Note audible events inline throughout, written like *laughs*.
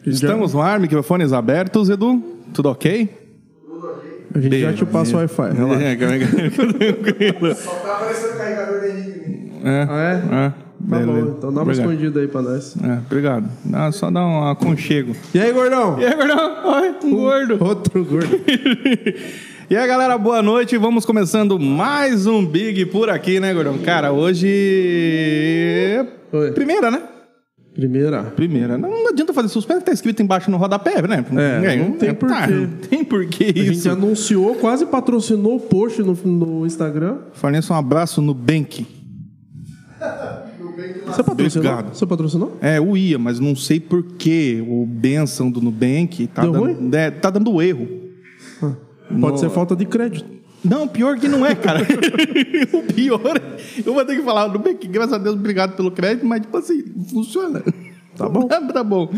Então, Estamos no ar, microfones abertos, Edu. Tudo ok? A gente já te passa o Wi-Fi. relaxa. É, calma aí, *laughs* tranquilo. Só tá aparecendo o carregador da Henrique. Ah, é? É, Tá bom, beleza. então dá uma Obrigado. escondida aí pra nós. É, obrigado. Ah, só dá um aconchego. E aí, *laughs* gordão? E aí, gordão? Oi, um gordo. Outro gordo. E aí, galera, boa noite. Vamos começando mais um Big por aqui, né, gordão? Cara, hoje. Oi. Primeira, né? Primeira. Primeira. Não adianta fazer suspense, tá escrito embaixo no rodapé, né? É, não tem Tá, porquê. não tem porquê A gente isso. anunciou, quase patrocinou o post no, no Instagram. Forneça um abraço no Bank. Você patrocinou? Obrigado. Você patrocinou? É, eu ia, mas não sei porquê. O benção do Nubank tá, Deu dando, é, tá dando erro. Pode ser falta de crédito. Não, pior que não é, cara. *laughs* o pior, eu vou ter que falar, Nubank, graças a Deus, obrigado pelo crédito, mas tipo assim, funciona. Tá bom. *laughs* tá bom.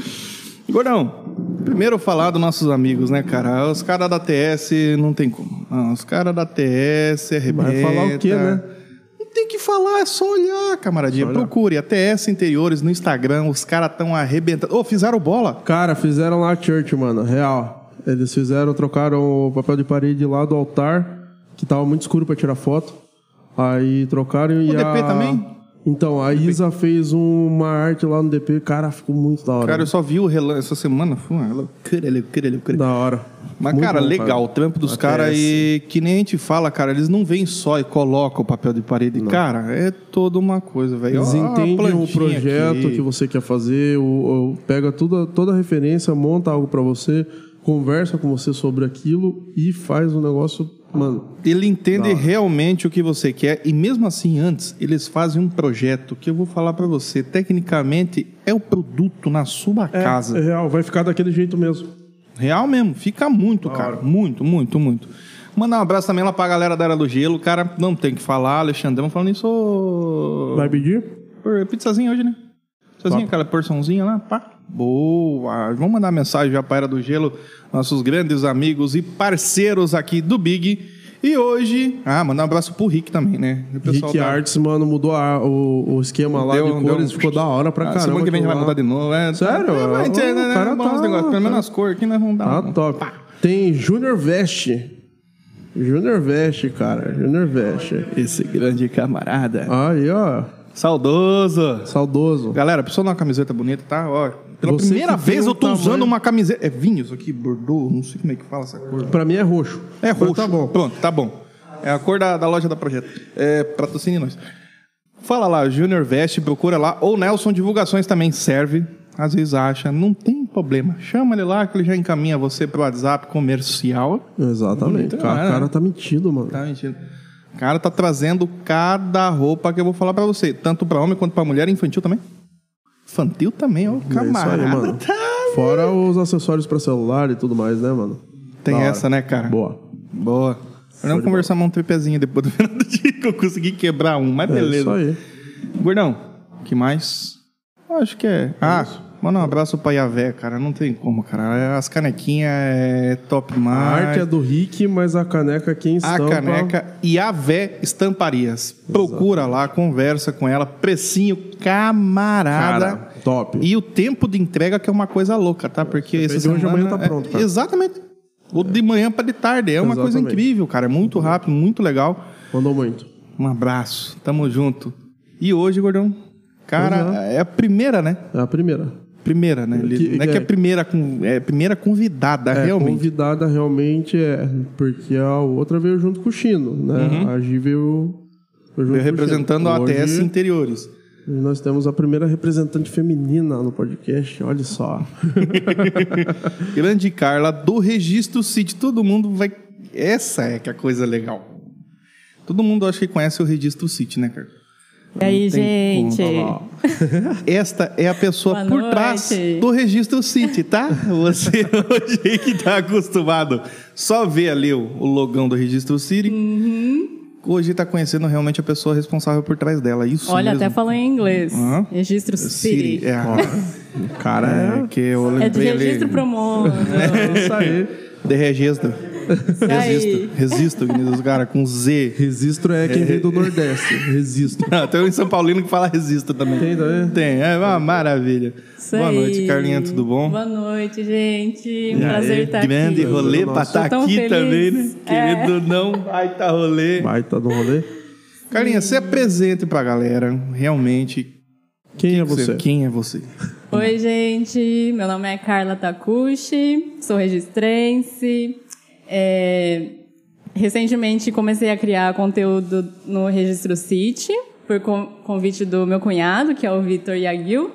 Gordão, primeiro falar dos nossos amigos, né, cara? Os caras da TS não tem como. Ah, os caras da TS arrebenta. Vai falar o quê, né? Não tem que falar, é só olhar, camaradinha. Procure a TS Interiores no Instagram, os caras estão arrebentando. Ô, fizeram bola? Cara, fizeram lá a church, mano. Real. Eles fizeram, trocaram o papel de parede lá do altar, que tava muito escuro pra tirar foto. Aí trocaram e O DP a... também? Então, a Isa fez uma arte lá no DP. Cara, ficou muito da hora. Cara, eu só vi o relance essa semana. Foi uma loucura, loucura, loucura. Da hora. Mas, Muito cara, bom, legal o trampo dos Até caras esse. e que nem a gente fala, cara, eles não vêm só e colocam o papel de parede. Cara, é toda uma coisa, velho. Ó, Eles a entendem o plantinha projeto aqui. que você quer fazer, o- o- pega toda, toda a referência, monta algo pra você, conversa com você sobre aquilo e faz um negócio, mano. Ele entende realmente o que você quer e mesmo assim antes eles fazem um projeto que eu vou falar pra você, tecnicamente é o produto na sua casa. É real, vai ficar daquele jeito mesmo. Real mesmo, fica muito, cara. Muito, muito, muito. Mandar um abraço também lá pra galera da Era do Gelo, cara. Não tem que falar, Alexandrão falando isso. ô, Vai pedir? Por pizzazinha hoje, né? Pizzazinha, aquela porçãozinha lá, pá. Boa! Vamos mandar mensagem já pra Era do Gelo, nossos grandes amigos e parceiros aqui do Big. E hoje. Ah, mandar um abraço pro Rick também, né? O Rick tá- Arts, mano, mudou a- o, o esquema lá Deu- de cores, deu- ficou da hora pra Ah, caramba. semana que vem já vai aquilo lá. mudar de novo, é. Sério? É, vai, Ô, é, né, o cara bom os tá- negócios. Pelo menos as cores aqui nós vamos dar. Tá um- top. Tem Junior Vest. Junior Vest, cara. Junior Vest. Esse grande camarada. Aí, ó. Saudoso! Saudoso. Galera, precisou dar uma camiseta bonita, tá? Ó, pela Você primeira que tem vez o eu tô tamanho- usando uma camiseta. É vinho isso aqui, Bordeaux, não sei como é que fala essa cor. Pra mim é roxo. É Mas roxo. Tá bom. Pronto, tá bom. É a cor da, da loja da Projeto. É patrocine nós. Fala lá, Junior Vest, procura lá. Ou Nelson Divulgações também serve. Às vezes acha, não tem problema. Chama ele lá que ele já encaminha você pro WhatsApp comercial. Exatamente. Bonito, cara, né? o cara tá mentindo, mano. Tá mentindo. O cara tá trazendo cada roupa que eu vou falar pra você, tanto pra homem quanto pra mulher, infantil também. Infantil também, ó, É isso aí, camarada. mano. Tá- Fora os acessórios pra celular e tudo mais, né, mano? Tem Da hora. essa, né, cara? Boa. Boa. Vamos conversar mais um tripezinho depois do *laughs* final do dia que eu consegui quebrar um, mas É isso beleza. aí. Gordão, o que mais? Acho que é. Ah, manda um abraço pra Yavé, cara. Não tem como, cara. As canequinhas é top A demais. arte é do Rick, mas a caneca quem A estampa... caneca e a Vé Estamparias. Procura lá, conversa com ela, precinho camarada. Cara, top. E o tempo de entrega que é uma coisa louca, tá? Porque essa de hoje, semana amanhã tá é- pronto, cara. Exatamente. O de manhã para de tarde. É uma coisa Exatamente. incrível, cara. É muito rápido, muito legal. Mandou muito. Um abraço. Tamo junto. E hoje, gordão, cara, é a primeira, né? É a primeira. Primeira, né? Que- Não é que é é- primeira, com- é a primeira convidada, É, realmente. convidada realmente é, porque a outra veio junto com o Chino, né? A Gi veio, veio junto Eu Uhum. representando com a o Chino. ATS Hoje, Interiores. Nós temos a primeira representante feminina no podcast, olha *laughs* só. Grande Carla do Registro City. Todo mundo vai. Essa é que é a coisa legal. Todo mundo acha que conhece o Registro City, né, cara? E aí, gente? *laughs* Esta é a pessoa Boa por noite. trás do Registro City, tá? Você *laughs* Uhum. hoje que tá acostumado só vê ali o, o logão do Registro City. cogita conhecendo realmente a pessoa responsável por trás dela. Isso Olha, mesmo. até falou em inglês. Hã? Registro City. *laughs* Siri. É, o cara, é que eu É de lembrei ali- registro pro *laughs* mundo. É Isso aí. De registro. Isso aí. Resisto. Resisto, Vinícius, os cara, com *laughs* Z. Registro é quem vem do Nordeste. Registro. Não, tem um em São Paulino que fala resisto também. Tem também? Tem, é uma maravilha. Isso Boa aí. noite, Carlinha, tudo bom? Boa noite, gente. Um E aí, prazer estar Grande aqui. rolê pra Nossa. estar Tô tão aqui feliz. também, né? É. Querido não, vai tá rolê. Baita do rolê. Carlinha, se apresente pra galera, realmente. Quem é você- você? Quem é você? Oi, gente. Meu nome é Carla Takushi, sou registrense. É, Recentemente comecei a criar conteúdo no Registro City, por con- convite do meu cunhado, que é o Vitor Yagil.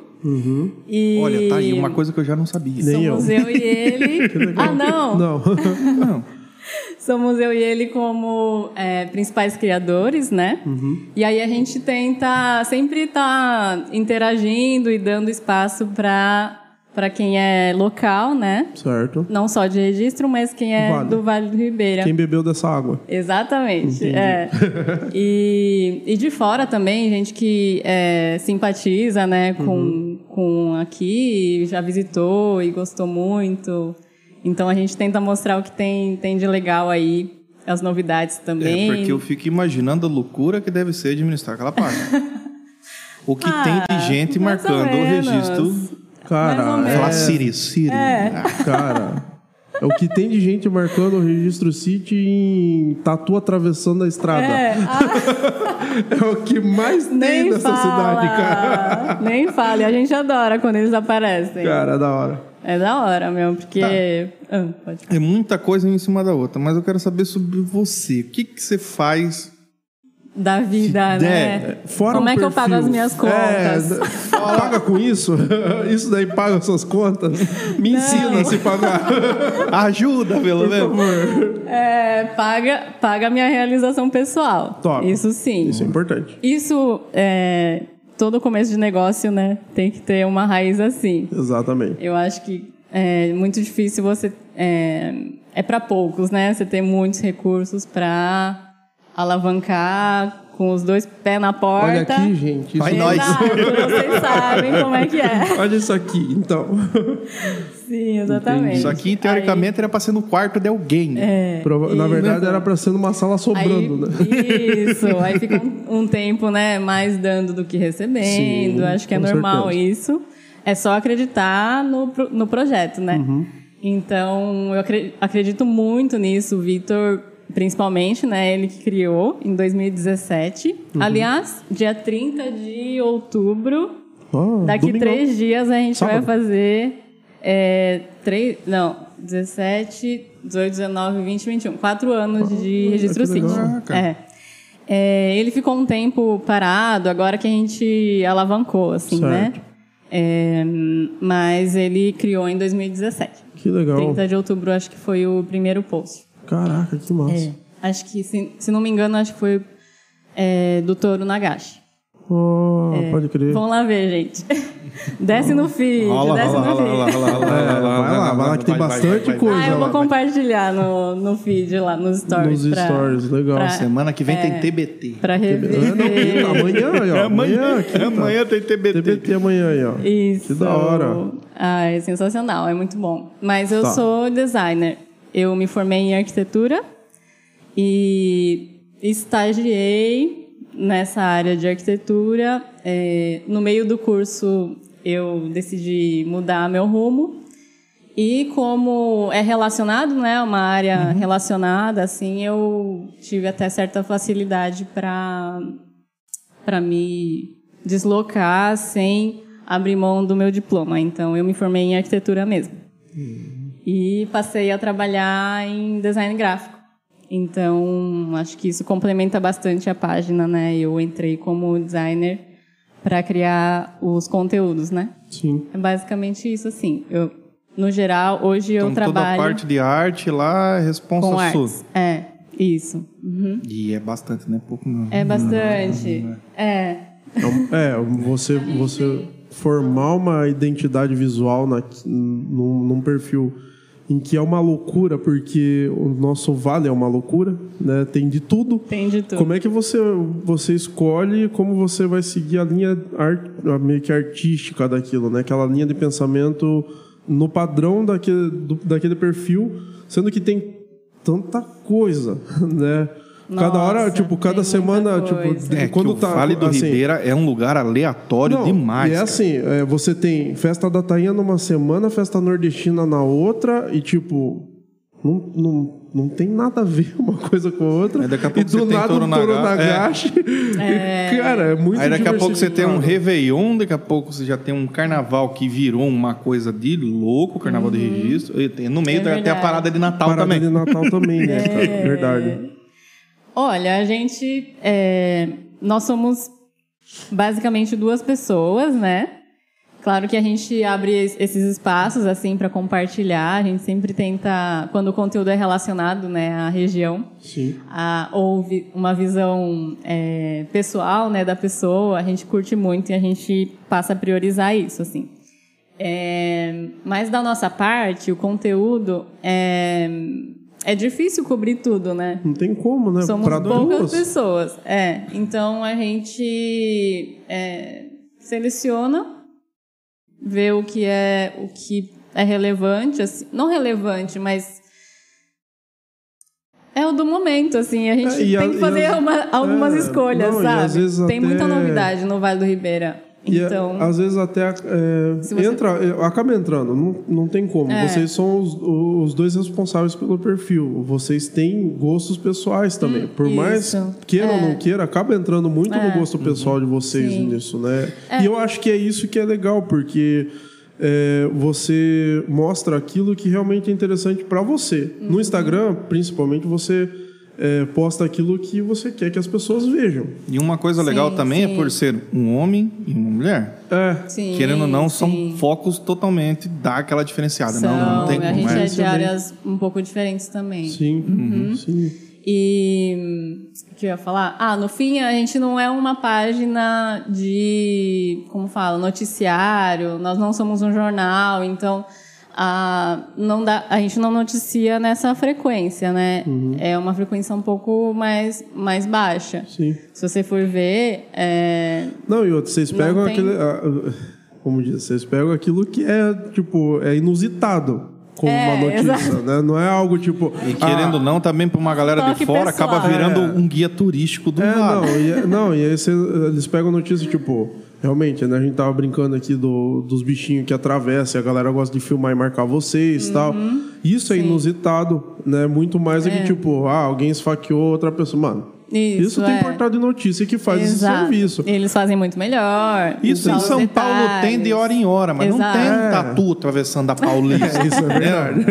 E Olha, tá aí uma coisa que eu já não sabia. Nem eu. Somos eu e *laughs* ele. ah, não! *laughs* Não. Somos eu e ele como é, principais criadores, né? Uhum. E aí a gente tenta sempre estar interagindo e dando espaço para para quem é local, né? certo. Não só de registro, mas quem é Vale. do Vale do Ribeira. Quem bebeu dessa água? Exatamente. É. E, e de fora também, gente que é, simpatiza né, com, Uhum. com aqui, já visitou e gostou muito. Então a gente tenta mostrar o que tem, tem de legal aí, as novidades também. É, porque eu fico imaginando a loucura que deve ser administrar aquela *laughs* página. o que Ah, tem de gente mais ou marcando o menos. É. registro. Mais ou Cara, é- menos. Falar Siri, Siri. É. Cara, é o que tem de gente marcando o registro City em tatu atravessando a estrada. É, *laughs* É, *laughs* ah, o que mais tem nem nessa fala. cidade, cara. Nem fala. E a gente adora quando eles aparecem. Tá. Cara, da hora. É da hora mesmo, porque... Ah, pode É muita coisa em cima da outra, mas eu quero saber sobre você. O que, que você faz da vida, né? É, fora Como o é que eu pago perfil. as minhas contas? É, d- paga com isso? *laughs* Isso daí paga suas contas? *laughs* Me ensina a se *laughs* pagar. Ajuda, pelo menos. É, paga, paga a minha realização pessoal. Top. Isso sim. Isso é importante. Isso, é, todo começo de negócio, né? Tem que ter uma raiz assim. Exatamente. Eu acho que é muito difícil você. É, é para poucos, né? Você ter muitos recursos para alavancar com os dois pés na porta. Olha aqui, gente. Vai Isso... é nós. Exato, vocês sabem como é que é. Olha isso aqui, então. Sim, exatamente. Isso aqui, teoricamente, era pra ser no quarto de alguém. É, *laughs* Prova- Na verdade, era pra ser numa sala sobrando, né? Aí, Isso, *laughs* aí fica um, um tempo, né, mais dando do que recebendo. Sim, Acho que é com normal certeza. isso. É só acreditar no, pro- no projeto, né? Uhum. Então, eu acre- acredito muito nisso, o Vitor, principalmente, né? Ele que criou em 2017. Uhum. Aliás, dia 30 de outubro, Ah, daqui domingão. três dias, a gente Sábado. vai fazer. É, três, não, 17, 18, 19, 20, 21. Quatro anos de registro que legal. sítio. Caraca. É. É, ele ficou um tempo parado, agora que a gente alavancou, assim, né? Certo. É, mas ele criou em 2017. Que legal. 30 de outubro, acho que foi o primeiro post. Caraca, que massa. É. Acho que, se, se não me engano, acho que foi é, do Toro Nagashi. Oh, É. pode crer. Vão lá *laughs* ver, gente. Desce no feed, desce no feed. É, vai lá, vai lá, que tem bastante coisa. Ah, eu vou vai. compartilhar no, no feed lá, nos stories. Nos pra- stories, legal. é pra- Semana que vem É. tem TBT. Pra Ah, não, quinta, rever. amanhã, aí, ó. Amanhã, quinta. é Amanhã tem TBT. TBT amanhã aí, ó. Que Isso. da hora. Ah, é sensacional, é muito bom. Mas eu Tá. sou designer. Eu me formei em arquitetura e estagiei nessa área de arquitetura. É, no meio do curso, eu decidi mudar meu rumo. E como é relacionado, né, uma área Uhum. relacionada, assim, eu tive até certa facilidade para para me deslocar sem abrir mão do meu diploma. Então, eu me formei em arquitetura mesmo. E passei a trabalhar em design gráfico. Então, acho que isso complementa bastante a página, né? Eu entrei como designer para criar os conteúdos, né? Sim. É basicamente isso, assim. Eu, no geral, hoje eu Então, toda a é um trabalho parte de arte lá é responsa com sua. artes. É, isso. Uhum. E é bastante, né? Pouco não. É bastante. É. Então, é, você, você formar uma identidade visual na, num, num perfil em que é uma loucura, porque o nosso vale é uma loucura, né? Tem de tudo. Tem de tudo. Como é que você, você escolhe como você vai seguir a linha ar- a meio que artística daquilo, né? Aquela linha de pensamento no padrão daquele, do- daquele perfil, sendo que tem tanta coisa, *laughs* né? cada hora, Nossa, tipo, cada tem semana, muita tipo, coisa. É, quando que o tá Vale do assim, Ribeira é um lugar aleatório não, demais. E é cara. assim, é, você tem festa da Tainha numa semana, festa nordestina na outra, e tipo. Não, não, não tem nada a ver *laughs* uma coisa com a outra. Aí daqui a e pouco do você tem nada um Toronagashi. Toronagashi. E, *laughs* Cara, é muito Aí daqui a pouco você tem um diversificado. Réveillon, daqui a pouco você já tem um carnaval que virou uma coisa de louco, carnaval de registro. E tem- no meio Uhum. tem É até a verdade. parada de Natal Parada também. de Natal também, *laughs* né? É. cara? Verdade. Olha, a gente. é, nós somos basicamente duas pessoas, né? Claro que a gente abre es- esses espaços assim para compartilhar. A gente sempre tenta, quando o conteúdo é relacionado, né, à região, Sim. a, ou vi- uma visão é, pessoal né, da pessoa, a gente curte muito e a gente passa a priorizar isso, assim. É, mas da nossa parte, o conteúdo é, é difícil cobrir tudo, né? Não tem como, né? Somos pra poucas duas. pessoas. É, então a gente é, seleciona, vê o que é o que é relevante, assim, não relevante, mas é o do momento, assim. A gente É, e a- tem que e fazer as- uma- algumas é, escolhas, não, e sabe? às vezes tem muita até- novidade no Vale do Ribeira. E é, Então, às vezes até é, Se você- entra, é, acaba entrando, não, não tem como. É. Vocês são os, os dois responsáveis pelo perfil. Vocês têm gostos pessoais também. Por mais Hum, isso. queira ou É. Uhum. não queira, acaba entrando muito no gosto pessoal de vocês Sim. nisso, né? E eu acho que é isso que é legal, porque é, você mostra aquilo que realmente é interessante pra você. Uhum. No Instagram, principalmente, você é, posta aquilo que você quer que as pessoas vejam. E uma coisa Sim, legal também é sim. por ser um homem e uma mulher. É. sim, Querendo ou não, sim. são focos totalmente dá aquela diferenciada. São, não, não tem a como. gente é É. de áreas um pouco diferentes também. Sim, Uhum. sim. E hum, o que eu ia falar? Ah, no fim a gente não é uma página de, como fala, noticiário, nós não somos um jornal, então a, não dá, a gente não noticia nessa frequência, né? Uhum. É uma frequência um pouco mais, mais baixa. Sim. Se você for ver, é, Não, e outro, vocês Não pegam tem. aquele. ah, ah, Como diz, vocês pegam aquilo que é, tipo, é inusitado como É, uma notícia, exato. né? Não é algo tipo. E querendo ou não, também pra uma galera de Toque fora, pessoal. acaba virando É. um guia turístico do É, lado. não, e, é- não, e aí cê- eles pegam notícia, tipo, realmente, né? A gente tava brincando aqui do, dos bichinhos que atravessam, e a galera gosta de filmar e marcar vocês e tal. Uhum. Isso é inusitado, né? Muito mais do que, tipo, ah, alguém esfaqueou outra pessoa. Mano, isso, É. Isso, tem é. portal de notícia que faz esse exato. serviço. Eles fazem muito melhor. Isso em falam os São Paulo tem de detalhes. hora em hora, mas não Exato. tem É. um tatu atravessando a Paulista. *laughs* Isso é verdade.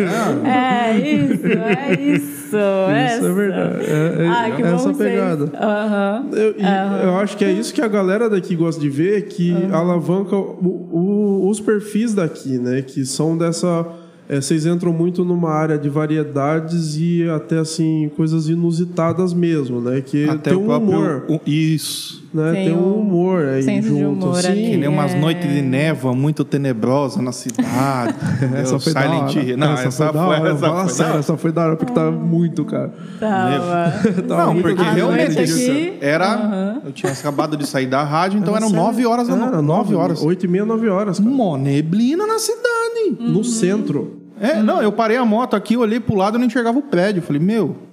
É isso, é isso. Isso é verdade. É, é- Ah, que é bom essa vocês. pegada. Aham. Eu, e eu acho que é isso que a galera daqui gosta de ver, que alavanca o- o- os perfis daqui, né? Que são dessa. é, vocês entram muito numa área de variedades e até assim, coisas inusitadas mesmo, né? Que Até tem o um próprio. humor. o- isso. Né? Tem, Tem um um humor aí senso de junto, humor assim. ali. Que nem umas É. noites de névoa muito tenebrosa na cidade. *laughs* Essa entendeu? foi da Silent hora. Hill. Não, essa, foi da foi, hora. é essa Fala foi da sério, essa foi da hora porque Ah. tava muito, cara. Tava. Tava não, muito porque legal. noite realmente aqui. era. Eu tinha acabado de sair da rádio, então eram nove horas da Era noite. nove Nove horas. Oito e meia, nove horas, cara. Mó neblina na cidade. No centro. É, não, eu parei a moto aqui, olhei pro lado e não enxergava o prédio. Falei, meu. *laughs*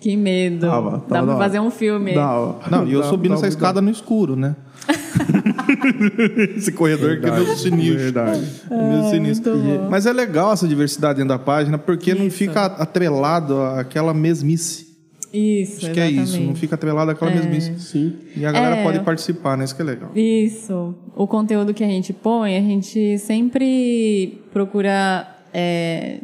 Que medo. Tava, tava Dá da pra hora. fazer um filme. Dava. Não, e eu Dava, subi dava, dava. nessa escada no escuro, né? *laughs* Esse corredor que é meu sinistro. Verdade. É meio sinistro. muito E- Mas é legal essa diversidade dentro da página, porque não Isso. fica atrelado àquela mesmice. Isso, Acho que é isso, não exatamente. fica atrelado àquela mesmice. Sim. E a galera É, pode eu- participar, né? Isso que é legal. Isso. O conteúdo que a gente põe, a gente sempre procura é,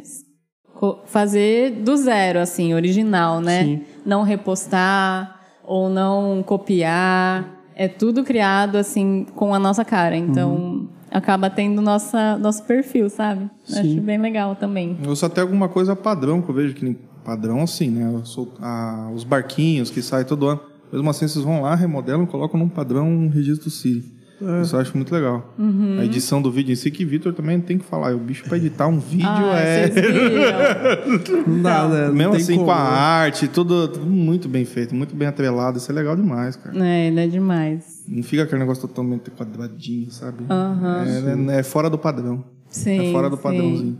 co- fazer do zero, assim, original, né? Sim. Não repostar ou não copiar. É tudo criado, assim, com a nossa cara. Então, acaba tendo nossa, nosso perfil, sabe? Acho bem legal também. Eu sou até alguma coisa padrão que eu vejo, que nem padrão assim, né? Eu sou- ah, os barquinhos que saem todo ano. Mesmo assim, vocês vão lá, remodelam, colocam num padrão um registro Siri. Isso eu acho muito legal. A edição do vídeo em si, que Vitor também tem que falar. O bicho pra editar um vídeo Ah, é. *laughs* vocês viram. Não dá, né? Não Mesmo tem assim, como, com né? a arte, tudo, tudo muito bem feito, muito bem atrelado. Isso é legal demais, cara. É, ele é demais. Não fica aquele negócio totalmente quadradinho, sabe? Aham. É- é, é fora do padrão. Ah, Sim, tá é fora do sim. padrãozinho.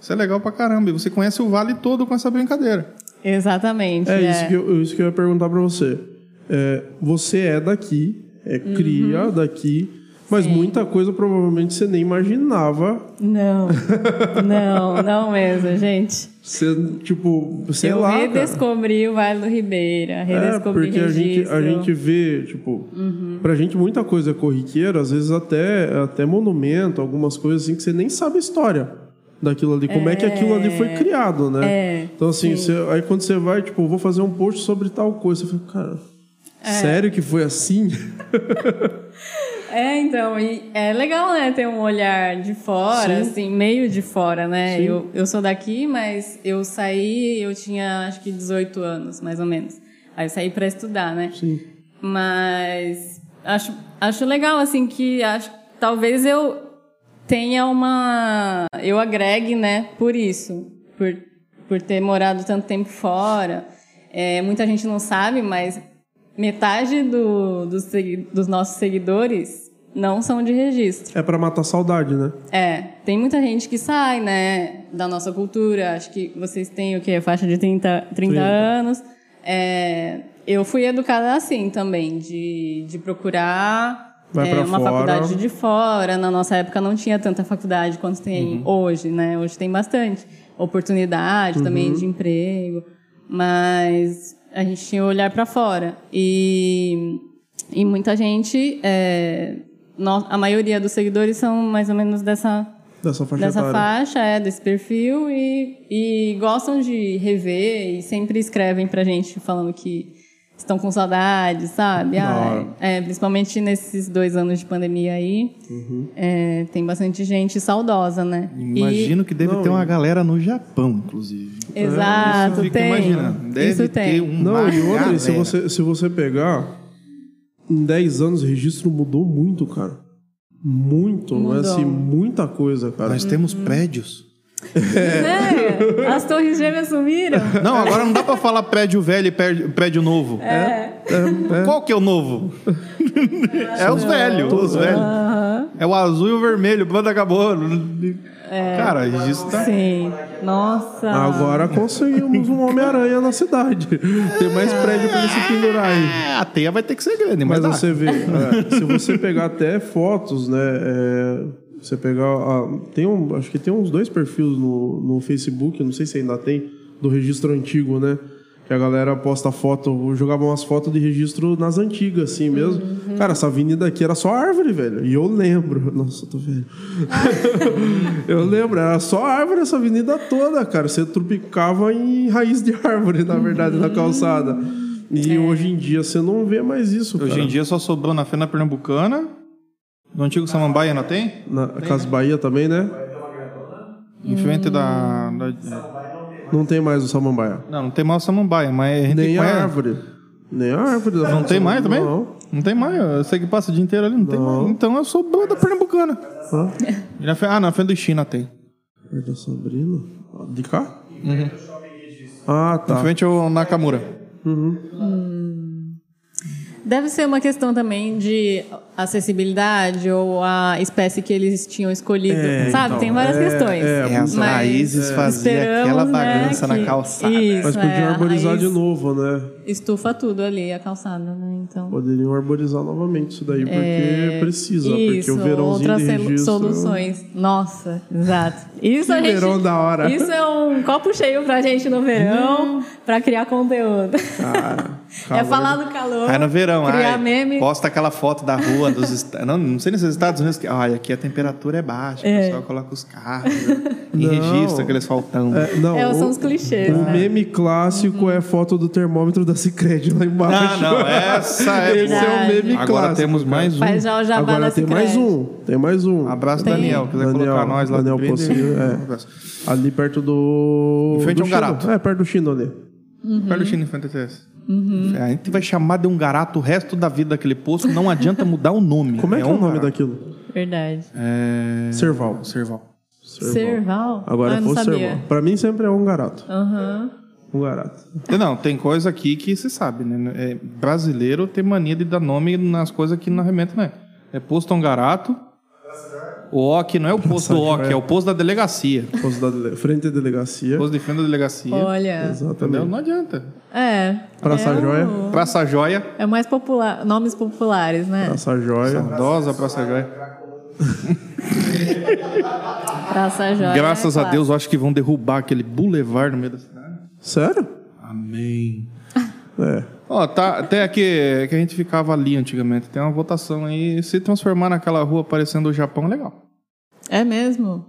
Isso é legal pra caramba. E você conhece o vale todo com essa brincadeira. Exatamente. É, Isso, que eu, isso que eu ia perguntar pra você. É, você é daqui, é cria daqui, mas muita coisa provavelmente você nem imaginava. Não, não, não mesmo, gente. Você, tipo, sei eu lá. cara. redescobri o Vale do Ribeira, É, redescobri porque a gente, registro. Uhum. a gente vê, tipo, pra gente muita coisa é corriqueira, às vezes até, até monumento, algumas coisas assim que você nem sabe a história daquilo ali, como é, que aquilo ali foi criado, né? É, então, assim, você- aí quando você vai, tipo, vou fazer um post sobre tal coisa, você fica, cara, sério que foi assim? *laughs* É, então, e é legal, né, ter um olhar de fora, Sim. assim, meio de fora, né? Sim. Eu, eu sou daqui, mas eu saí, eu tinha acho que 18 anos, mais ou menos. Aí eu saí para estudar, né? Sim. Mas acho, acho legal, assim, que acho, talvez eu tenha uma. Eu agregue, né, por isso. Por, por ter morado tanto tempo fora. É, muita gente não sabe, mas metade do, dos segui- dos nossos seguidores não são de registro. É pra matar a saudade, né? É, tem muita gente que sai, né, da nossa cultura. Acho que vocês têm o quê? Faixa de 30, 30, 30. anos. É, eu fui educada assim também, de, de procurar Vai é, pra uma fora. faculdade de fora. Na nossa época não tinha tanta faculdade quanto Uhum. tem hoje, né? Hoje tem bastante oportunidade também Uhum. de emprego, mas a gente tinha o olhar para fora e e muita gente, é, no- a maioria dos seguidores são mais ou menos dessa Dessa faixa dessa etária. faixa, é, desse perfil e, e gostam de rever e sempre escrevem pra gente falando que estão com saudade, sabe? Da Ah, hora. é, principalmente nesses dois anos de pandemia aí, é, tem bastante gente saudosa, né? E- Imagino que deve Não, ter uma e- galera no Japão, inclusive. Exato, Fica Ah, tem. imaginando. Deve Isso ter tem. um Não, e outra, se galera. você, se você pegar, em 10 anos o registro mudou muito, cara. Muito, Mudou. né? assim, muita coisa, cara. Nós temos prédios. Né? As torres *laughs* gêmeas sumiram. Não, agora não dá pra falar prédio velho e prédio, prédio novo. Qual que é o *laughs* novo? é os velhos, os velhos. Aham. É o azul e o vermelho, pronto, acabou. Cara, isso tá... É. Sim. Nossa. Agora conseguimos um Homem-Aranha na cidade. Tem mais prédio pra ele se pendurar aí. É, a teia vai ter que ser grande, mas, Mas dá. você vê, é, se você pegar até fotos, né? é, você pegar. a- tem um, acho que tem uns dois perfis no, no Facebook, eu não sei se ainda tem, do registro antigo, né? Que a galera posta foto, jogava umas fotos de registro nas antigas, assim mesmo. Cara, essa avenida aqui era só árvore, velho. E eu lembro. *laughs* Nossa, eu tô velho. eu lembro, era só árvore essa avenida toda, cara. Você trupicava em raiz de árvore, na verdade, na calçada. É. E hoje em dia você não vê mais isso, cara. Hoje em dia só sobrou na Fena Pernambucana. No antigo Samambaia ainda tem? Na Casa Bahia também, né? Em frente da, da- Não tem mais o Samambaia. Não, não tem mais o Samambaia, mas a gente Nem a conhece. árvore. Nem a árvore. da é? Não tem mais também? Não. Não tem mais. Eu sei que passa o dia inteiro ali, não, tem mais. Então eu sobrou da Pernambucana. Hã? E na fe- Ah, na frente do China tem. É da Sabrina? De cá? Uhum. Ah, Em tá. frente ao Nakamura. Deve ser uma questão também de acessibilidade ou a espécie que eles tinham escolhido. É, Sabe? então, tem várias é, questões. é, as Mas raízes faziam esperamos, aquela né, bagunça na que- calçada. Isso, Mas é, podiam a arborizar raiz de novo, né? Estufa tudo ali, a calçada, né? Então. Poderiam arborizar novamente isso daí, porque precisa. É, Isso, porque o verãozinho outras de selu- registro... é um soluções. Nossa, exato. Isso a Que gente, verão da hora. Hum. Isso é um copo cheio pra gente no verão, pra criar conteúdo. Cara, É calor. falar do calor. Aí no verão, criar ai, meme. posta aquela foto da rua dos estados. *laughs* Não, não sei nem se é nos Estados Unidos. que- Ai, aqui a temperatura é baixa, o pessoal coloca os carros né, e Não. registra aqueles faltando. É, não, É, são o, os clichês, o né? meme clássico é foto do termômetro da Cicred lá Ah, embaixo. não, essa é. Esse boa. é o Verdade. meme Agora clássico. temos mais um. Faz *laughs* já o jabá Agora da tem Sicredi. mais um. Tem mais um. Abraço, Tem. Daniel. Quiser Daniel, colocar nós lá Daniel do Twitter, Um Pocinho, é. abraço. Ali perto do. Em frente do a um Chino. garato. É, perto do Chino ali. Perto do China, em frente ao TS. Uhum. A gente vai chamar de um garato o resto da vida daquele poço, não adianta mudar o nome. Como é que é o um nome garato. daquilo? Verdade. É... Serval. Serval. Serval? Agora ah, eu foi não serval. sabia. Pra mim sempre é um garato. Aham. Um garato. Não, tem coisa aqui que se sabe, né? É, brasileiro tem mania de dar nome nas coisas que não arrementa, né? É posto Angarato. O OC não é o posto OC, é o posto da delegacia. Posto da dele- Frente à delegacia. Posto de frente da delegacia. Olha. Entendeu? Exatamente. Não adianta. É. Praça é Joia. o- Praça Joia. É mais popular. Nomes populares, né? Praça Joia. Saudosa Praça Joia. Praça Joia. Graças é a clássico. Deus, eu acho que vão derrubar aquele bulevar no meio da cidade. Sério? Amém. É. Ó, tá, até aqui que a gente ficava ali antigamente. Tem uma votação aí. Se transformar naquela rua parecendo o Japão, legal. É mesmo?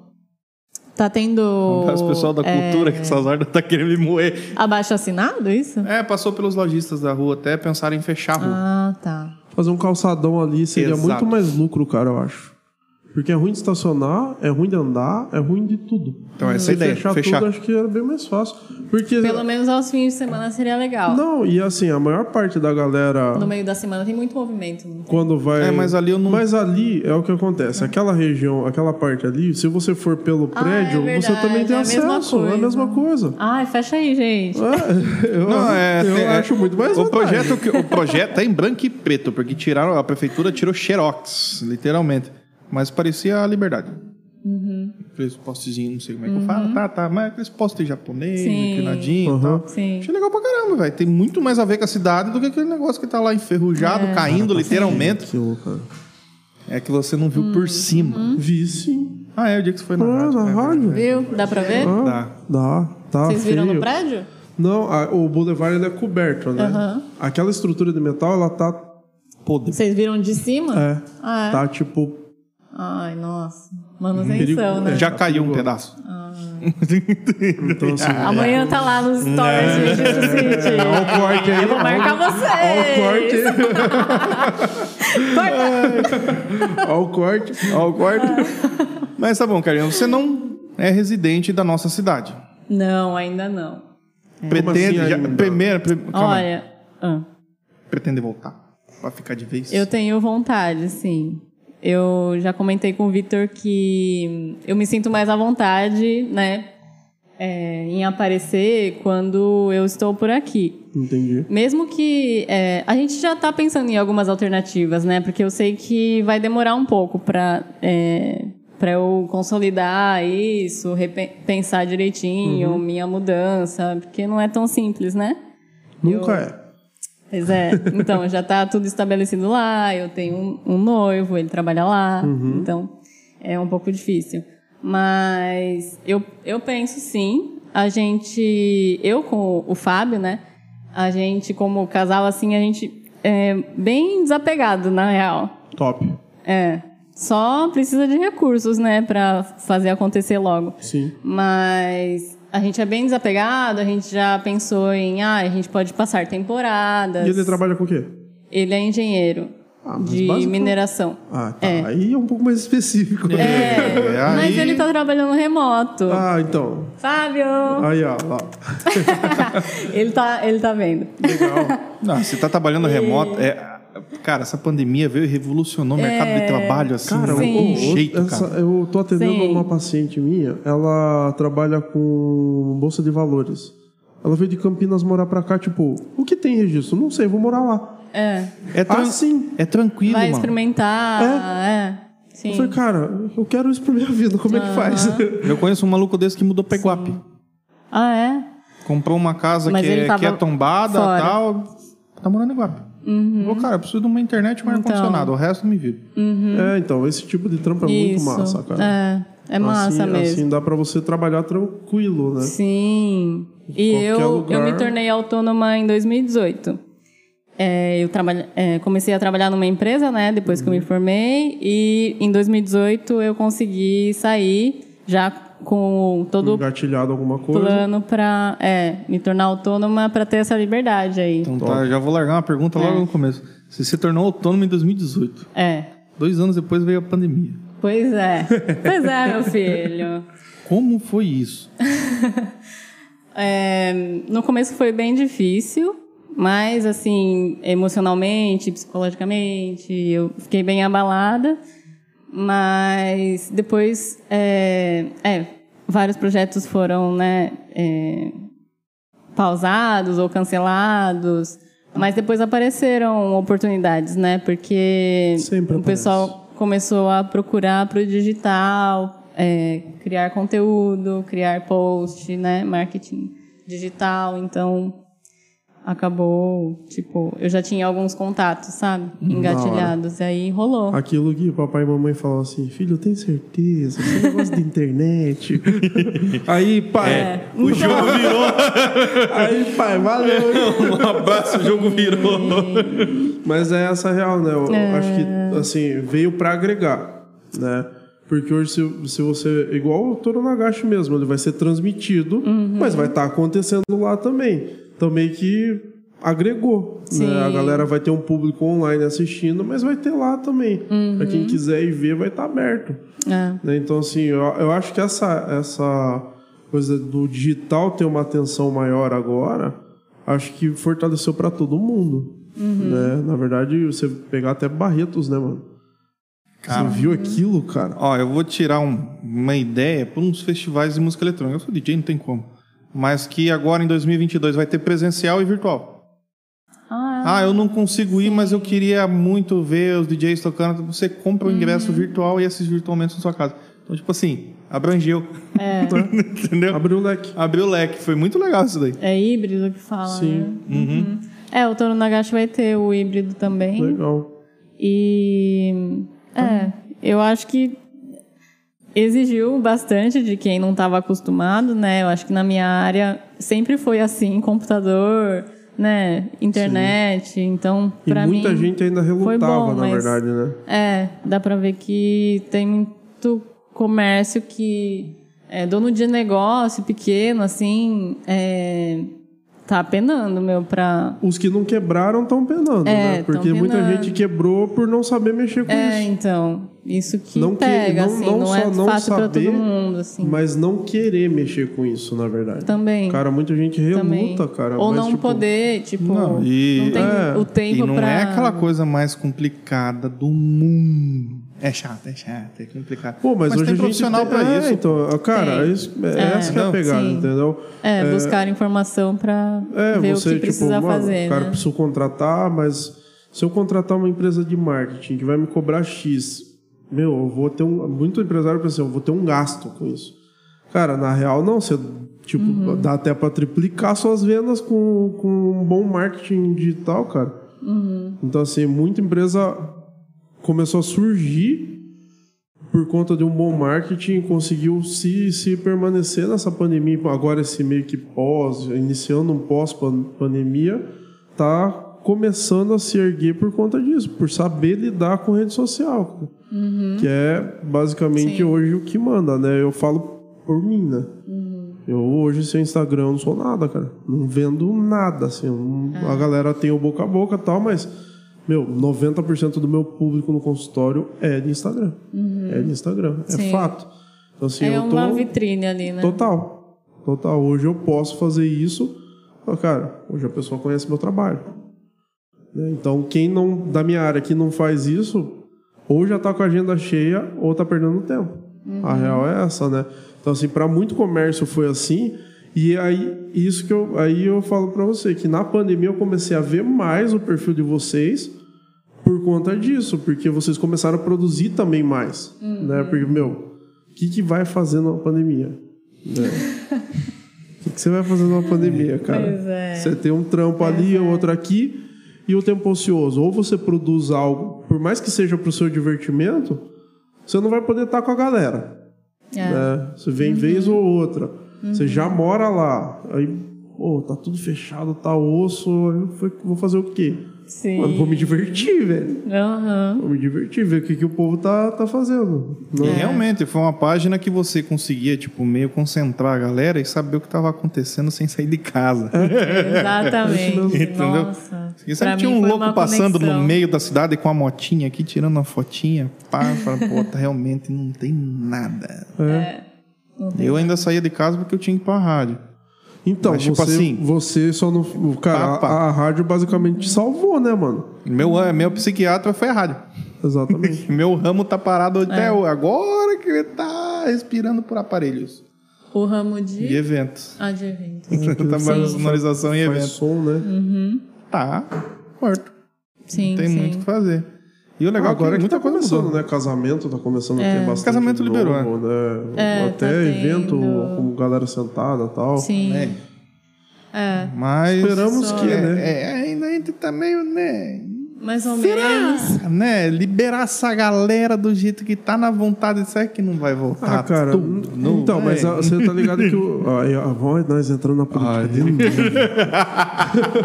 Tá tendo. O pessoal da é, cultura que essas horas tá querendo me moer. Abaixo assinado, é, isso? É, passou pelos lojistas da rua até pensaram em fechar a rua. Ah, tá. Fazer um calçadão ali seria Exato. muito mais lucro, cara, eu acho. Porque é ruim de estacionar, é ruim de andar, é ruim de tudo. Então, essa Se é a ideia, Fechar, fechar. tudo acho que era bem mais fácil. Porque. Pelo menos aos fins de semana seria legal. Não, e assim, a maior parte da galera. No meio da semana tem muito movimento. não tem? Quando vai. É, mas ali eu não- Mas ali é o que acontece. Aquela região, aquela parte ali, se você for pelo Ah, é prédio, você verdade, também tem é a acesso. mesma É a coisa. mesma coisa. *laughs* Ai, fecha aí, gente. É, eu Não, é, eu tem- é- acho muito mais o vantagem. projeto que O projeto tá em branco e preto, porque tiraram, a prefeitura tirou xerox, literalmente. Mas parecia a liberdade. Uhum. Aqueles postezinhos, não sei como é que eu falo, tá, tá, mas aqueles postes japonês, Sim. inclinadinho e Uhum. tal. Sim. Achei legal pra caramba, velho. Tem muito mais a ver com a cidade do que aquele negócio que tá lá enferrujado, É. caindo, literalmente. Que louco, cara. É que você não viu Hum. por cima. Uhum. Vi sim. Ah, é o dia que você foi na Ah, rádio. É. na né? rádio. Viu? Dá pra ver? Ah, Dá. Dá, tá. Vocês viram feio. no prédio? Não, a- o Boulevard ele é coberto, né? Aham. Aquela estrutura de metal, ela tá. Podre. Vocês viram de cima? É. Ah, é? Tá tipo. Ai, nossa. Perigo- É. Manutenção, né? Já caiu um pedaço. Então, *laughs* assim, Amanhã tá lá nos stories de Jiu-Jitsu City. o corte aí. Eu vou marcar vocês. Olha o corte. *laughs* *laughs* Corta. Olha o corte. Ó, o quarto. Mas tá bom, Carinho. Você não é residente da nossa cidade. Não, ainda não. Pretende. assim já- ainda? primeiro, pri- calma aí. Olha, ah, Pretende voltar. Pra ficar de vez. eu tenho vontade, sim. Eu já comentei com o Vitor que eu me sinto mais à vontade, né? é, em aparecer quando eu estou por aqui. Entendi. Mesmo que é, a gente já está pensando em algumas alternativas, né? Porque eu sei que vai demorar um pouco para é, para eu consolidar isso, repen- pensar direitinho minha mudança, porque não é tão simples, né? Nunca é. Pois é. Então já está tudo estabelecido lá. Eu tenho um, um noivo, ele trabalha lá, Uhum. então é um pouco difícil. Mas eu eu penso sim. A gente, eu com o Fábio, né? A gente como casal assim, a gente é bem desapegado na real. Top. É. Só precisa de recursos, né, Pra fazer acontecer logo. Sim. Mas a gente é bem desapegado, a gente já pensou em, ah, a gente pode passar temporadas. E ele trabalha com o quê? Ele é engenheiro Ah, mas de básico- mineração. Ah, tá. É. Aí é um pouco mais específico. É, aí- Mas ele tá trabalhando remoto. *laughs* Ah, então. Fábio! *laughs* Aí, ó. lá. Ele, tá, ele tá vendo. Legal. Não, você tá trabalhando remoto. é- Cara, essa pandemia veio e revolucionou o mercado de trabalho assim. Cara, de É, Sim. um o- o- jeito, essa- cara. eu tô atendendo Sim. uma paciente minha, ela trabalha com bolsa de valores. Ela veio de Campinas morar pra cá, tipo, o que tem registro? Não sei, vou morar lá. É. É, tran- Ah, sim. é tranquilo, Vai mano. experimentar. É. Sim. Eu falei, cara, eu quero isso pra minha vida, como é que faz? Eu conheço um maluco desse que mudou pra Iguape. Ah, é? Comprou uma casa Mas que, ele é- tava que é tombada fora. Uhum. e tal. Tá morando em Iguape. Falou, cara, eu preciso de uma internet e Então. um ar-condicionado. O resto me vive. *laughs* É, então, esse tipo de trampo é muito Uhum. Isso. massa, cara. É. É massa assim, mesmo. Assim dá pra você trabalhar tranquilo, né? Sim. E Qualquer eu, lugar. eu me tornei autônoma em 2018. É, eu trabalha, é, comecei a trabalhar numa empresa, né? Depois que eu me Uhum. formei. E em 2018 eu consegui sair já com todo o Engatilhado alguma coisa. plano para é, me tornar autônoma para ter essa liberdade aí. Então tá, já vou largar uma pergunta logo no começo. Você se tornou autônomo em 2018. É. Dois anos depois veio a pandemia. Pois é. pois é, meu filho. Como foi isso? É, no começo foi bem difícil, Mas, assim, emocionalmente, psicologicamente, eu fiquei bem abalada. Mas depois, é, é, vários projetos foram né, é, pausados ou cancelados. Mas depois apareceram oportunidades, né? Porque Sempre o pessoal começou a procurar para o digital, é, criar conteúdo, criar post, né? Marketing digital. Então, acabou, tipo, eu já tinha alguns contatos, sabe? Hum, Engatilhados. E aí rolou. Aquilo que papai e mamãe falavam assim, filho, eu tenho certeza, você não gosta de *laughs* internet. aí, pai, É. O jogo virou. aí, pai, valeu. hein? *laughs* Um abraço, o jogo virou. Mas é essa a real, né? Eu É. acho que, assim, veio pra agregar, né? Porque hoje, se, se você... Igual o Toro Nagashi mesmo, ele vai ser transmitido, Uhum. mas vai estar acontecendo lá também. Então, meio que agregou, Sim. né? A galera vai ter um público online assistindo, mas vai ter lá também. Uhum. Pra quem quiser ir ver, vai estar aberto. É. né? Então, assim, eu, eu acho que essa, essa coisa do digital ter uma atenção maior agora, acho que fortaleceu para todo mundo. Uhum. Né? Na verdade, você pegar até Barretos, né, mano? Cara. Você viu aquilo, cara? Ó, eu vou tirar um- uma ideia para uns festivais de música eletrônica. Eu sou DJ, não tem como. Mas que agora em 2022 vai ter presencial e virtual. Ah, Ah, eu não consigo ir, mas eu queria muito ver os DJs tocando. Você compra o ingresso virtual e assiste virtualmente na sua casa. Então, tipo assim, abrangeu. é. *laughs* Entendeu? Abriu o leque. Abriu o leque. Foi muito legal isso daí. É híbrido que fala, Sim. né? É, o Toro Nagashi vai ter o híbrido também. Legal. E é, eu acho que exigiu bastante de quem não estava acostumado, né? Eu acho que na minha área sempre foi assim, computador, né, internet, então E para mim muita gente ainda relutava, bom, na mas- verdade, né? é, dá pra ver que tem muito comércio que é dono de negócio pequeno, assim, é, tá penando, meu, pra. Os que não quebraram estão penando, É, né? tão Porque muita penando. gente quebrou por não saber mexer com É, isso. então, isso que Não que- pega, não- assim, não não, é só não fácil pra saber, todo mundo, assim. Mas não querer mexer com isso, na verdade. também. Cara, muita gente reluta, também. cara. Ou mas, não tipo, poder, tipo, Não, não, e- tem é, o tempo e não pra. é aquela coisa mais complicada do mundo. É chato, é chato, é complicado. Pô, mas, hoje tem a gente profissional tem- pra é, isso. Então, cara, Tem. isso, é, essa que é a Não, pegada, sim. entendeu? É, buscar informação pra É, ver você, o que precisa tipo, mano, fazer. cara, né? preciso contratar, mas se eu contratar uma empresa de marketing que vai me cobrar X, meu, eu vou ter um. Muito empresário pensa assim, eu vou ter um gasto com isso. Cara, na real, não, você. Tipo, Uhum. dá até pra triplicar suas vendas com, com um bom marketing digital, cara. Uhum. Então, assim, muita empresa começou a surgir por conta de um bom marketing, conseguiu se, se permanecer nessa pandemia. Agora, esse meio que pós, iniciando um pós-pandemia, tá começando a se erguer por conta disso, por saber lidar com rede social, cara. que é basicamente Uhum. Sim. hoje o que manda, né? Eu falo por mim, né? Uhum. Eu hoje sem Instagram eu não sou nada, cara. Não vendo nada, assim. eu não- Ah. A galera tem o boca a boca e tal, mas, meu, 90% do meu público no consultório é de Instagram. É de Instagram. É Uhum. Sim. fato. Então, assim, é eu tô. uma vitrine ali, né? Total. Total. Hoje eu posso fazer isso. Mas, Cara, hoje a pessoa conhece meu trabalho. Né? Então, quem não da minha área que não faz isso, ou já tá com a agenda cheia, ou tá perdendo tempo. A real é essa, né? Então, assim, para muito comércio foi assim. E aí, isso que eu, aí eu falo para você, que na pandemia eu comecei a ver mais o perfil de vocês por conta disso, porque vocês começaram a produzir também mais, né? Porque, meu, o que, que vai fazer numa pandemia? né? O que, que você vai fazer numa pandemia, cara? Pois é. Você tem um trampo ali, outro aqui, e o tempo ocioso. Ou você produz algo, por mais que seja pro seu divertimento, você não vai poder estar com a galera É. Uhum. né? Você vem vez ou outra. Você já mora lá. Aí, pô, tá tudo fechado, tá osso. Aí eu fui- vou fazer o quê? Sim. Mano, vou me divertir, velho. *laughs* Aham. Vou me divertir, ver o que, que o povo tá, tá fazendo. Não- E Realmente, foi uma página que você conseguia, tipo, meio concentrar a galera e saber o que estava acontecendo sem sair de casa. É. Exatamente. Entendeu? Nossa. E Pra sempre tinha mim um foi louco uma passando no conexão. meio da cidade com a motinha aqui, tirando uma fotinha. Pá, *laughs* falando, pô, tá, realmente não tem nada. É. Eu ainda saía de casa porque eu tinha que ir pra rádio. Então, Mas, você, tipo assim- você só não. o Cara, Papa. a, a rádio basicamente te salvou, né, mano? Meu, meu psiquiatra foi a rádio. Exatamente. *laughs* Meu ramo tá parado até agora que ele tá respirando por aparelhos O ramo e é de... eventos. Ah, de evento. *laughs* tá mais sonorização e Faz eventos. som, Uhum. né? Tá morto. Sim, Tem sim. muito o que fazer. E o legal Agora que, é que muita tá coisa começando, mudou. né? Casamento tá começando a ter bastante. Casamento novo, liberou, né? É, Até tá evento tendo. com galera sentada e tal. Sim. né? É, Mas Esperamos Só- que, é, né? é, ainda a gente tá meio, né? mais ou menos. Será? Né? Liberar essa galera do jeito que tá na vontade, será que não vai voltar? Ah, cara. tudo? Tá É. Não então, mas vai. a- você tá ligado que o. Aí, ó, vamos nós entrando na política dele. *laughs*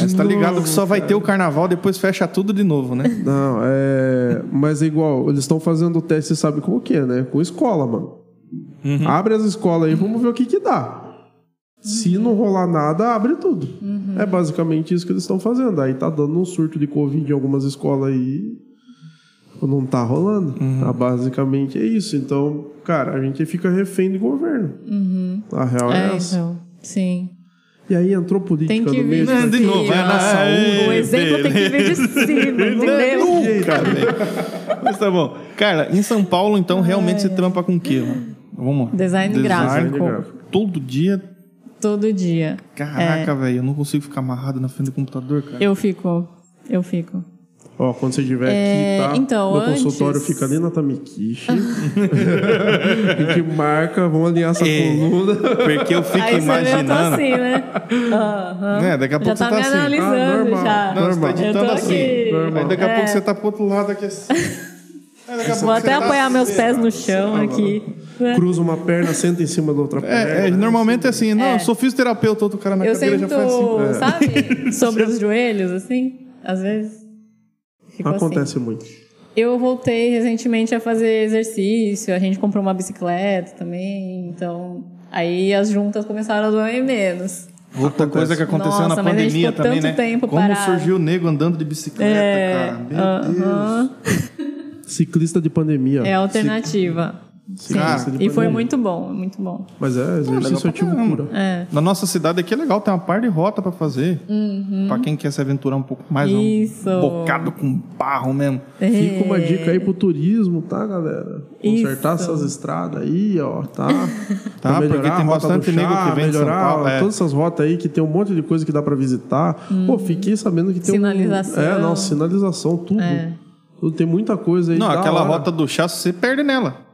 Mas tá ligado que só vai ter o carnaval, depois fecha tudo de novo, né? Não, é. Mas é igual, eles estão fazendo o teste, sabe com o quê, né? Com escola, mano. Abre as escolas aí, vamos ver o que que dá. Se não rolar nada, abre tudo. Uhum. É basicamente isso que eles estão fazendo. Aí tá dando um surto de Covid em algumas escolas aí. Não tá rolando. Tá, basicamente é isso. Então, cara, a gente fica refém do governo. A real é, É, essa. então. Sim. E aí entrou política Tem que no vir meio. Não, de cima. novo, é na saúde. O exemplo tem que vir *laughs* de cima, entendeu? Nunca, velho. Mas tá bom. Carla, em São Paulo, então, realmente se trampa com o quê? mano? Vamos lá. Design gráfico. Design gráfico. Todo dia. Todo dia. Caraca, velho, eu não consigo ficar amarrado na frente do computador, cara. É. Eu fico. Eu fico. Ó, quando você estiver É, aqui, tá? então, Meu consultório antes- fica ali na *laughs* Tamikishi. a gente marca, vamos alinhar essa É. coluna. Porque eu fico Aí você vê, eu tô imaginando. assim, né? Aham. Né, daqui a Já pouco você tá me tá assim. Ah, analisando normal. Não, você já. tá Normal. eu editando tô assim. aqui. Aí daqui a É. pouco você tá pro outro lado aqui *laughs* assim. Aí daqui a pouco Vou você até tá apoiar assim. Tá meus pés no chão aqui. né? Cruza uma perna, senta em cima da outra perna. É, é, normalmente é assim, não, eu sou fisioterapeuta, outro cara na Eu cadeira sento, já faz assim. *laughs* sabe? Sobre os joelhos, assim, às vezes. Fico assim. Acontece muito. Eu voltei recentemente a fazer exercício, a gente comprou uma bicicleta também, então aí as juntas começaram a doer menos. Outra coisa que aconteceu Nossa, na mas a gente pandemia ficou também, tanto né? tempo Como parado. surgiu o nego andando de bicicleta, É, cara. Meu aham. Deus. Ciclista de pandemia. É a alternativa. Sim. Cara, e foi muito bom, muito bom. Mas é, legal exercício pra ativo caramba. pura. É. Na nossa cidade aqui é legal, tem uma par de rota pra fazer. Pra quem quer se aventurar um pouco mais, Uhum. Isso. É um bocado com barro mesmo. Fica uma dica aí pro turismo, tá, galera? Isso. Consertar essas estradas aí, ó, *laughs* tá? Tá, Pra melhorar porque tem a rota bastante do nego chá, que vem de São melhorar Paulo, é. todas essas rotas aí que tem um monte de coisa que dá pra visitar. Pô, fiquei sabendo que tem um- Hum. Sinalização. É. É, não, sinalização, tudo. Tudo, Tem muita coisa aí. Não, da aquela hora. rota do chá, você perde nela.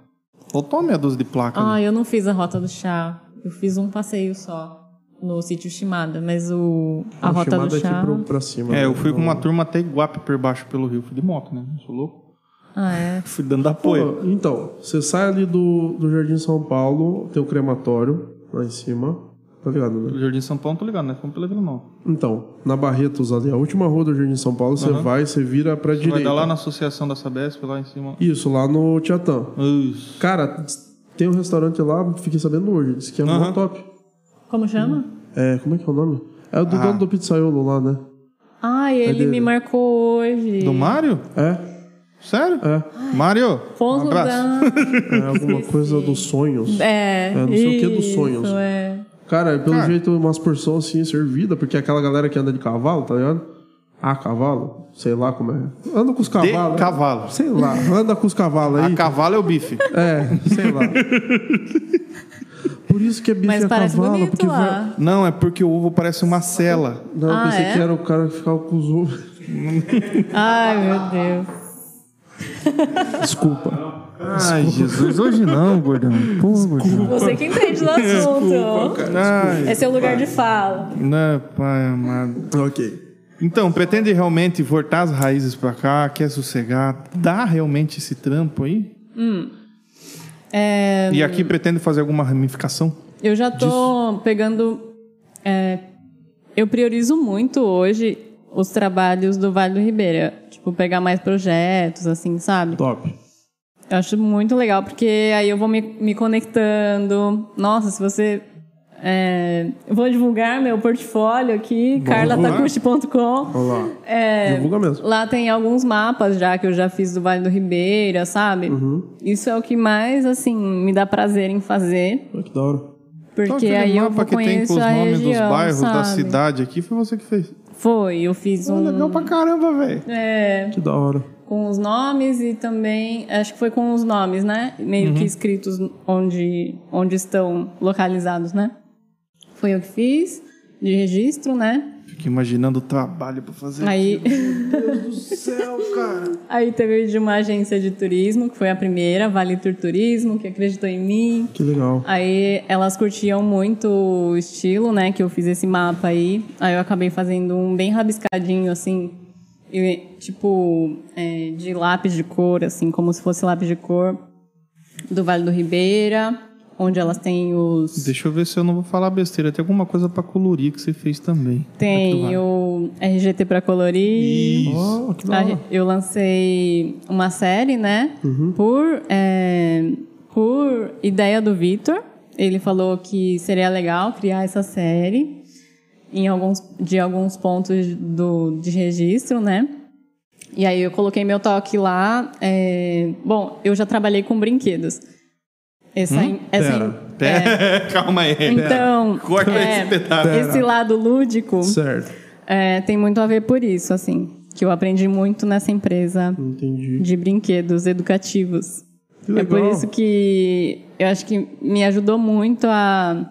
Faltou meia dúzia de Tá placa. ali. Ah, eu não fiz a rota do chá. Eu fiz um passeio só no sítio Shimada, mas o a Uma rota chamada do aqui chá. pro- pra cima. É, eu né? fui com uma turma até Iguape por baixo pelo rio. Fui de moto, né? Não sou louco. Ah, é. Fui dando Pô, apoio. então, você sai ali do, do Jardim São Paulo, tem o crematório lá em cima. Tá ligado, né? Pelo Jardim São Paulo, tô ligado, né? Fomos pela Vila Nova. Então, na Barretos ali, a última rua do Jardim São Paulo, você vai, você vira pra Vai direita. dar lá na associação da Sabesp, lá em cima. Isso, lá no Tiatã. Isso. Cara, tem um restaurante lá, fiquei sabendo hoje, disse que é Aham. muito top. Como chama? É, como é que é o nome? É o do Ah. dono do pizzaiolo lá, né? Ah, ele me marcou hoje. Do Mário? É, Sério? É. Mário, um Ponto abraço. *laughs* da... *laughs* é alguma coisa dos sonhos. É, não sei o que dos isso, sonhos. É. Cara, pelo Cara. jeito, umas porções assim, servida, porque aquela galera que anda de cavalo, tá ligado? Ah, cavalo? Sei lá como é. Anda com os De cavalos. cavalo. Sei lá, anda com os cavalos aí. A cavalo é o bife. É, sei lá. Por isso que é bife Mas a parece cavalo, porque bonito vai- lá. Não, é porque o ovo parece uma cela. Não, eu Ah, pensei é? que era o cara que ficava com os ovos. Ai, meu Deus. Desculpa. Ai, Jesus, hoje não, gordão. Pô, gordão. Você que *laughs* entende do assunto. Ai, Esse é o lugar de fala. né, pai amado. *laughs* Ok. Então, pretende realmente voltar as raízes pra cá, quer sossegar, dá realmente esse trampo aí? É, E aqui pretende fazer alguma ramificação? eu já tô pegando. é, eu priorizo muito hoje os trabalhos do Vale do Ribeira. Tipo, pegar mais projetos, assim, sabe? Top. Eu acho muito legal, porque aí eu vou me, me conectando. Nossa, se você. é, eu vou divulgar meu portfólio aqui, carlatacusti.com. Olha lá. É. Divulga mesmo. Lá tem alguns mapas já que eu já fiz do Vale do Uhum. Ribeira, sabe? Isso é o que mais, assim, me dá prazer em fazer. Olha que da hora. Porque Então, aquele aí eu mapa vou que tem com conheço os a nomes região, dos bairros da sabe? cidade aqui foi você que fez. Foi, eu fiz Pô, um legal pra caramba, velho. é, Que da hora. com os nomes e também acho que foi com os nomes, né? Meio Uhum. que escritos onde onde estão localizados, né? Foi eu que fiz de registro, né? Fico imaginando o trabalho pra fazer. Aí *laughs* Do céu, cara. aí teve de uma agência de turismo que foi a primeira, Vale Tour Turismo, que acreditou em mim. Que legal. Aí elas curtiam muito o estilo, né? Que eu fiz esse mapa aí. Aí eu acabei fazendo um bem rabiscadinho, assim. e, tipo, é, de lápis de cor, assim, como se fosse lápis de cor. Do Vale do Ribeira, onde elas têm os. Deixa eu ver se eu não vou falar besteira. Tem alguma coisa pra colorir que você fez também. Aqui do Tem lado. o RGT pra colorir. Ó, que da A hora. re- Eu lancei uma série, né? Uhum. Por, é, por ideia do Vitor. Ele falou que seria legal criar essa série em alguns, de alguns pontos do, de registro, né? E aí eu coloquei meu toque lá. é, bom, eu já trabalhei com brinquedos. Essa, essa, Hum? Pera, *laughs* calma aí. é assim, Então, Corta é, esse pedaço. esse lado lúdico Certo. é, tem muito a ver por isso, assim. Que eu aprendi muito nessa empresa Entendi. de brinquedos educativos. Que É por legal. isso que eu acho que me ajudou muito a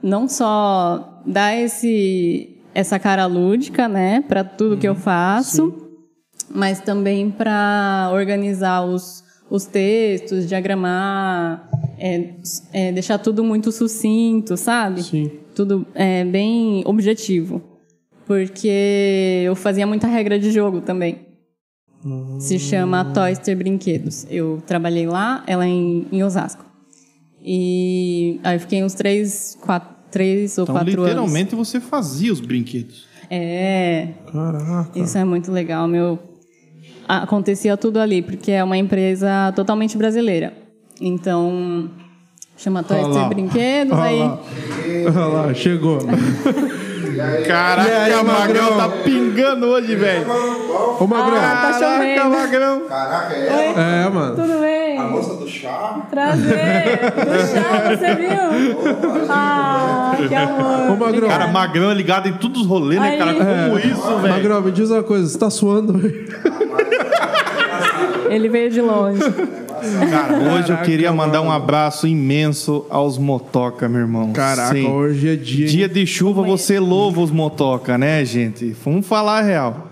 não só dar esse essa cara lúdica, né, para tudo Uhum. que eu faço, mas também para organizar os, os textos, diagramar, é, s- é, deixar tudo muito sucinto, sabe? Sim. Tudo é, bem objetivo. Porque eu fazia muita regra de jogo também. Se chama Toyster Brinquedos. Eu trabalhei lá, ela é em, em Osasco. E aí eu fiquei uns três, quatro, três ou Então, quatro anos. literalmente, você fazia os brinquedos. É, Caraca. isso é muito legal, meu. Acontecia tudo ali, porque é uma empresa totalmente brasileira. Então, chama Olha lá. Toyster Brinquedos, Olha aí... lá. Olha lá, *laughs* chegou. Caraca, E aí, Magrão? tá pingando hoje, velho. Ô, Magrão. Ah, tá Caraca, chovendo. Magrão. Caraca, é É, mano. Tudo bem? a moça do chá? Prazer! Puxa, você viu? Ah, que amor! Ô, Magrão. Cara, Magrão é ligado em todos os rolês, né, Aí. cara? Como isso, velho? Magrão, me diz uma coisa. Você tá *laughs* suando? Ele veio de longe. Cara, hoje eu queria mandar um abraço imenso aos motoca, meu irmão. Caraca, Sim. hoje é dia... Dia de chuva, você louva os motoca, né, gente? Vamos falar a real.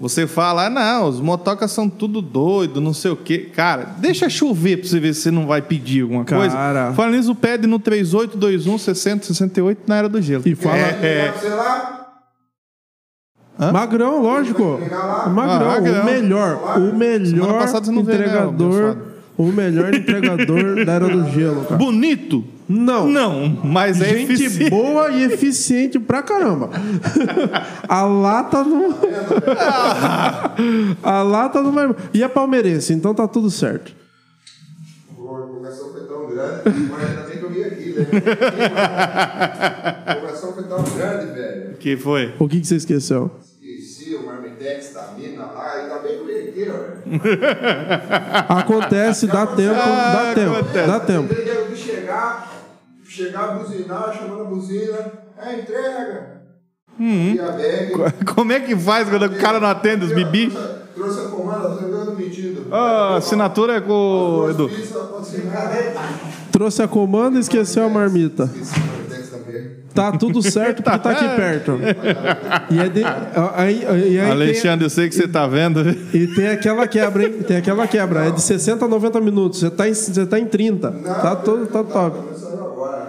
Você fala, ah, não, os motocas são tudo doido, não sei o quê. Cara, deixa chover pra você ver se você não vai pedir alguma Cara. coisa. Falando nisso, pede no 3821 6068 na Era do Gelo. E fala- É, é, Sei lá. Magrão, lógico. Magrão, Ah, Magrão. o melhor, o melhor Semana passada você não veio, né, entregador, abençoado? o melhor entregador da Era do Gelo, cara. bonito? é, Não. Não, mas é Gente eficiente. boa e eficiente pra caramba. A lata não. A lata não vai. E é palmeirense, então tá tudo certo. O coração foi tão grande, *laughs* mas ainda bem que eu vim aqui, né? O coração foi tão grande, velho. Que foi? O que, que você esqueceu? Esqueci o Marmitex da mina lá, ainda bem que eu vim aqui, ó, velho. Acontece, dá tempo, dá Ah, tempo, acontece. dá tempo. Tem que alguém chegar, chegar a buzinar, chamando a buzina. É entrega. E a bag. Como é que faz quando o cara não atende os bibis? Trouxe a comanda, tá dando metido. Ah, assinatura é com o Edu. Trouxe a comanda e esqueceu a marmita. Esqueci o Marmitex da mina. Tá tudo certo porque tá aqui perto. E é de- aí- aí- aí tem- Alexandre, eu sei que você tá vendo. E tem aquela quebra, hein? Tem aquela quebra. É de 60 a 90 minutos. Você tá em, você tá em 30. Tá todo, tá top.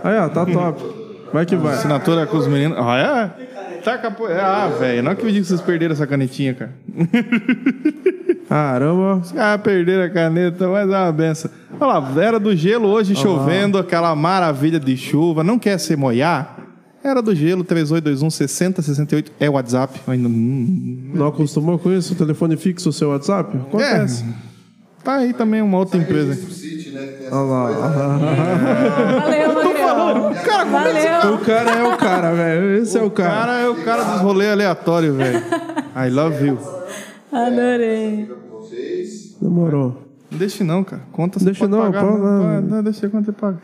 Aí, ó, tá top. Vai que vai. Assinatura com os meninos. Ah, é? Tá capo... Ah, velho, não acredito que vocês perderam essa canetinha, cara. Caramba. Ah, perderam a caneta, mas é uma benção. Olha lá, era do gelo hoje chovendo, aquela maravilha de chuva. Não quer se molhar? Era do gelo, 3821 6068 é o WhatsApp. Ainda... hum. Não acostumou com isso? Telefone fixo, seu WhatsApp? É. é? Acontece. Tá aí também uma outra empresa. Registro City, né? Tem essas Olha lá. coisas, olha lá. Valeu, Magrão! Cara, como é que Valeu! O cara é o cara, velho. Esse é o O cara. cara é o cara dos rolês aleatórios, velho. I love you. Adorei. com vocês. Demorou. Deixa não, cara. Conta você Deixa pode não, pagar. né? pode lá. não, deixa quanto você paga.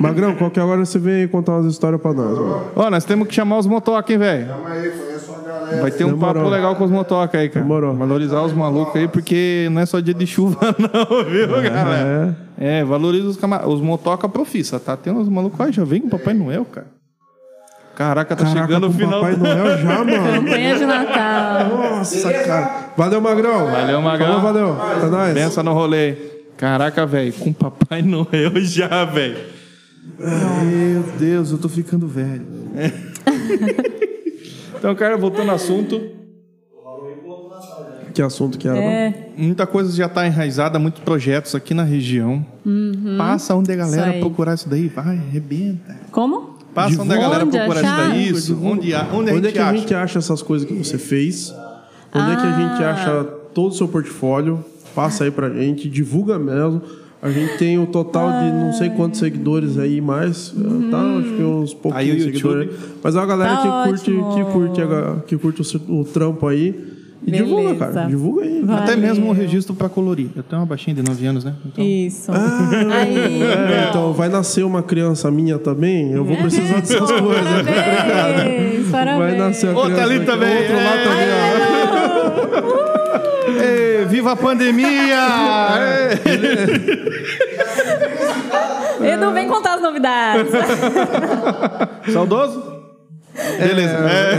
Magrão, qualquer hora você vem aí contar umas histórias pra nós, mano. Ó, nós temos que chamar os motoca, hein, velho? Calma aí, conheço uma galera. Vai ter um Demorou. papo legal com os motoca aí, cara. Demorou. Valorizar os malucos aí, porque não é só dia de chuva, *laughs* não, viu, É. galera? É, valoriza os, camar... os motoca profissa, tá? Tem uns malucos aí, já vem com o Papai Noel, cara. Caraca, tá Caraca, chegando o com final. Papai do- Noel já, mano. Campanha de Natal. Nossa, cara. Valeu, Magrão. Valeu, Magrão. Falou, valeu. É nóis. Pensa no rolê. Caraca, velho, com Papai *laughs* Noel já, velho. Meu Deus, eu tô ficando velho. Então, cara, voltando ao assunto, Que assunto que era? É, muita coisa já tá enraizada, muitos projetos aqui na região. Passa onde a galera Uhum. Isso aí. procurar isso daí, vai, arrebenta. como? Passa onde a Divulga. galera procurar isso Onde achar? daí, isso, onde, a- onde, Onde é que a a gente acha. gente acha essas coisas que você fez? Onde é que a gente Ah. acha todo o seu portfólio? Passa aí pra gente, divulga mesmo. A gente tem o total de não sei Ah. quantos seguidores aí, mais. Tá, acho que uns Aí o pouquinhos YouTube. seguidores. Mas é uma galera Hum. Tá que, curte, ótimo. que curte, a- que curte o, seu- o trampo aí. E Beleza. divulga, cara. Divulga aí. Vai. Até mesmo um Valeu. registro pra colorir. Eu tenho uma baixinha de 9 anos, né? Então, Isso. Ah, aí, É, não. então, vai nascer uma criança minha também? Eu vou precisar dessas *laughs* Então, coisas. Parabéns, parabéns. Vai nascer uma Outra criança ali aqui, também, Outro lá é. também, ó. *laughs* Ê, viva a pandemia! Ê! Edu, vem contar as novidades. Saudoso? Beleza. É.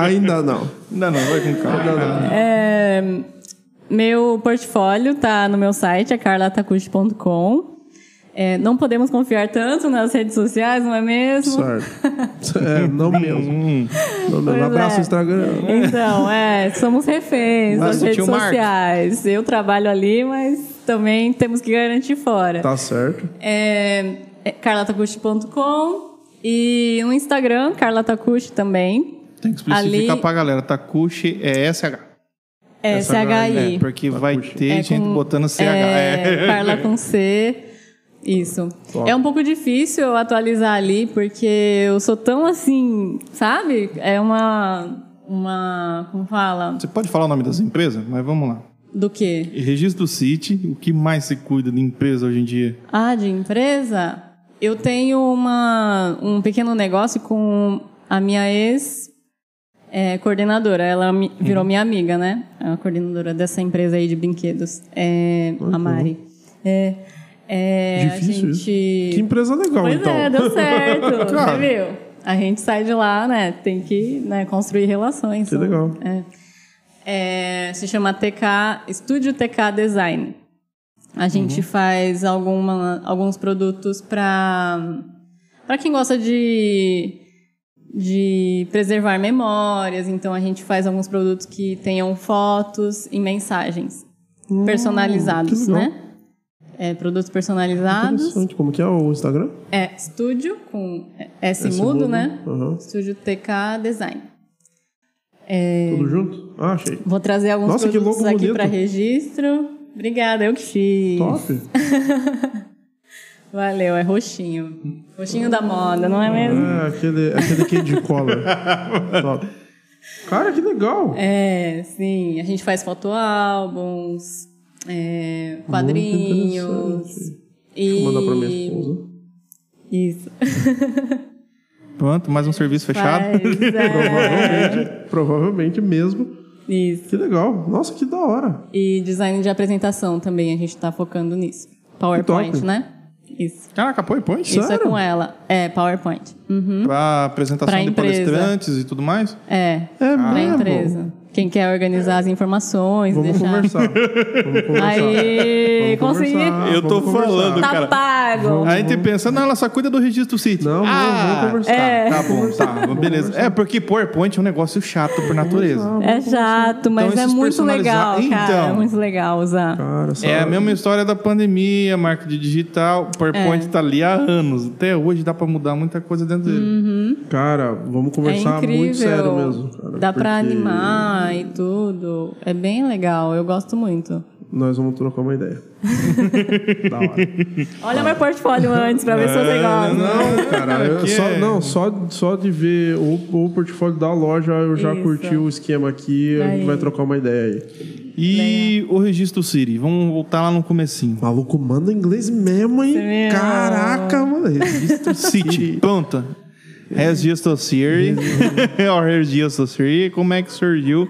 Ainda não. Não, não, vai com calma. É, meu portfólio tá no meu site, é carlatacucci.com. É, não podemos confiar tanto nas redes sociais, não é mesmo? *laughs* Certo. tá? É, não mesmo. Hum, Não mesmo. Pois Abraço, é. Instagram. Então, é, somos reféns Nossa, das redes tio Mark. sociais. Eu trabalho ali, mas também temos que garantir fora. Tá certo. É, é carlatacucci.com e no Instagram, carlatacucci também. Tem que especificar Ali- pra galera. Takushi é SH. É, CHI. É, porque vai ter É gente com- botando CH. É, É. *laughs* Carla com C. Isso. Top. É um pouco difícil eu atualizar ali, porque eu sou tão assim, sabe? É uma. Uma. Como fala? Você pode falar o nome das empresas? Mas vamos lá. Do quê? Registro do CIT, o que mais se cuida de empresa hoje em dia? Ah, de empresa? Eu tenho uma, um pequeno negócio com a minha ex. é, coordenadora, ela mi- virou Uhum. minha amiga, né? É A coordenadora dessa empresa aí de brinquedos, é, a Mari. É, é, a Difícil isso. gente- Que empresa legal, Pois então. é, deu *laughs* certo. Cara. Você viu? A gente sai de lá, né? Tem que né, construir relações. Que né? legal. É. É, se chama TK, Estúdio TK Design. A Uhum. gente faz alguma, alguns produtos para para quem gosta de de preservar memórias, então a gente faz alguns produtos que tenham fotos e mensagens personalizados, que Hum, legal. né? É, produtos personalizados. Interessante. Como que é o Instagram? É, estúdio com S, Esse mudo, mudo, né? aham. Estúdio TK Design. É. Tudo junto? Ah, achei. Vou trazer alguns Nossa, que produtos logo aqui bonito. para registro. Obrigada, eu que fiz. Top. Valeu, é roxinho. Roxinho da moda, não é mesmo? É, aquele, aquele candy *laughs* collar. Top. Cara, que legal. É, sim. A gente faz fotoálbuns, é, quadrinhos. interessante. E... Vou mandar pra minha esposa. Isso. Pronto, mais um serviço fechado. Faz, *laughs* é. Provavelmente mesmo. Isso. Que legal. Nossa, que da hora. E design de apresentação também, a gente tá focando nisso. Que PowerPoint, top. né? Isso. Caraca, põe, põe. Isso é Sério? com ela. É, PowerPint. Uhum. Pra apresentação Pra de empresa. palestrantes e tudo mais. É. É Pra mesmo. empresa. Quem quer organizar as informações, Vamos deixar. conversar. *laughs* Vamos conversar. Aí, Vamos consegui. conversar, Eu tô vamos conversar. falando. Tá Cara, pago. Aí a gente pensa, não, ela só cuida do registro do sítio. Não, vamos- vamos conversar. É. Tá bom, *laughs* tá. Beleza. É, porque PowerPoint é um negócio chato por natureza. É chato, mas Então, é esses muito legal, personaliza- cara. Então. É muito legal usar. Cara, sabe? É a mesma história da pandemia, marketing digital. É. PowerPoint tá ali há anos. Até hoje dá pra mudar muita coisa dentro dele. Uhum. Cara, vamos É conversar incrível. muito sério mesmo. cara, Dá pra porque animar e tudo. É bem legal, eu gosto muito. nós vamos trocar uma ideia. da hora. Olha meu portfólio antes pra ver se você É, gosta. Não, cara, eu Aqui só, é- não, só, só de ver o, o portfólio da loja, eu já Isso. curti o esquema aqui, a Aí. gente vai trocar uma ideia aí. E o registro Siri? Vamos voltar lá no comecinho. Maluco, manda inglês mesmo, hein? Meu. Caraca, mano. Registro *laughs* City, pronto. Registro *laughs* Siri. o registro Siri, como é que surgiu?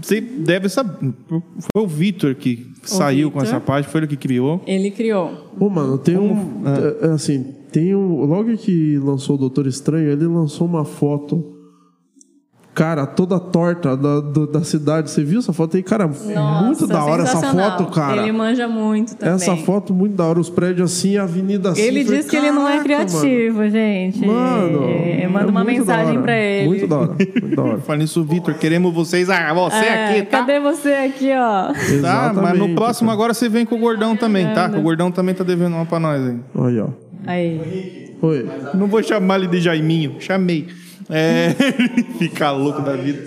Você deve saber. Foi o Vitor que saiu com Vitor. essa parte, foi ele que criou. Ele criou. Pô, mano, tem um. é, Assim, tem um. Logo que lançou o Doutor Estranho, ele lançou uma foto. Cara, toda torta da, do- da cidade. Você viu essa foto aí? Cara, muito Nossa, da hora essa sensacional. foto, cara. Ele manja muito também. Essa foto muito da hora. Os prédios assim, a avenida assim. Ele Falei, diz que ele não é "Caraca, criativo, gente. Mano, É, é manda uma muito da mensagem hora, pra ele. Tá, Muito da hora, muito *laughs* da hora. Falando isso, Vitor, queremos vocês. Ah, você É, aqui, tá? Cadê você aqui, ó? Tá, mas no Exatamente, próximo agora você vem com o gordão também, tá? Que o gordão também tá devendo uma pra nós aí. cara. Aí, ó. Aí. Oi. Não vou chamar ele de Jaiminho, chamei. É, *laughs* fica louco da vida.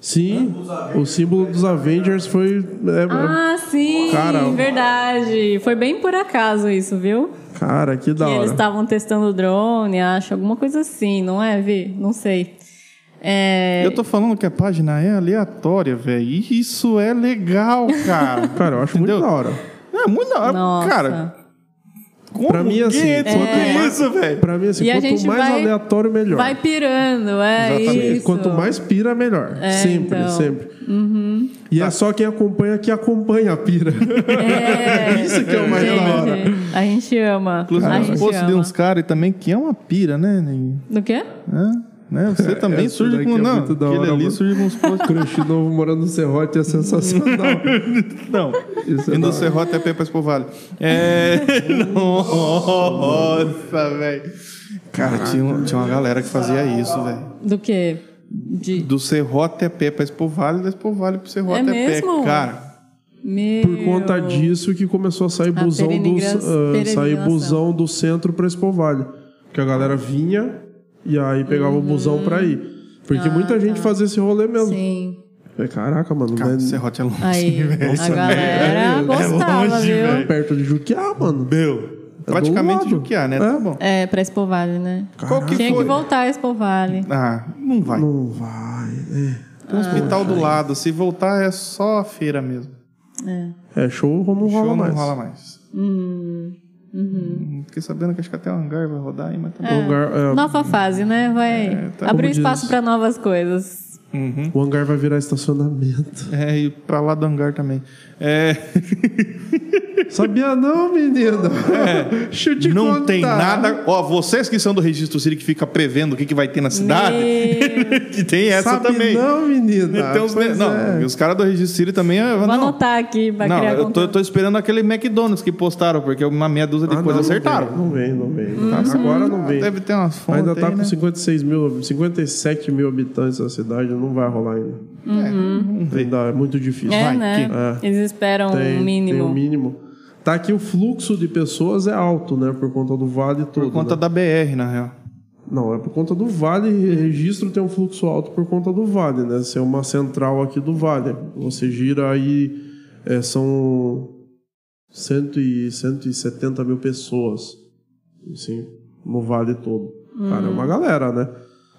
Sim, o símbolo dos Avengers foi. é, Ah, sim, Cara, ó. verdade. Foi bem por acaso isso, viu? é- cara, que da que eles hora. estavam testando o drone, acho, alguma coisa assim, não é, Vi? Não sei. É, Eu tô falando que a página é aleatória, velho. E isso é legal, cara. *laughs* Cara, eu acho Entendeu? muito da hora. É muito da hora. Nossa. Cara, como Pra mim, que assim, é tudo quanto- isso, velho? Pra mim, assim, E a quanto gente mais vai- aleatório, melhor. Vai pirando, é Exatamente. isso. Quanto mais pira, melhor. É, sempre, então. Uhum. sempre. E é só quem acompanha que acompanha a pira. É. *laughs* Isso que é o mais da hora. Gente, A gente ama. Inclusive, a no gente posto ama. de uns caras também que é uma pira, né, Neguinho? Do quê? *laughs* É, né? Você *laughs* também essa surge daqui com. é não, muito da aquele hora, ali mano. surge com *laughs* uns postos. Crush novo morando no Serrote é sensacional. *laughs* Não, Isso é indo da do hora. Serrote até para Expo Vale. É. *laughs* Nossa, velho. Cara, tinha, um- tinha uma galera que fazia isso, velho. Do quê? De... Do Serrote a pé pra Expo Vale, da Expo Vale pro Serrote É a pé. mesmo? Cara, Meu... Por conta disso que começou a sair A busão do, peregrina- ah, sair peregrinação. busão do centro para Expo Vale. Que a galera vinha e aí pegava o busão pra ir. Porque muita gente fazia esse rolê mesmo. Uhum. Ah, tá. Sim. Falei, Caraca, mano, cara mas- Serrote é longe. Aí, a é- galera é gostava, longe, viu? velho. perto de Juquiá, mano. É Meu. do é Praticamente lado. Juquiá, né? É. Tá bom. É, pra Expo Vale, né? Qual que Tinha foi? que voltar a Expo Vale. Ah, não vai. Não vai. é. Tem Ah, um hospital do lado. Se voltar, é só a feira mesmo. É, show não Show rola não mais. rola mais. uhum. Hum, Fiquei sabendo que acho que até o hangar vai rodar aí, mas O, tá bom. hangar, é, Nova fase, né? Vai tá- abrir Como espaço diz- pra novas coisas. Uhum. o hangar vai virar *laughs* estacionamento. É, e pra lá do hangar também. É, Sabia não, menino? *laughs* Deixa eu te É. não contar. tem nada. Ó, vocês que são do registro Siri que fica prevendo o que, que vai ter na cidade, que tem essa Sabe também. não, menina? Tem uns ne- Pois não, é. e os caras do registro Siri também. eu- Vou não, anotar aqui pra não criar eu, tô, eu conteúdo. tô esperando aquele McDonald's que postaram, porque uma meia dúzia de Ah, coisas não, acertaram. Não vem, não vem. Hum, não vem. Agora não vem. Deve ter umas fontes. Ainda tá aí, com né? 56 mil, 57 mil habitantes na cidade, não vai rolar ainda. É, vamos ver. Ainda é muito difícil. Uhum. É, Vai, né? que- Eles esperam um Tem mínimo. um mínimo. Tá que o fluxo de pessoas é alto, né? Por conta do vale todo. Por conta né? da BR, na real. Não, é por conta do vale. e Registro tem um fluxo alto por conta do vale, né? Ser uma central aqui do vale. Você gira aí. é, são. Cento e, 170 mil pessoas. Assim, no vale todo. Cara, é uma galera, né?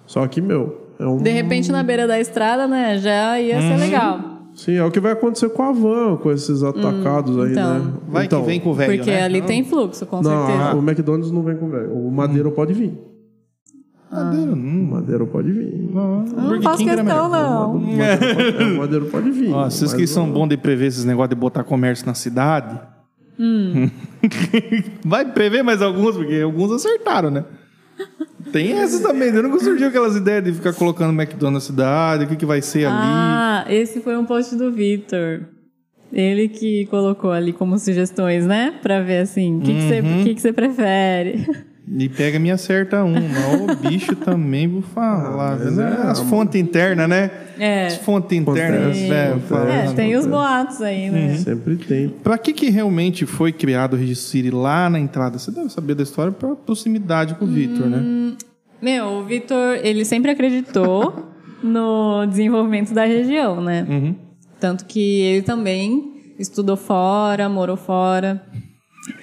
Só que, meu. É um, Hum. De repente, na beira da estrada, né? Já ia ser legal. Sim, é o que vai acontecer com a van, com esses atacados aí, Hum, então. né? Vai que vem com o velho. Porque né? ali Não. tem fluxo, com Não, certeza. Hum. o McDonald's não vem com velho. O Madeiro pode vir. Ah, Madeira, O não. Madeiro pode vir. Não faço Ah, questão, não. O Madeiro pode, é, o Madeiro pode vir. Ó, vocês mas que são o- bons de prever esses negócios de botar comércio na cidade. Hum. *laughs* Vai prever mais alguns, porque alguns acertaram, né? Tem essas também. Eu nunca surgiu aquelas ideias de ficar colocando McDonald's na cidade, o que, que vai ser ali. Ah, esse foi um post do Vitor. Ele que colocou ali como sugestões, né? Pra ver assim, o que, que, você, que que você prefere? E pega minha certa uma. Ó, o bicho também, vou Ah, falar. é né? As fontes internas, né? *laughs* É. As fontes internas, um Acontece, velho. acontece. É, falando. tem os boatos aí, né? Sempre tem. Pra que, que realmente foi criado o Registro Siri lá na entrada? Você deve saber da história pela proximidade com o Vitor, Hum, né? Meu, o Vitor, ele sempre *laughs* acreditou no desenvolvimento da região, né? Tanto que ele também estudou fora, morou fora.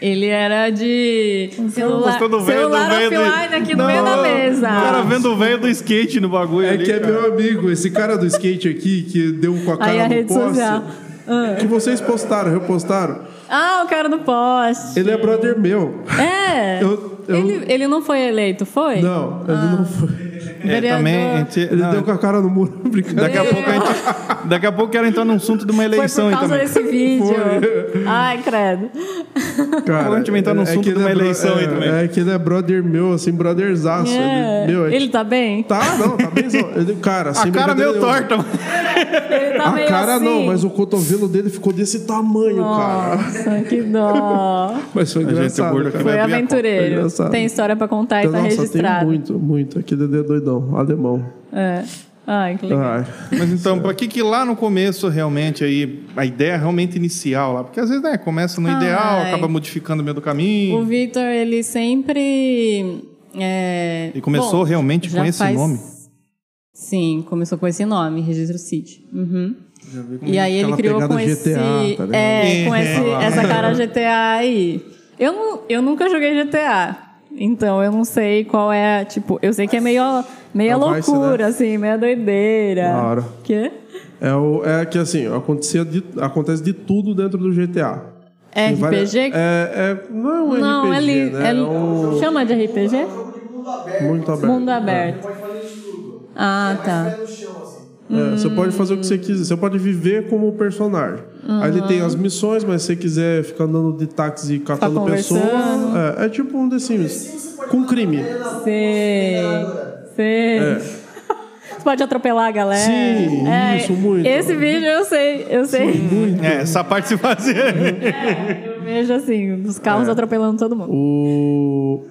Ele era de celular, Gostou do velho celular do velho do- offline aqui tá no Não, meio da mesa. O cara vendo o velho do skate no bagulho É ali, que é cara. meu amigo, esse cara do skate aqui que deu um com a cara Aí no a rede poste, social. Ah. que vocês postaram, repostaram. Ah, o cara do poste. Ele é brother meu. É. Eu- eu- Ele, ele não foi eleito, foi? Não, ele Ah. não foi. É, Vereador. também, a gente- Ele não, deu um com a cara no muro, *laughs* brincando. Ah. daqui, a pouco a *laughs* gente, daqui a pouco quero entrar num assunto de uma Foi eleição por aí causa também. desse vídeo. *laughs* Foi. Ai, credo. Cara, Vamos inventar no assunto É que ele de uma bro- eleição aí é, também. É que ele é brother meu, assim, brotherzaço. É. Ele, meu, é Ele tá bem? Tá, não, tá bem. só- Ele, cara, A sem brincadeira cara meio nenhuma. torta, mano. Ele tá A meio cara assim. não, mas o cotovelo dele ficou desse tamanho, *laughs* cara. é Nossa, *laughs* que dó. Mas foi Gente, o engraçado. gordo aqui cara. vai Foi abrir a conta. É aventureiro. engraçado. Tem história pra contar e tá Nossa, tem registrado. muito, muito. Aquele Dedê é doidão, alemão. É. Ai, que legal. Ai. Mas então, para que que lá no começo realmente aí a ideia realmente inicial lá, porque às vezes né, começa no ideal, Ah, Ai. acaba modificando o meio do O caminho. Victor, ele sempre. é, E começou realmente com já esse nome? Sim, começou com esse nome, Registro City. Uhum. E aí ele aquela criou pegada com esse. GTA, tá ligado? é, com É. *laughs* esse- essa cara GTA aí. Eu, não, eu nunca joguei GTA. Então eu não sei qual é. Tipo, eu sei que é meio, meia É o Vice, loucura, assim, meia doideira. Da hora. Quê? É, o, é que assim, acontecia de- acontece de tudo dentro do GTA. É Tem várias- RPG? É, é- não é um não, é, RPG, li, né? é li- É um Chama de RPG? mundo aberto. Mundo aberto. Ah, tá. É, Você pode fazer o que você quiser. Você pode viver como personagem. Aí ele tem as missões, mas se você quiser ficar andando de táxi e catando pessoas... conversando. É, é tipo um The Sims. Com crime. Sei. Sei. *laughs* Você pode atropelar a galera. É. Sim, É. isso, muito. Esse vídeo eu sei, eu sei. É, essa parte se *laughs* fazia. Eu vejo assim, os É. carros atropelando todo mundo. O...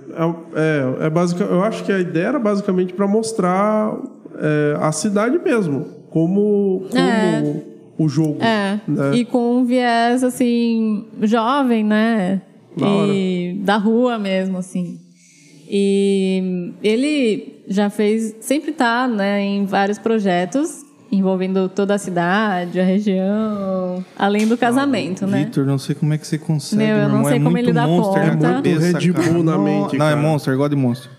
É, é, é basica... Eu acho que a ideia era basicamente para mostrar é, a cidade mesmo. Como, como É. o jogo. É. né? E com um viés, assim, jovem, né? Da e da rua mesmo, assim. E ele já fez, sempre tá, né, em vários projetos envolvendo toda a cidade, a região, além do casamento, né? Ah, Vitor, não sei como é que você consegue, Meu, eu meu não irmão. sei é como muito ele dá monster conta. na É muito cabeça, Red cara. Bull na Não, mente, Não, é cara. monster, eu gosto de monster.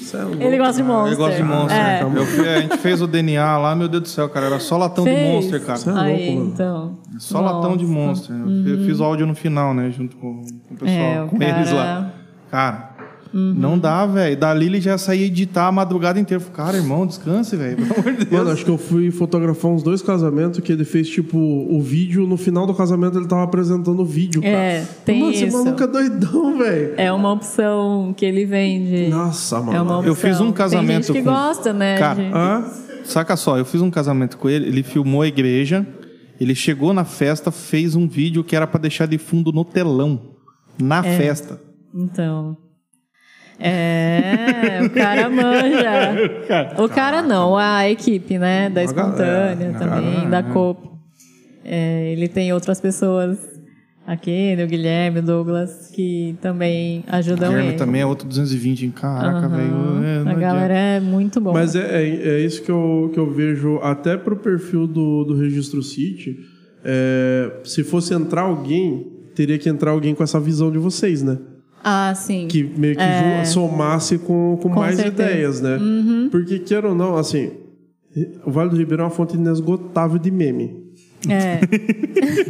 Isso é Ele gosta de monstro. Eu gosto né? de monster. É. cara. Eu fui- a gente fez o DNA lá, meu Deus do céu, cara, era só latão de Fez. monster, cara. é Aí, louco, mano. então. Só latão de monstro. Eu fi- fiz o áudio no final, né? Junto com, com o pessoal, Uhum. É, o Uhum. com eles lá. Cara, não dá, velho. Dali ele já saía editar a madrugada inteira. Eu falei, Cara, irmão, descanse, velho. Pelo amor de Deus. Mano, acho que eu fui fotografar uns dois casamentos que ele fez, tipo, o vídeo. No final do casamento ele tava apresentando o vídeo, cara. É, tem Mano, esse isso. maluco é doidão, velho. É uma opção que ele vende. Nossa, mano. É uma opção. Eu fiz um Tem casamento gente que com- gosta, né? Cara, de- Hã? Saca só, eu fiz um casamento com ele, ele filmou a igreja, ele chegou na festa, fez um vídeo que era pra deixar de fundo no telão. Na É. festa. Então. É, o *laughs* cara manja. O cara não, a equipe, né? Da espontânea também, da né? COP. É, ele tem outras pessoas aqui, né, o Guilherme, o Douglas, que também ajudam Guilherme ele. tá também é outro 220, hein? Caraca, Aham. velho. é, não a adianta. galera é muito boa. Mas é, é, é isso que eu, que eu vejo até pro perfil do, do Registro City. É, se fosse entrar alguém, teria que entrar alguém com essa visão de vocês, né? ah, sim. que meio que ju- somasse com, com, É. Com mais certeza. Uhum. ideias, né? Porque, queira ou não, assim, o Vale do Ribeirão é uma fonte inesgotável de meme. *laughs* É.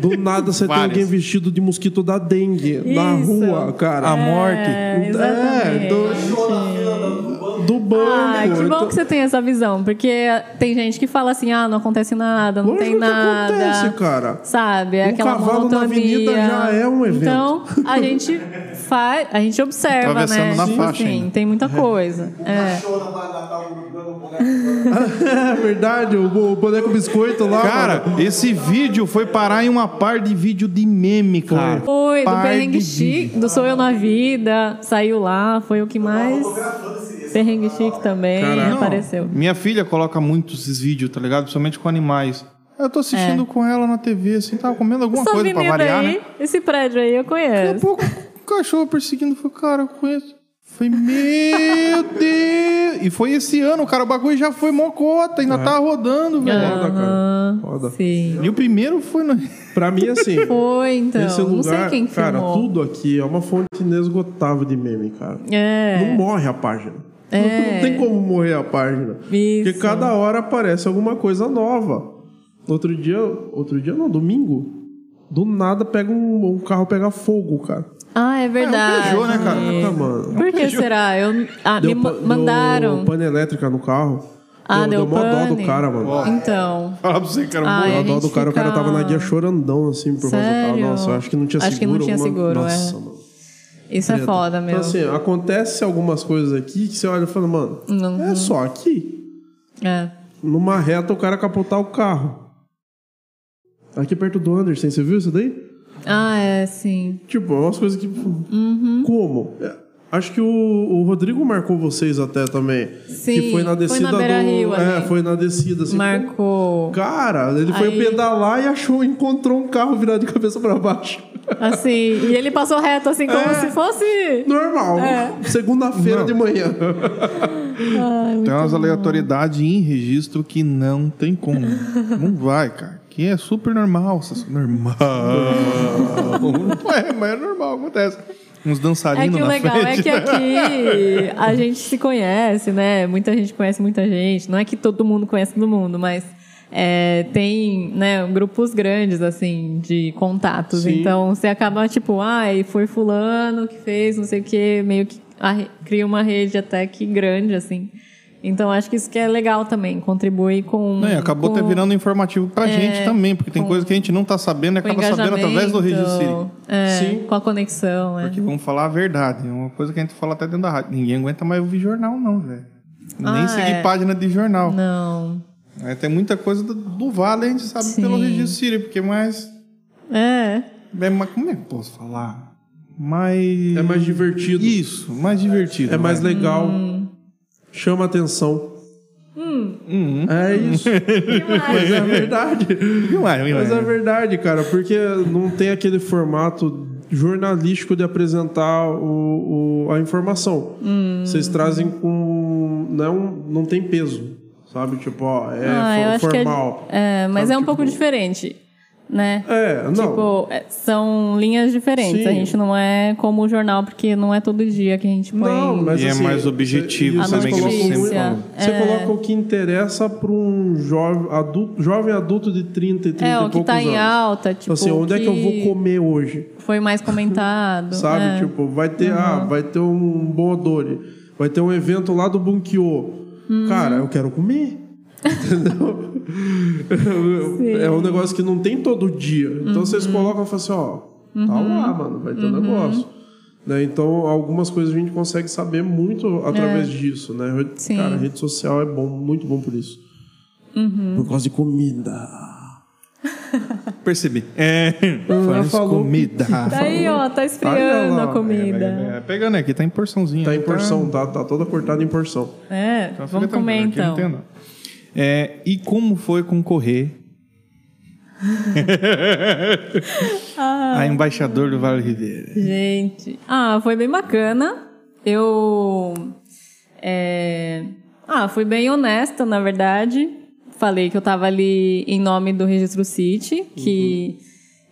Do nada você tem Várias. alguém vestido de mosquito da dengue na Isso. rua, cara. A morte. É, exatamente. É, do, do banco. Ah, que bom Então, que você tem essa visão, porque tem gente que fala assim, ah, não acontece nada, não Lógico tem que nada. acontece, cara. Sabe? É Um aquela cavalo na monotonia. avenida já é um evento. Então, a gente faz, a gente observa, Atravessando né? na Tipo faixa ainda. tem muita coisa. É. Chora pra Natal, o boneco. É *laughs* verdade, o, o boneco biscoito é lá. Cara, mano. esse vídeo foi parar em uma par de vídeo de meme, cara. Foi, do Par Perrengue de Chique, do Sou Eu na Vida, saiu lá, foi o que mais. Perrengue Chique também vídeo. Não, apareceu. Minha filha coloca muito esses vídeos, tá ligado? Principalmente com animais. Eu tô assistindo É. com ela na TV, assim, tava comendo alguma Essa coisa pra avenida variar, aí, né? esse prédio aí eu Daqui a conheço. pouco, o cachorro perseguindo, eu falei, cara, eu conheço. Falei, meu *laughs* Deus! E foi esse ano, cara. O bagulho já foi mocota, ainda É. tá rodando, velho. Foda, cara. Aham, Foda. Ah, Sim. E o primeiro foi *laughs* no. Pra mim, assim. Foi, então. Esse lugar, não sei quem cara, filmou. tudo aqui é uma fonte inesgotável de meme, cara. Não É. morre a página. Não- Não, É. tem como morrer a página. Isso. Porque cada hora aparece alguma coisa nova. Outro dia, outro dia não, domingo, do nada pega um, um carro pega fogo, cara. Ah, é verdade. Peugeot, né, cara? Puta, mano. Por que será? Eu... Ah, me pa- ma- mandaram. Deu pane elétrica no carro. Ah, deu, deu deu mó dó pane. do cara, mano. Então. Falar pra você, cara. Ai, Deu a dó do gente cara, o cara fica- tava na guia chorandão, assim, por causa do Sério? carro. Nossa, eu acho que não tinha Acho que seguro. não tinha alguma- seguro, é. Nossa, mano. Isso é foda, meu. Então, assim, acontece algumas coisas aqui que você olha e fala, mano, Uhum. é só aqui. É. Numa reta o cara capotar o carro. Aqui perto do Anderson, você viu isso daí? Ah, é, sim. Tipo, é umas coisas que. Uhum. Como? É, Acho que o, o Rodrigo marcou vocês até também. Sim, que foi na foi na descida Beira do. Rio é, ali. foi na descida. Assim, Marcou. Cara, ele foi Aí- pedalar e achou, encontrou um carro virado de cabeça pra baixo. *laughs* Assim, e ele passou reto, assim, como É. se fosse. Normal. É. Segunda-feira Não. de manhã. Tem umas aleatoriedades em registro que não tem como. não vai, cara. Que é super normal. essas- *laughs* Normal. não é, mas é normal, acontece. Uns É dançarinos que o na legal frente. né? é que *laughs* aqui a gente se conhece, né? Muita gente conhece muita gente. Não é que todo mundo conhece todo mundo, mas é, tem né, grupos grandes, assim, de contatos. Sim. Então você acaba, tipo, ai, foi fulano que fez, não sei o quê, meio que a re- cria uma rede até que grande, assim. Então acho que isso que é legal também, contribui com. Não, e acabou com É, até virando informativo pra gente também, porque tem coisa que a gente não tá sabendo e com acaba sabendo através do engajamento, registro civil. é, Sim. Com a conexão, é. Porque vamos falar a verdade. É uma coisa que a gente fala até dentro da rádio. Ninguém aguenta mais ouvir jornal, não, velho. Nem Ah, seguir é. página de jornal. Não. É, tem muita coisa do, do Vale, a gente sabe Sim. pelo registro Círio, porque mais. É. É, mas como é que eu posso falar? Mais. É mais divertido. Isso, mais divertido. É mais né? legal. Hum. Chama atenção. É isso. Mas é verdade. Ué, ué, ué. Mas é verdade, cara, porque não tem aquele formato jornalístico de apresentar o, o- a informação. Hum. Vocês trazem com. Não, não tem peso, sabe? Tipo, ó, é Ah, eu fo- acho que é- formal. é, mas Sabe, é um tipo- pouco diferente, né? É, não. Tipo, é, são linhas diferentes. Sim. A gente não é como o jornal, porque não é todo dia que a gente põe. Não, mas E é assim, mais cê- objetivo e A vocês também, que colocam eles muito- sempre falam. Você coloca o que interessa para um jovem adulto, jovem adulto de 30 e 30 é, e o que poucos tá em anos. alta, tipo. assim, onde é que eu vou comer hoje? Foi mais comentado. *laughs* Sabe? é. Tipo, vai ter, ah, vai ter um bom odore, vai ter um evento lá do Bunkyo. Hum. Cara, eu quero *laughs* comer. Entendeu? é um negócio que não tem todo dia. Então vocês Uhum. colocam e falam assim, ó, tá lá, mano, vai ter um negócio. Né? Então, algumas coisas a gente consegue saber muito através disso, né? Re- É. Sim. Cara, rede social é bom, muito bom por isso. Uhum. Por causa de comida. Percebi. É. Faz falou comida. Daí, ó, tá esfriando Olha lá, a comida. É, pegando aqui, tá em porçãozinha. Tá em Tá- porção, Então- tá, tá toda cortada em porção. É, Então fica vamos tranquilo, comer aqui não então. tem nada. É, e como foi concorrer Ah, a embaixador do Vale Ribeira? Gente, ah, foi bem bacana. Eu. é, Ah, fui bem honesta, na verdade. Falei que eu tava ali em nome do Registro City, que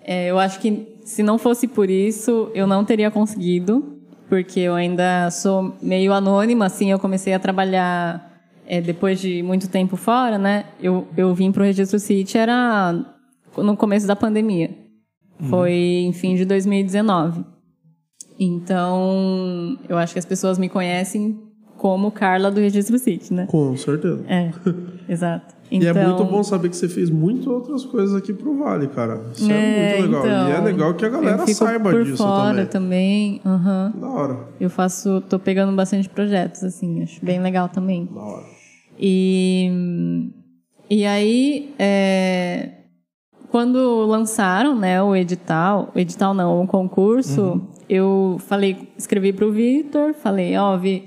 é, eu acho que se não fosse por isso, eu não teria conseguido, porque eu ainda sou meio anônima, assim. Eu comecei a trabalhar é, depois de muito tempo fora, né? Eu, eu vim pro Registro City, era no começo da pandemia. Foi em fim de 2019. Então, eu acho que as pessoas me conhecem como Carla do Registro City, né? Com certeza. É, *laughs* exato. E Então, é muito bom saber que você fez muitas outras coisas aqui pro Vale, cara. Isso é, É, muito legal. então, e é legal que a galera eu fico saiba por disso fora também. também. aham. Da hora, Eu faço, tô pegando bastante projetos, assim, acho bem legal também. da hora. E, e aí, é, quando lançaram né, o edital, o edital não, o concurso, Uhum. eu falei, escrevi para o Vitor, falei, ó, Vi,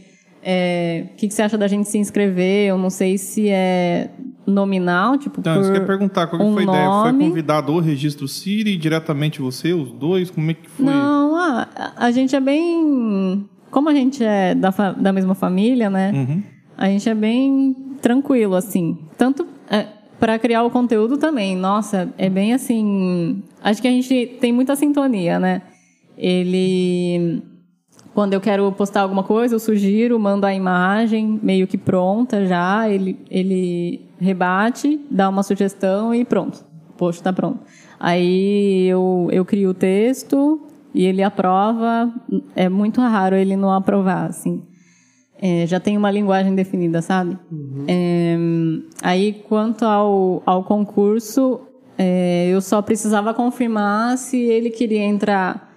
é, o que, que você acha da gente se inscrever? Eu não sei se é nominal, tipo, Então, por isso que eu ia perguntar, qual que um foi a ideia? Foi nome. convidado o Registro City, diretamente você, os dois? Como é que foi? Não, ah, a, a gente é bem como a gente é da, fa- da mesma família, né? Uhum. A gente é bem tranquilo, assim. Tanto para criar o conteúdo também. Nossa, é bem assim. Acho que a gente tem muita sintonia, né? Ele. Quando eu quero postar alguma coisa, eu sugiro, mando a imagem meio que pronta já, ele, ele rebate, dá uma sugestão e pronto. O post está pronto. Aí eu, eu crio o texto e ele aprova. É muito raro ele não aprovar, assim. É, já tem uma linguagem definida, sabe? É, aí, quanto ao, ao concurso, é, eu só precisava confirmar se ele queria entrar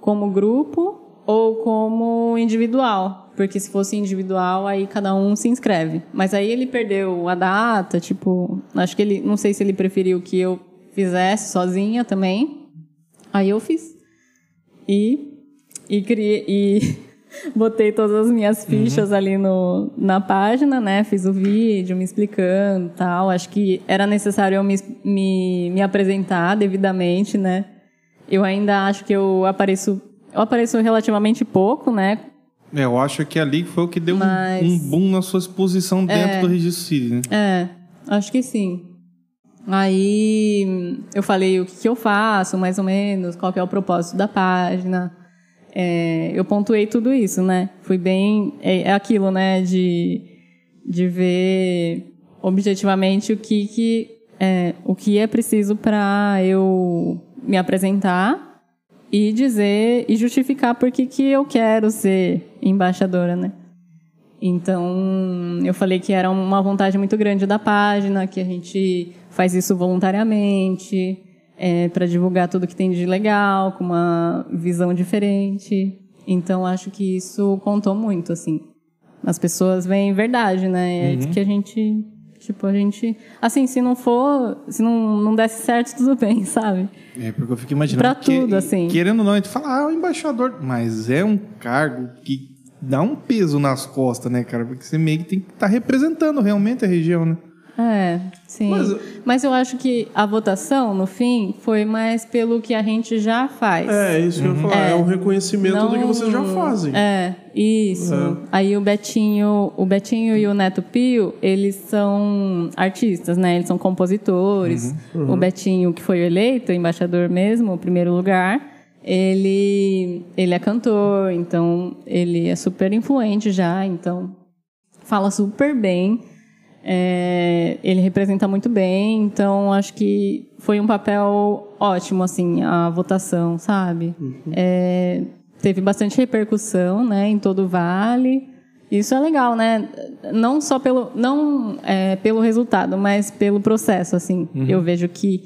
como grupo ou como individual. Porque se fosse individual, aí cada um se inscreve. Mas aí ele perdeu a data, tipo, acho que ele, não sei se ele preferiu que eu fizesse sozinha também. Aí eu fiz. E e criei e *laughs* botei todas as minhas fichas ali no, na página, né? Fiz o vídeo me explicando, tal. Acho que era necessário eu me, me, me apresentar devidamente, né? Eu ainda acho que eu apareço eu apareço relativamente pouco, né? É, eu acho que ali foi o que deu um- Mas- um, boom na sua exposição dentro do registro civil, né? É, acho que sim. Aí hum, eu falei o que, que eu faço, mais ou menos, qual que é o propósito da página. É, eu pontuei tudo isso, né? Fui bem. É, é aquilo, né? De, de ver objetivamente o que, que, é, o que é preciso para eu me apresentar e dizer e justificar por que, que eu quero ser embaixadora, né? Então, eu falei que era uma vontade muito grande da página, que a gente faz isso voluntariamente, para divulgar tudo que tem de legal, com uma visão diferente. Então, acho que isso contou muito, assim. As pessoas veem verdade, né? É isso que a gente, tipo, a gente... Assim, se não for, se não, não desse certo, tudo bem, *laughs* sabe? É, porque eu fico imaginando. Pra que- tudo, assim. Querendo ou não, a gente fala, ah, o embaixador. Mas é um cargo que dá um peso nas costas, né, cara? Porque você meio que tem que estar representando realmente a região, né? É, sim. Mas, eu acho que a votação, no fim, foi mais pelo que a gente já faz. É, isso que eu ia falar. É, um reconhecimento do que Não- vocês já fazem. É, isso. Aí o Betinho, o Betinho e o Neto Pio, eles são artistas, né? Eles são compositores. Uhum. O Betinho, que foi eleito embaixador mesmo, o primeiro lugar, ele, ele é cantor, então ele é super influente já, então fala super bem. É, ele representa muito bem, então acho que foi um papel ótimo, assim, a votação, sabe? É, teve bastante repercussão, né, em todo o Vale. Isso é legal, né? Não só pelo, não, é, pelo resultado, mas pelo processo, assim. Eu vejo que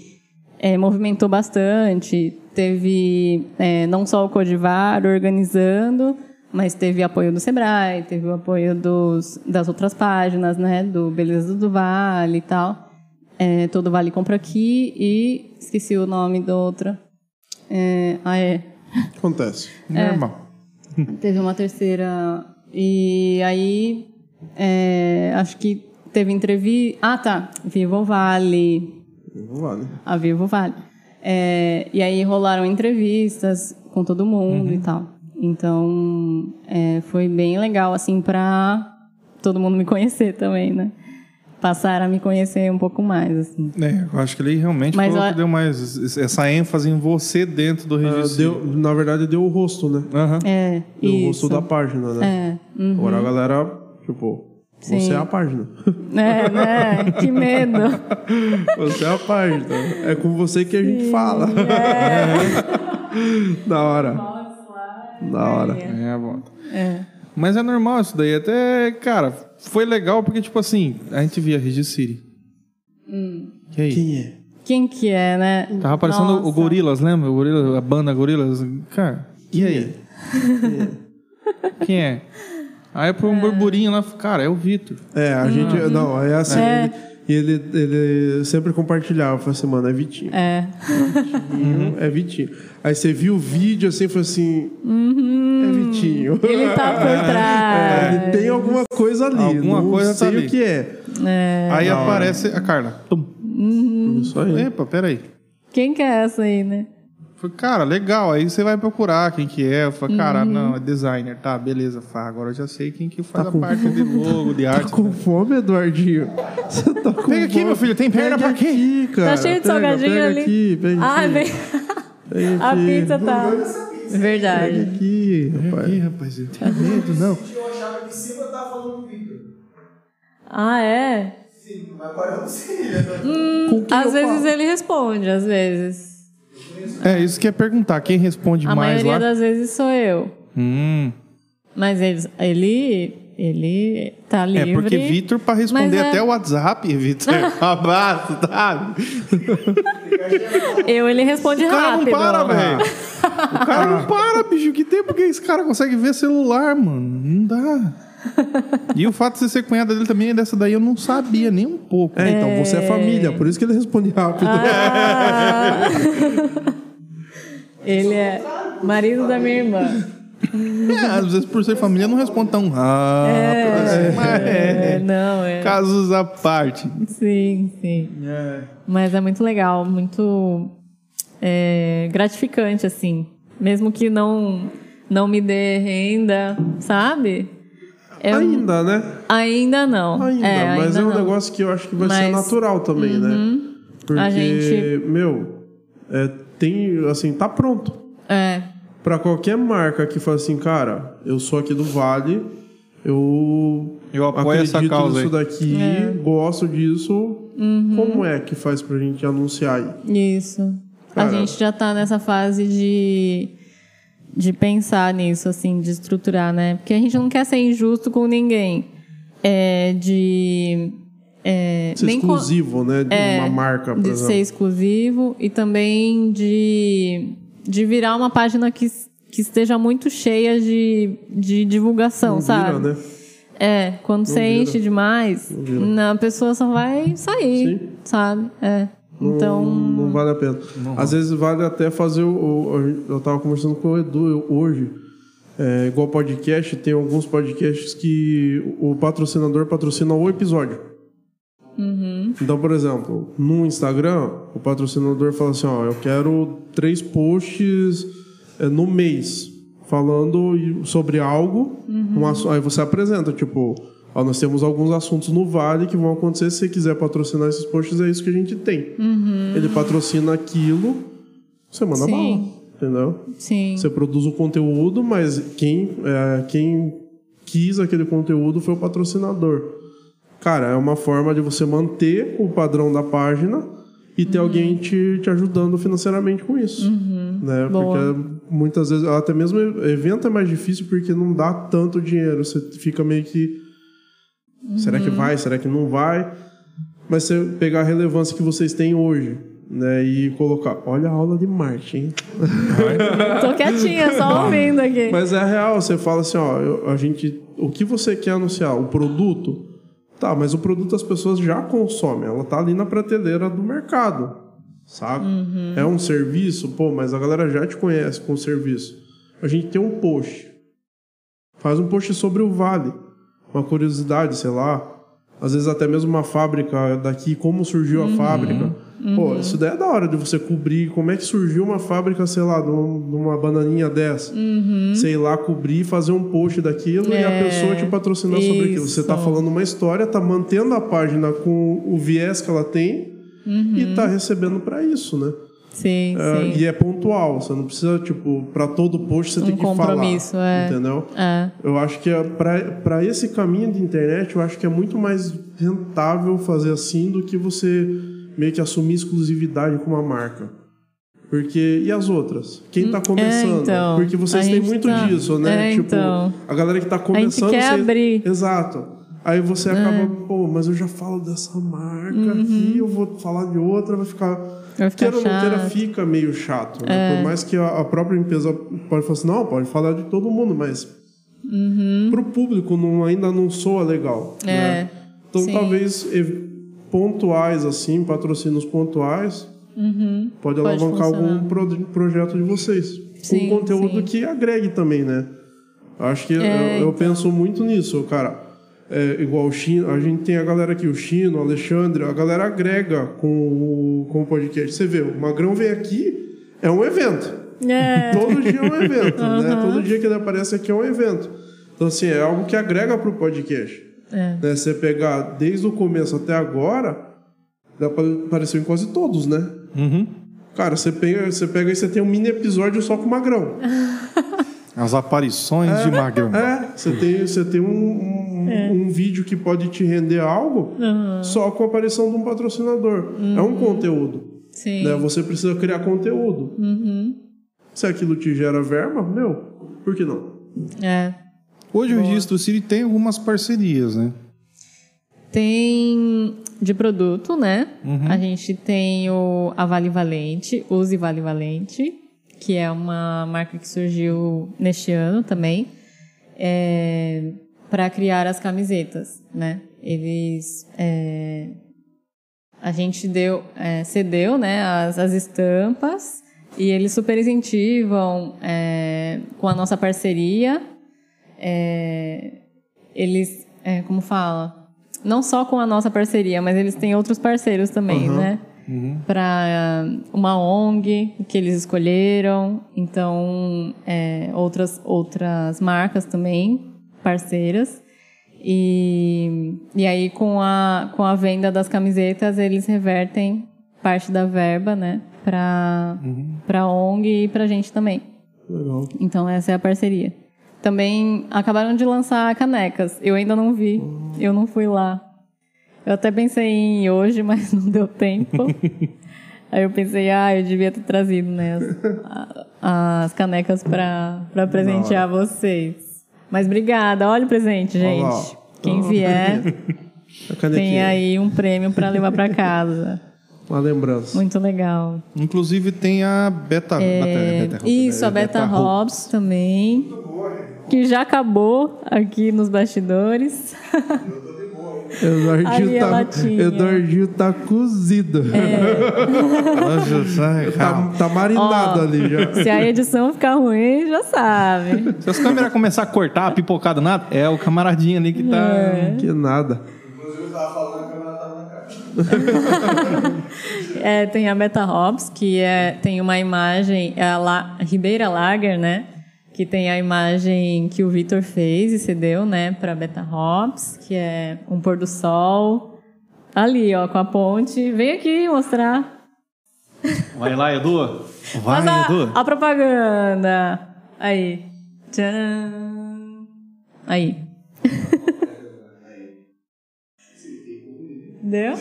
é, movimentou bastante. Teve é, não só o Codivar organizando, mas teve apoio do Sebrae, teve o apoio dos, das outras páginas, né? Do Beleza do Vale e tal. É, Todo Vale Compra Aqui e esqueci o nome da outra. É, ah, é. Acontece. Normal. Teve uma terceira. E aí, é, acho que teve entrevista. Ah, tá. Viva o Vale. Vale. a Vivo Vale. É, e aí rolaram entrevistas com todo mundo e tal. Então, é, foi bem legal, assim, pra todo mundo me conhecer também, né? Passar a me conhecer um pouco mais, assim. É, eu acho que ele realmente Mas foi o eu- que deu mais essa ênfase em você dentro do Ah, registro. deu, civil. na verdade, deu o rosto, né? Aham. É, Deu o isso. rosto da página, né? É, uhum. Agora a galera, tipo, você é a página. *laughs* É, né? Que medo. Você é a página. É com você que a gente fala. é. *laughs* da hora. Da hora. É, bom. Mas é normal isso daí. Até, cara, foi legal porque, tipo assim, a gente via Regis City. Hum. E aí? Quem é? Quem que é, né? Tava aparecendo o Nossa. Gorilas, lembra? O Gorila, a banda Gorilas. Cara, e aí? Quem é? Aí por um É. burburinho lá, cara, é o Vitor. É, a gente. Uhum. Não, é assim. Ele, ele, ele sempre compartilhava. Falei assim, mano, é Vitinho. É. Uhum. Vitinho, É Vitinho. Aí você viu o vídeo assim e falou assim. É Vitinho. Uhum. Ele tá por *laughs* É, trás. ele tem alguma coisa ali. Alguma não coisa tá sei ali. o que é. aí aparece a Carla. Tum. Uhum. Isso aí. Epa, peraí. Quem que é essa aí, né? Falei, cara, legal. Aí você vai procurar quem que é. Eu falei, cara, Uhum. não, é designer. Tá, beleza. Fala, agora eu já sei quem que faz Tá a com- parte de logo, de arte. Tá com fome, Eduardinho? *laughs* Você tá com Pega aqui, fome? meu filho, tem perna Pega pra quê? aqui, cara. Tá cheio de Pega, salgadinho pega ali. Aqui, pega Ai, aqui, vem. pega Ah, é A aqui. pizza tá. Pega Verdade. aqui, rapaz. Ih, rapaz, eu Tá tenho medo, não. Eu achava que sempre eu tava falando com o Victor. Ah, é? Sim, mas agora eu não sei. né? Com quem eu Às vezes falo? ele responde, às vezes. É, isso que é perguntar. Quem responde A mais maioria lá? das vezes sou eu. Hum. Mas ele, ele, ele tá livre. É, porque Vitor, pra responder Mas é- até o WhatsApp, *laughs* Vitor, é um abraço, *laughs* sabe? Eu, ele responde O cara não rápido. Ah. para, velho. O cara Ah. não para, bicho. Que tempo que esse cara consegue ver celular, mano? Não dá. E o fato de você ser cunhada dele também, é dessa daí eu não sabia nem um pouco. É, então você é família, por isso que ele responde rápido. Ah. *laughs* ele é marido da minha irmã. É, às vezes por ser família não responde tão rápido. assim, mas é. É, não, é. Casos à parte. Sim, sim. Mas é muito legal, muito é, gratificante, assim. Mesmo que não, não me dê renda, sabe? É um- Ainda, né? ainda não. Ainda, É, mas ainda é um não. negócio que eu acho que vai ser Mas- Uhum. natural também, né? Porque, gente- meu, é, tem, assim, tá pronto. É, Pra qualquer marca que fala assim, cara, eu sou aqui do Vale, eu, Eu apoio essa acredito causa nisso aí. daqui, É. gosto disso. Uhum. Como é que faz pra gente anunciar aí? Isso. Cara. A gente já tá nessa fase de, de pensar nisso, assim, de estruturar, né? Porque a gente não quer ser injusto com ninguém. É, de. É, Ser nem co- É, exclusivo, né? De uma marca, por de exemplo. ser exclusivo e também de, de virar uma página que, s- que esteja muito cheia de, de divulgação, Não vira, sabe? né? É, quando você vira. enche demais, vira. não, a pessoa só vai sair, Sim. sabe? É. Então. Não, não vale a pena. Às vezes vale até fazer o. o- eu tava conversando com o Edu eu- hoje. É, igual podcast, tem alguns podcasts que o patrocinador patrocina o episódio. Então, por exemplo, no Instagram, o patrocinador fala assim: ó, eu quero três posts é, no mês falando e- sobre algo. um assu- aí você apresenta, tipo, ó, nós temos alguns assuntos no Vale que vão acontecer. Se você quiser patrocinar esses posts, é isso que a gente tem. Ele patrocina aquilo, você manda Sim. bala. Entendeu? Sim. Você produz o conteúdo, mas quem, é, quem quis aquele conteúdo foi o patrocinador. Cara, é uma forma de você manter o padrão da página e Uhum. ter alguém te, te ajudando financeiramente com isso. Né? Boa. Porque muitas vezes, até mesmo evento é mais difícil porque não dá tanto dinheiro. Você fica meio que. Será Uhum. que vai? Será que não vai? Mas você pegar a relevância que vocês têm hoje, né? E colocar, olha a aula de marketing. hein? Tô quietinha, *laughs* só ouvindo aqui. Mas é real, você fala assim, ó, eu- a gente, o que você quer anunciar? O produto? Tá, mas o produto as pessoas já consomem, ela tá ali na prateleira do mercado, sabe? É um serviço, pô, mas a galera já te conhece com o serviço. A gente tem um post. Faz um post sobre o vale, uma curiosidade, sei lá. Às vezes até mesmo uma fábrica daqui, como surgiu Uhum. a fábrica. Pô, isso daí é da hora de você cobrir como é que surgiu uma fábrica, sei lá, de um- de uma bananinha dessa sei lá, cobrir, fazer um post daquilo e a Uhum. É, pessoa te patrocinar sobre aquilo. Você tá isso. falando uma história, tá mantendo a página com o viés que ela tem e tá recebendo pra isso, né? Sim, É, Uhum. sim. e é pontual, você não precisa, tipo, pra todo post você Um tem que compromisso, falar. é. Entendeu? É. Eu acho que é pra pra esse caminho de internet, eu acho que é muito mais rentável fazer assim do que você meio que assumir exclusividade com uma marca. Porque e as outras? Quem tá começando? então. Porque vocês A têm gente muito tá- disso, né? É, tipo, então. a galera que tá começando, quer você- abrir. É. Exato. Aí você acaba, pô, mas eu já falo dessa marca aqui, eu vou falar de outra, vai ficar Uhum. Vai ficar queira ou não queira, chato. É. fica meio chato. né? Por mais que a, a própria empresa pode falar assim, não, pode falar de todo mundo, mas pro público não, ainda não soa legal. né? Então É, sim. talvez ev- pontuais, assim, patrocínios pontuais, pode alavancar Uhum. funcionar. algum pro- projeto de vocês. Sim, Com conteúdo sim. É, então. que agregue também, né? Acho que eu- eu, penso muito nisso, cara. É, igual o Chino, a gente tem a galera aqui, o Chino, o Alexandre, a galera agrega com o, com o podcast. Você vê, o Magrão vem aqui, é um evento. É. Todo dia é um evento, né? Todo dia que ele aparece aqui é um evento. Então, assim, é algo que agrega pro podcast. É. Né? Você pegar desde o começo até agora, já apa- apareceu em quase todos, né? Uhum. Cara, você pega, você pega e você tem um mini episódio só com o Magrão. As aparições de Magrão. É, você tem, você tem um, um, um vídeo que pode te render algo só com a aparição de um patrocinador. É um conteúdo. Sim. Né? Você precisa criar conteúdo. Se aquilo te gera verba, meu, por que não? É. Hoje o Registro City tem algumas parcerias, né? Tem de produto, né? A gente tem o a Vale Valente, Use Vale Valente, que é uma marca que surgiu neste ano também, é, para criar as camisetas, né? Eles é, a gente deu, é, cedeu, né? As, as estampas e eles super incentivam é, com a nossa parceria. É, eles, é, como fala, não só com a nossa parceria, mas eles têm outros parceiros também, né? Para uma ONG que eles escolheram, então é, outras outras marcas também parceiras e, e aí com a com a venda das camisetas eles revertem parte da verba, né? Para para ONG e para gente também. Legal. Então essa é a parceria. Também acabaram de lançar canecas. Eu ainda não vi. Eu não fui lá. Eu até pensei em ir hoje, *laughs* mas não deu tempo. Aí eu pensei, ah, eu devia ter trazido né, as, a- as canecas pra pra presentear vocês. Mas obrigada. Olha o presente, Olha lá, ó. gente. Quem Olha lá, vier A canequinha. tem aí um prêmio pra levar pra casa. Uma lembrança. Muito legal. Inclusive tem a Beta... É, Beta- Beta- isso, a Beta, Hobbs também. Que já acabou aqui nos bastidores. *laughs* Ali Eduardinho a tá, latinha. Eduardinho tá cozido. *laughs* É. Nossa, sai, *laughs* calma. Tá, tá marinado Ó, ali já. *laughs* Se a edição ficar ruim, já sabe. Se as câmeras começar a cortar, a pipocar do nada, é o camaradinho ali que tá... Que nada. Inclusive, eu tava falando, a câmera tava na cara. É, tem a Beta Hobbs, que é, tem uma imagem, é a La- Ribeira Lager, né? Que tem a imagem que o Vitor fez e cedeu, né, pra Beta Hobbs, que é um pôr do sol. Ali, ó, com a ponte. Vem aqui mostrar. Vai lá, Edu. Vai, Mas Edu. a, a propaganda. Aí. Tcharam. Aí. *laughs* Deu?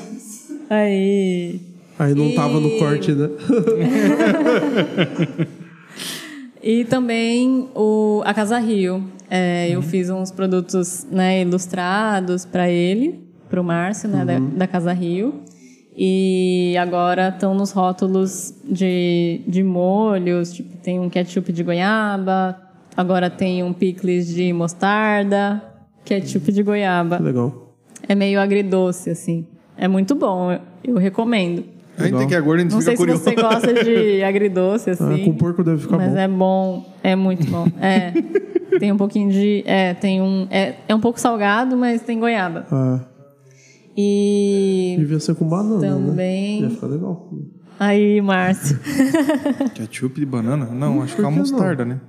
Aí. Aí não tava no E- corte, né? *laughs* E também o, a Casa Rio. É, Eu fiz uns produtos né, ilustrados para ele, para o Márcio, né, da, da Casa Rio. E agora estão nos rótulos de, de molhos, tipo, tem um ketchup de goiaba, agora tem um picles de mostarda, ketchup de goiaba. Legal. É meio agridoce, assim. É muito bom, eu, eu recomendo. A gente tem que agora, a gente Não fica sei curioso. se você gosta de agridoce, assim. Ah, com porco deve ficar Mas bom. é bom, é muito bom. *laughs* É. tem um pouquinho de. É, tem um. É, é um pouco salgado, mas tem goiaba. Ah, E. devia ser com banana, Também. né? Ia ficar legal. Aí, Márcio. *laughs* Ketchup de banana? Não, acho que é uma Por que não? mostarda, né?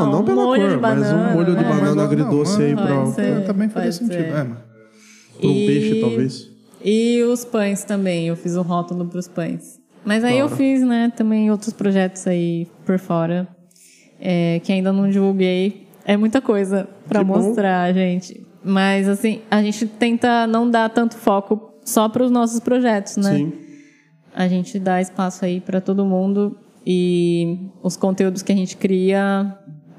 *laughs* não, não um pela molho cor, de banana, mas um molho de né? Mas banana não, agridoce mas aí pra, pode pra ser. É, também faria pode sentido. ser. É, mano. um E- peixe, talvez. E os pães também, eu fiz um rótulo para os pães. Mas aí eu fiz, né, também outros projetos aí por fora, é, que ainda não divulguei. É muita coisa para Que bom. mostrar, gente. Mas assim, a gente tenta não dar tanto foco só para os nossos projetos, né? Sim. A gente dá espaço aí para todo mundo e os conteúdos que a gente cria,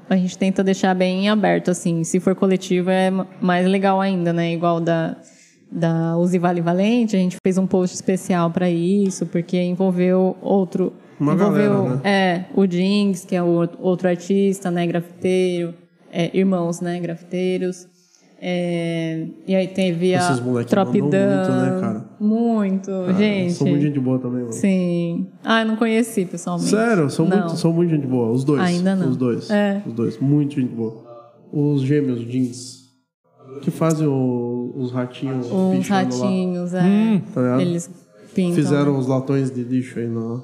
a gente tenta deixar bem aberto, assim. Se for coletivo, é ma- mais legal ainda, né? Igual da, da Use Vale Valente, a gente fez um post especial para isso, porque envolveu outro. Uma envolveu, galera, né? É, o Jinx, que é o outro- outro artista, né? Grafiteiro. é, irmãos, né? Grafiteiros. É, e aí teve a Esses moleques Tropidão. mandam muito, né, cara? Muito, gente. São muito gente boa também, mano. Sim. Ah, eu não conheci pessoalmente. Sério, são Não. muito, são muito gente boa. Os dois. Ainda não. Os dois. É. Os dois. Muito gente boa. Os gêmeos jeans. Que fazem o- os ratinhos. Uns bichando lá. ratinhos, é. tá ligado? Eles pintam. Fizeram os latões de lixo aí na,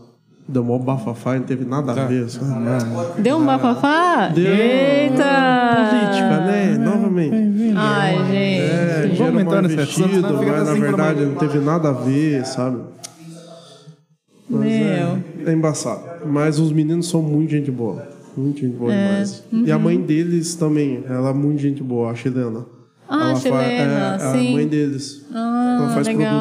Deu mó bafafá e não teve nada a ver. sabe? Deu um bafafá? Ah, Deu- Política, Eita! né? Novamente. Ai, gente. É, dinheiro entrar mal tá nesse investido, assunto, senão fica mas na assim por uma- verdade não teve nada a ver, sabe? Mas Meu. É, é embaçado. Mas os meninos são muito gente boa. Muito gente boa É. demais. E Uhum. a mãe deles também, ela é muito gente boa, a chilena. Ah, ela fa- chilena, é, sim. A mãe deles. Ah, ela faz legal. Uhum.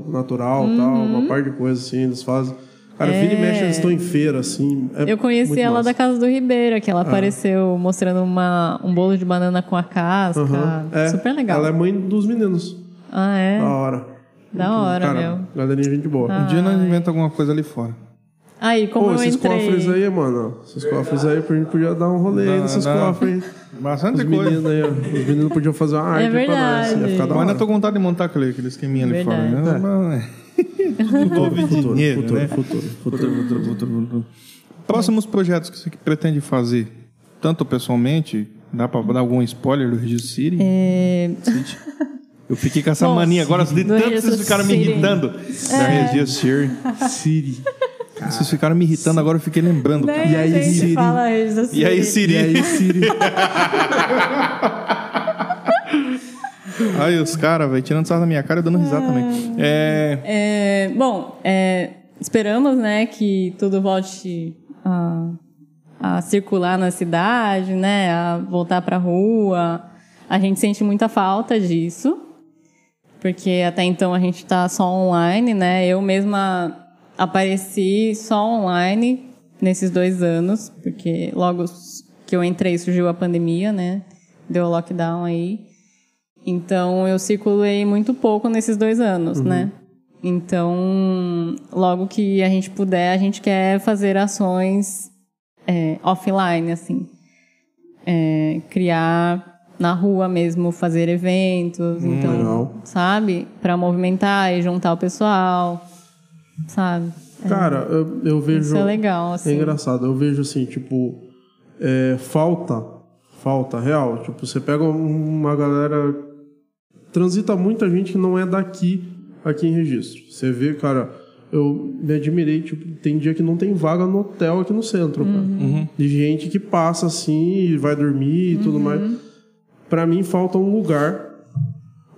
produto natural e tal, uma par de coisas assim, eles fazem. Cara, vira e mexe, eles estão em feira, assim. é É. Eu conheci muito ela massa. Ah. da casa do Ribeira, que ela apareceu mostrando uma, um bolo de banana com a casca. Aham. É, Tá Super legal. Ela é mãe dos meninos. Ah, é? Da hora. Uhum. Da hora, Cara, meu. galerinha, gente boa. Um dia nós inventamos alguma coisa ali fora. Aí, como Pô, eu esses entrei... cofres aí, mano. Esses cofres aí, a gente podia dar um rolê aí Dá, nesses dá. cofres. aí. Bastante Os coisa. meninos aí, ó. Os meninos podiam fazer uma arte pra nós. Ia É verdade. ficar da Mas hora. ainda tô com vontade de montar aquele, aquele esqueminha ali Verdade. fora. né? *laughs* Mas- Envolve dinheiro, futuro, né? futuro, futuro, *laughs* futuro, futuro, futuro. Próximos projetos que você pretende fazer, tanto pessoalmente, dá pra dar algum spoiler do Registro City? É, City? Eu fiquei com essa Bom, mania agora de do tanto que Registro vocês ficaram me City. É. irritando. Da Registro City. Siri. Vocês ficaram me irritando, agora eu fiquei lembrando. cara. Daí E aí, Né, a gente Siri? fala isso assim. E aí, E Siri? aí, Siri. Aí os caras, velho, tirando sarro da minha cara e dando risada também. É. É, bom, é, esperamos né, que tudo volte a, a circular na cidade, né, a voltar para a rua. A gente sente muita falta disso, porque até então a gente está só online. Né? Eu mesma apareci só online nesses dois anos, porque logo que eu entrei surgiu a pandemia, né? deu o lockdown aí. Então eu circulei muito pouco nesses dois anos, né? Então, logo que a gente puder, a gente quer fazer ações é, offline, assim. É, criar na rua mesmo, fazer eventos, então, legal. sabe? Para movimentar e juntar o pessoal, sabe? Cara, eu, eu vejo. É. Isso é legal, assim. É engraçado. Eu vejo assim, tipo, é, falta, falta real. Tipo, você pega uma galera. Transita muita gente que não é daqui, aqui em registro. Você vê, cara, eu me admirei, tipo, tem dia que não tem vaga no hotel aqui no centro, cara. Uhum. De gente que passa assim e vai dormir e tudo Uhum. mais. Pra mim falta um lugar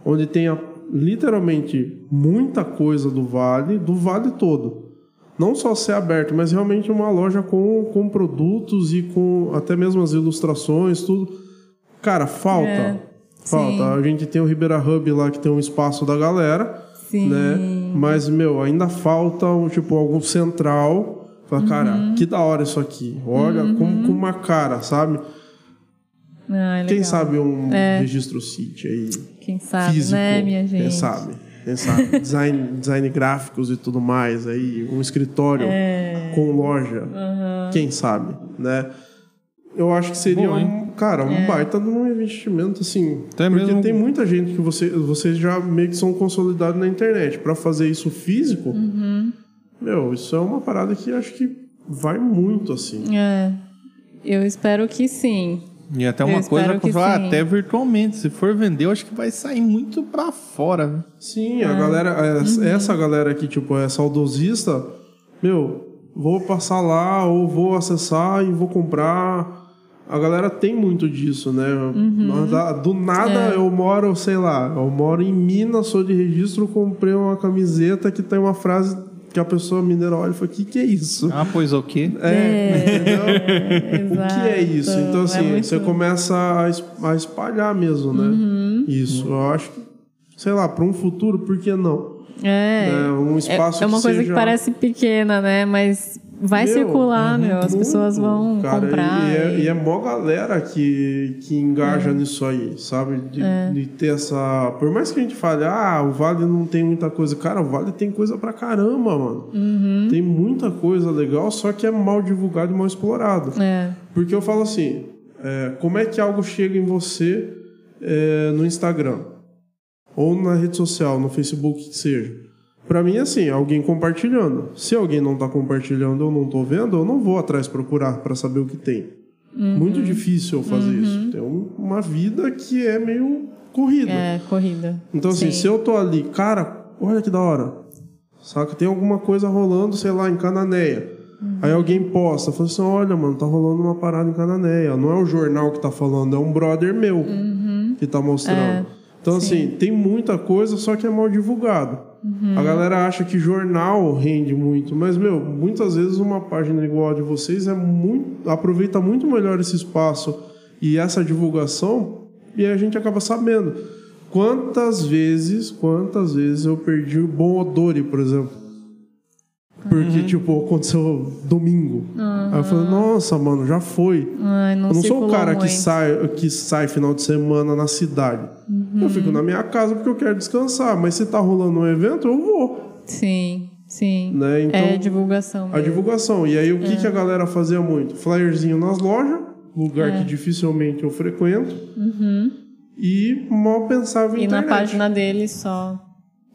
onde tenha literalmente muita coisa do vale, do vale todo. Não só ser aberto, mas realmente uma loja com, com produtos e com até mesmo as ilustrações, tudo. Cara, falta. É, falta. sim. A gente tem o Ribeira Hub lá que tem um espaço da galera, Sim. né? Mas, meu, ainda falta um, tipo, algum central. Fala, Uhum. cara, que da hora isso aqui. Olha, como com uma cara, sabe? Ah, é Quem legal. sabe um registro City aí é Quem sabe, físico, né, minha gente? Quem sabe? Quem *laughs* sabe? Design, design gráficos e tudo mais aí, um escritório É. com loja, quem sabe, né? Eu acho que seria Boa, hein? um, cara, um É. baita de um investimento assim, Até porque mesmo- tem muita gente que você, vocês já meio que são consolidados na internet para fazer isso físico. Uhum. Meu, isso é uma parada que acho que vai muito assim. É. Eu espero que sim. E até Eu uma espero coisa que eu falo, sim. até virtualmente. Se for vender, eu acho que vai sair muito pra fora. né? Sim, a galera, essa- essa galera que tipo é saudosista, meu, vou passar lá ou vou acessar e vou comprar. A galera tem muito disso, né? Mas, ah, do nada eu moro, sei lá, eu moro em Minas, sou de registro, comprei uma camiseta que tem uma frase que a pessoa mineira olha e fala: que que é isso? Ah, pois o quê? É, *laughs* O que é isso? Então, assim, você começa a es- a espalhar mesmo, né? Uhum. Isso. Eu acho que, sei lá, para um futuro, por que não? É, né? Um é, espaço é uma que coisa seja- que parece pequena, né? Mas vai Meu, Uhum. circular, meu. As Muito, pessoas vão cara, comprar. E, é, e- É. e é mó galera que, que engaja nisso aí, sabe? De, de ter essa. Por mais que a gente fale, ah, o Vale não tem muita coisa. Cara, o Vale tem coisa pra caramba, mano. Uhum. Tem muita coisa legal, só que é mal divulgado e mal explorado. É, Porque eu falo assim, é, como é que algo chega em você é, no Instagram? Ou na rede social, no Facebook, que seja. Pra mim é assim, alguém compartilhando. Se alguém não tá compartilhando, eu não tô vendo, eu não vou atrás procurar pra saber o que tem. Muito difícil eu fazer isso. Tem um- uma vida que é meio corrida. é, corrida. Então, assim, Sim. se eu tô ali, cara, olha que da hora. Saca? Tem alguma coisa rolando, sei lá, em Cananéia. Aí alguém posta, fala assim: olha, mano, tá rolando uma parada em Cananéia. Não é o jornal que tá falando, é um brother meu que tá mostrando. então, assim, tem muita coisa, só que é mal divulgado. A galera acha que jornal rende muito, mas, meu, muitas vezes uma página igual a de vocês é muito, aproveita muito melhor esse espaço e essa divulgação, e aí a gente acaba sabendo. Quantas vezes, quantas vezes eu perdi o Bom Odori, por exemplo? Porque, tipo, aconteceu domingo. Aí eu falei, nossa, mano, já foi. Ai, não eu não sou o circulou cara que muito. sai, que sai final de semana na cidade. Uhum. Eu fico na minha casa porque eu quero descansar. Mas se tá rolando um evento, eu vou. Sim, sim. Né? Então, é divulgação. a mesmo. divulgação. E aí, o É. que, que a galera fazia muito? Flyerzinho nas lojas, lugar É. que dificilmente eu frequento. E mal pensava em Uhum. E na internet. página dele só.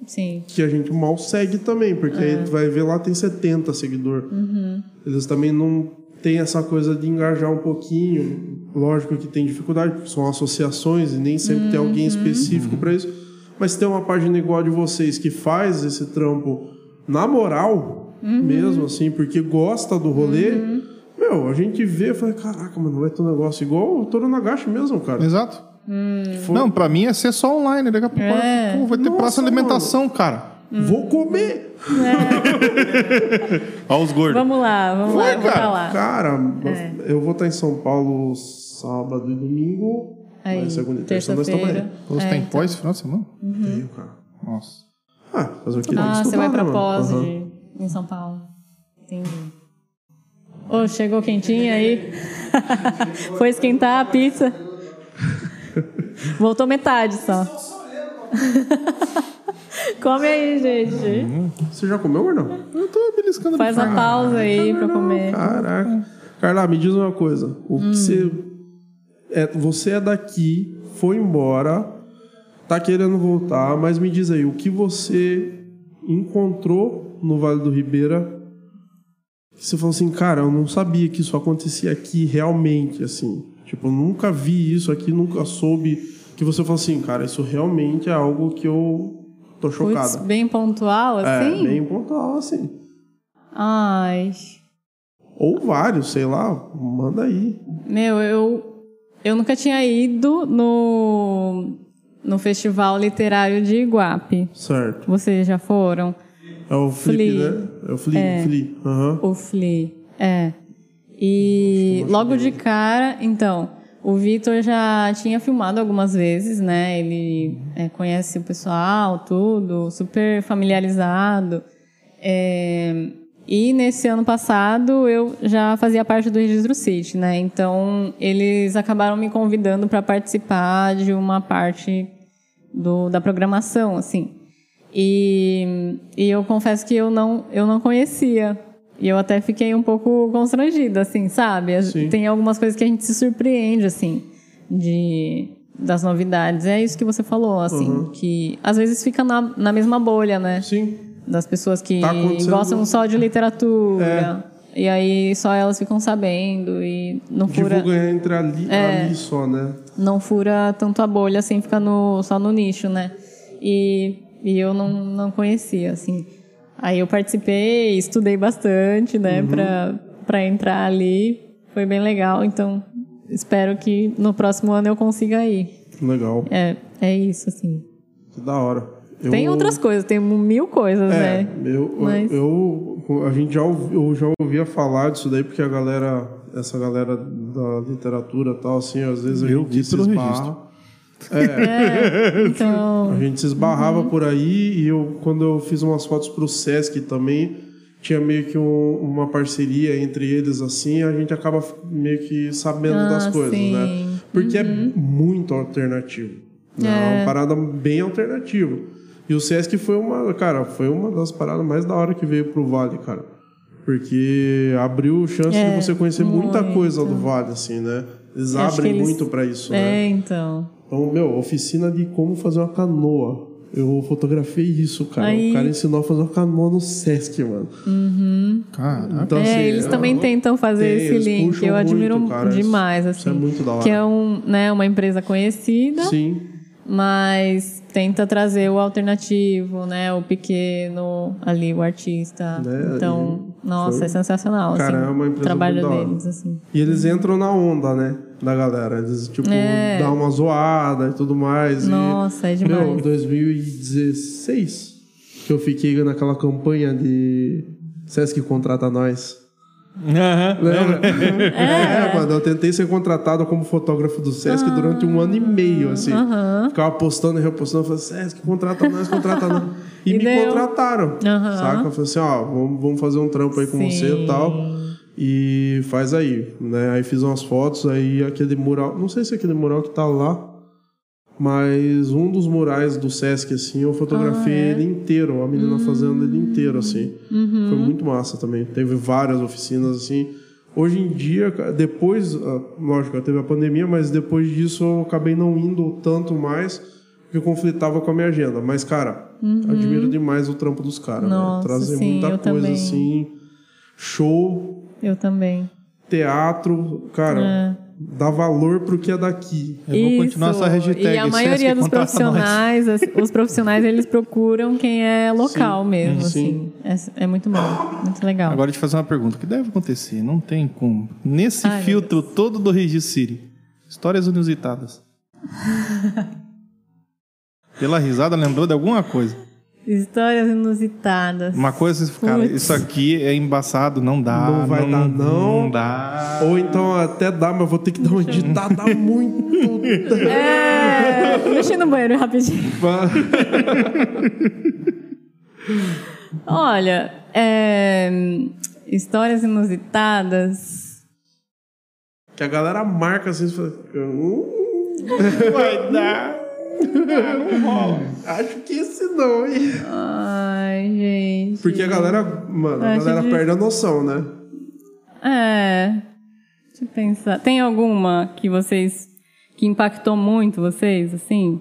Sim. que a gente mal segue também, porque aí tu vai ver lá tem 70 seguidores. Eles também não têm essa coisa de engajar um pouquinho. Lógico que tem dificuldade, porque são associações e nem sempre tem alguém específico pra isso. Mas se tem uma página igual a de vocês que faz esse trampo na moral, mesmo assim, porque gosta do rolê. Meu, a gente vê e fala, caraca, mano, vai ter um negócio igual o Toro Nagashi mesmo, cara. Exato. Hum. Não, pra mim é ser só online. Daqui a pouco pô, É. vai ter Nossa, praça de alimentação, cara. Vou comer! Olha os gordos. Vamos lá, vamos Foi, lá, eu vou cara. pra lá. Cara, é. eu vou estar em São Paulo sábado e domingo. Aí, mas segunda e terça nós estamos aí. terça-feira. Você tem então. pós final de semana? Tenho, cara. Nossa. Ah, fazer o quê? Tem que Ah, você estudar, vai né, pra mano? pós Aham. de- em São Paulo. Entendi. Ô, chegou quentinha aí. *laughs* Foi esquentar a *laughs* pizza. Voltou metade só. *laughs* Come aí, Hum, gente. Você já comeu ou não? Eu tô beliscando Faz uma pausa aí pra comer. Hum. Caraca. Carla, me diz uma coisa. O que você. É, você é daqui, foi embora, tá querendo voltar, mas me diz aí, o que você encontrou no Vale do Ribeira? Que você falou assim, cara, eu não sabia que isso acontecia aqui realmente, assim. Tipo, eu nunca vi isso aqui, nunca soube. Que você falou assim, cara, isso realmente é algo que eu tô Putz, chocada. bem pontual, assim? É, bem pontual, assim. Ai. Ou vários, sei lá, manda aí. Meu, eu, eu nunca tinha ido no, no Festival Literário de Iguape. Certo. Vocês já foram? É o Flip, Fli. né? É o Flip, Fli. Aham. O Flea, é. E logo de cara, então, o Vitor já tinha filmado algumas vezes, né? Ele é, conhece o pessoal, tudo, super familiarizado. É, e nesse ano passado eu já fazia parte do Registro City, né? Então eles acabaram me convidando para participar de uma parte do, da programação, assim. E, e eu confesso que eu não, eu não conhecia. E eu até fiquei um pouco constrangida, assim, sabe? As- Sim. Tem algumas coisas que a gente se surpreende, assim, de, das novidades. É isso que você falou, assim, que às vezes fica na, na mesma bolha, né? Sim. das pessoas que Tá acontecendo- É. gostam só de literatura. E aí só elas ficam sabendo e não fura, É. Divulga entre Tipo, ali, ali só, né? não fura tanto a bolha assim, fica no, só no nicho, né? E, e eu não, não conhecia, assim. Aí eu participei, estudei bastante, né, Uhum. pra, pra entrar ali. Foi bem legal, então espero que no próximo ano eu consiga ir. Legal. É, é isso, assim. Que da hora. Eu- Tem outras coisas, tem mil coisas, É, *laughs* né? eu, Mas- eu, a gente já, ouvi- eu já ouvia falar disso daí, porque a galera, essa galera da literatura e tal, assim, às vezes a Eu vi gente se pelo esbarra. Então, uhum. A gente se esbarrava por aí e eu, quando eu fiz umas fotos pro Sesc também, tinha meio que um- uma parceria entre eles, assim, a gente acaba f- meio que sabendo Ah, das coisas, sim. Uhum. né? Porque é muito alternativo. Né? É. uma parada bem alternativa. E o Sesc foi uma, cara, foi uma das paradas mais da hora que veio pro Vale, cara. Porque abriu chance de você conhecer muita coisa do Vale, assim, né? Eles É, acho que abrem eles- muito pra isso, né? é, então. Então, meu, oficina de como fazer uma canoa. Eu fotografei isso, cara. Aí. Hum. O cara ensinou a fazer uma canoa no Sesc, mano. Caraca. Então, É, eles também tentam fazer tem, esse eles link. puxam Eu admiro muito, cara. demais, Isso assim. é muito da hora. Que é um, né, uma empresa conhecida, Sim. mas tenta trazer o alternativo, né? O pequeno ali, o artista. Né, Então, nossa, foi- é sensacional. Cara, é assim, uma o empresa trabalho muito da hora. deles, assim. E eles entram na onda, né? Da galera. Eles, tipo, É. dão uma zoada e tudo mais. Nossa, é e, demais. Meu, 2016 que eu fiquei naquela campanha de Sesc contrata nós. *laughs* Lembra? É, mano, eu tentei ser contratado como fotógrafo do Ah. Sesc durante um ano e meio, assim. Ficava postando e repostando, falando, Sesc, contrata nós, contrata *laughs* nós. E, E me deu. contrataram, Aham. saca? Eu falei assim, ó, vamos, vamos fazer um trampo aí com Sim. você e tal. E faz aí, né? Aí fiz umas fotos, aí aquele mural... Não sei se é aquele mural que tá lá, mas um dos murais do Sesc, assim, eu Ah, fotografei é? ele inteiro, a menina fazendo Hum. ele inteiro, assim. Uhum. Foi muito massa também. Teve várias oficinas, assim. Hoje em dia, ca- depois, ah, lógico, teve a pandemia, mas depois disso eu acabei não indo tanto mais, porque conflitava com a minha agenda. Mas, cara, admiro demais o trampo dos caras, né? Uhum. Nossa, Trazer sim, muita eu coisa, também. assim. Show, Eu também. teatro, cara, É. dá valor pro que é daqui. Eu vou continuar essa hashtag. E a Sesc maioria dos contrata nós. profissionais, as- os profissionais, eles procuram quem é local mesmo, sim. assim. É, é muito bom, muito legal. Agora te fazer uma pergunta. O que deve acontecer? Não tem como. Nesse Ai, meu filtro todo do Regiciri. Histórias *laughs* inusitadas. Pela risada lembrou de alguma coisa. Histórias inusitadas. Uma coisa, você fala, cara, Putz. isso aqui é embaçado, não dá. Não vai dar, não. Não dá. Ou então até dá, mas vou ter que dar uma ditada *laughs* muito. *laughs* É, deixa eu ir no banheiro rapidinho. Olha, é, histórias inusitadas. que a galera marca assim, você fala, "Hum, vai dar. acho que esse não, hein? Ai, gente. Porque a galera, mano, a Acho galera que- perde a noção, né? É. Deixa eu pensar. Tem alguma que vocês. que impactou muito vocês, assim?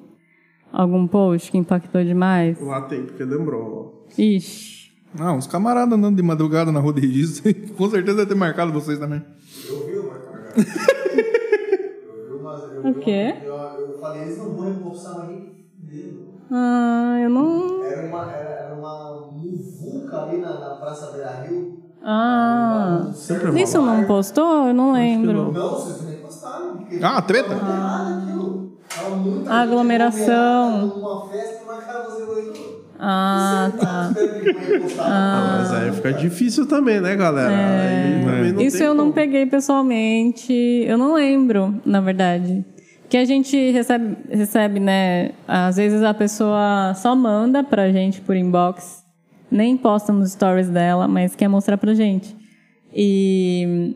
Algum post que impactou demais? Lá tem, porque lembrou. Ixi. Não, os camaradas andando de madrugada na rua de registro, *laughs* com certeza deve ter marcado vocês também. Eu vi uma cagada. Eu vi umas. eu vi O quê? uma- Eu, eu falei, eles não vão embolsar mas nem fudendo. Ah, eu não. Era uma, era, era uma muvuca ali na, na Praça Beira Rio. Ah. Sempre rola. Isso não postou? Eu não lembro. Não, vocês nem gostaram. porque Ah, treta? Não tem nada aquilo. Tava muita Aglomeração. gente aglomerada Numa festa e marcaram vocês ali. Ah, tá. Ah, mas aí fica difícil também, né, galera? É. Aí também não Isso tem eu não como. peguei pessoalmente. Eu não lembro, na verdade. Que a gente recebe, recebe, né? Às vezes a pessoa só manda pra gente por inbox, nem posta nos stories dela, mas quer mostrar pra gente. E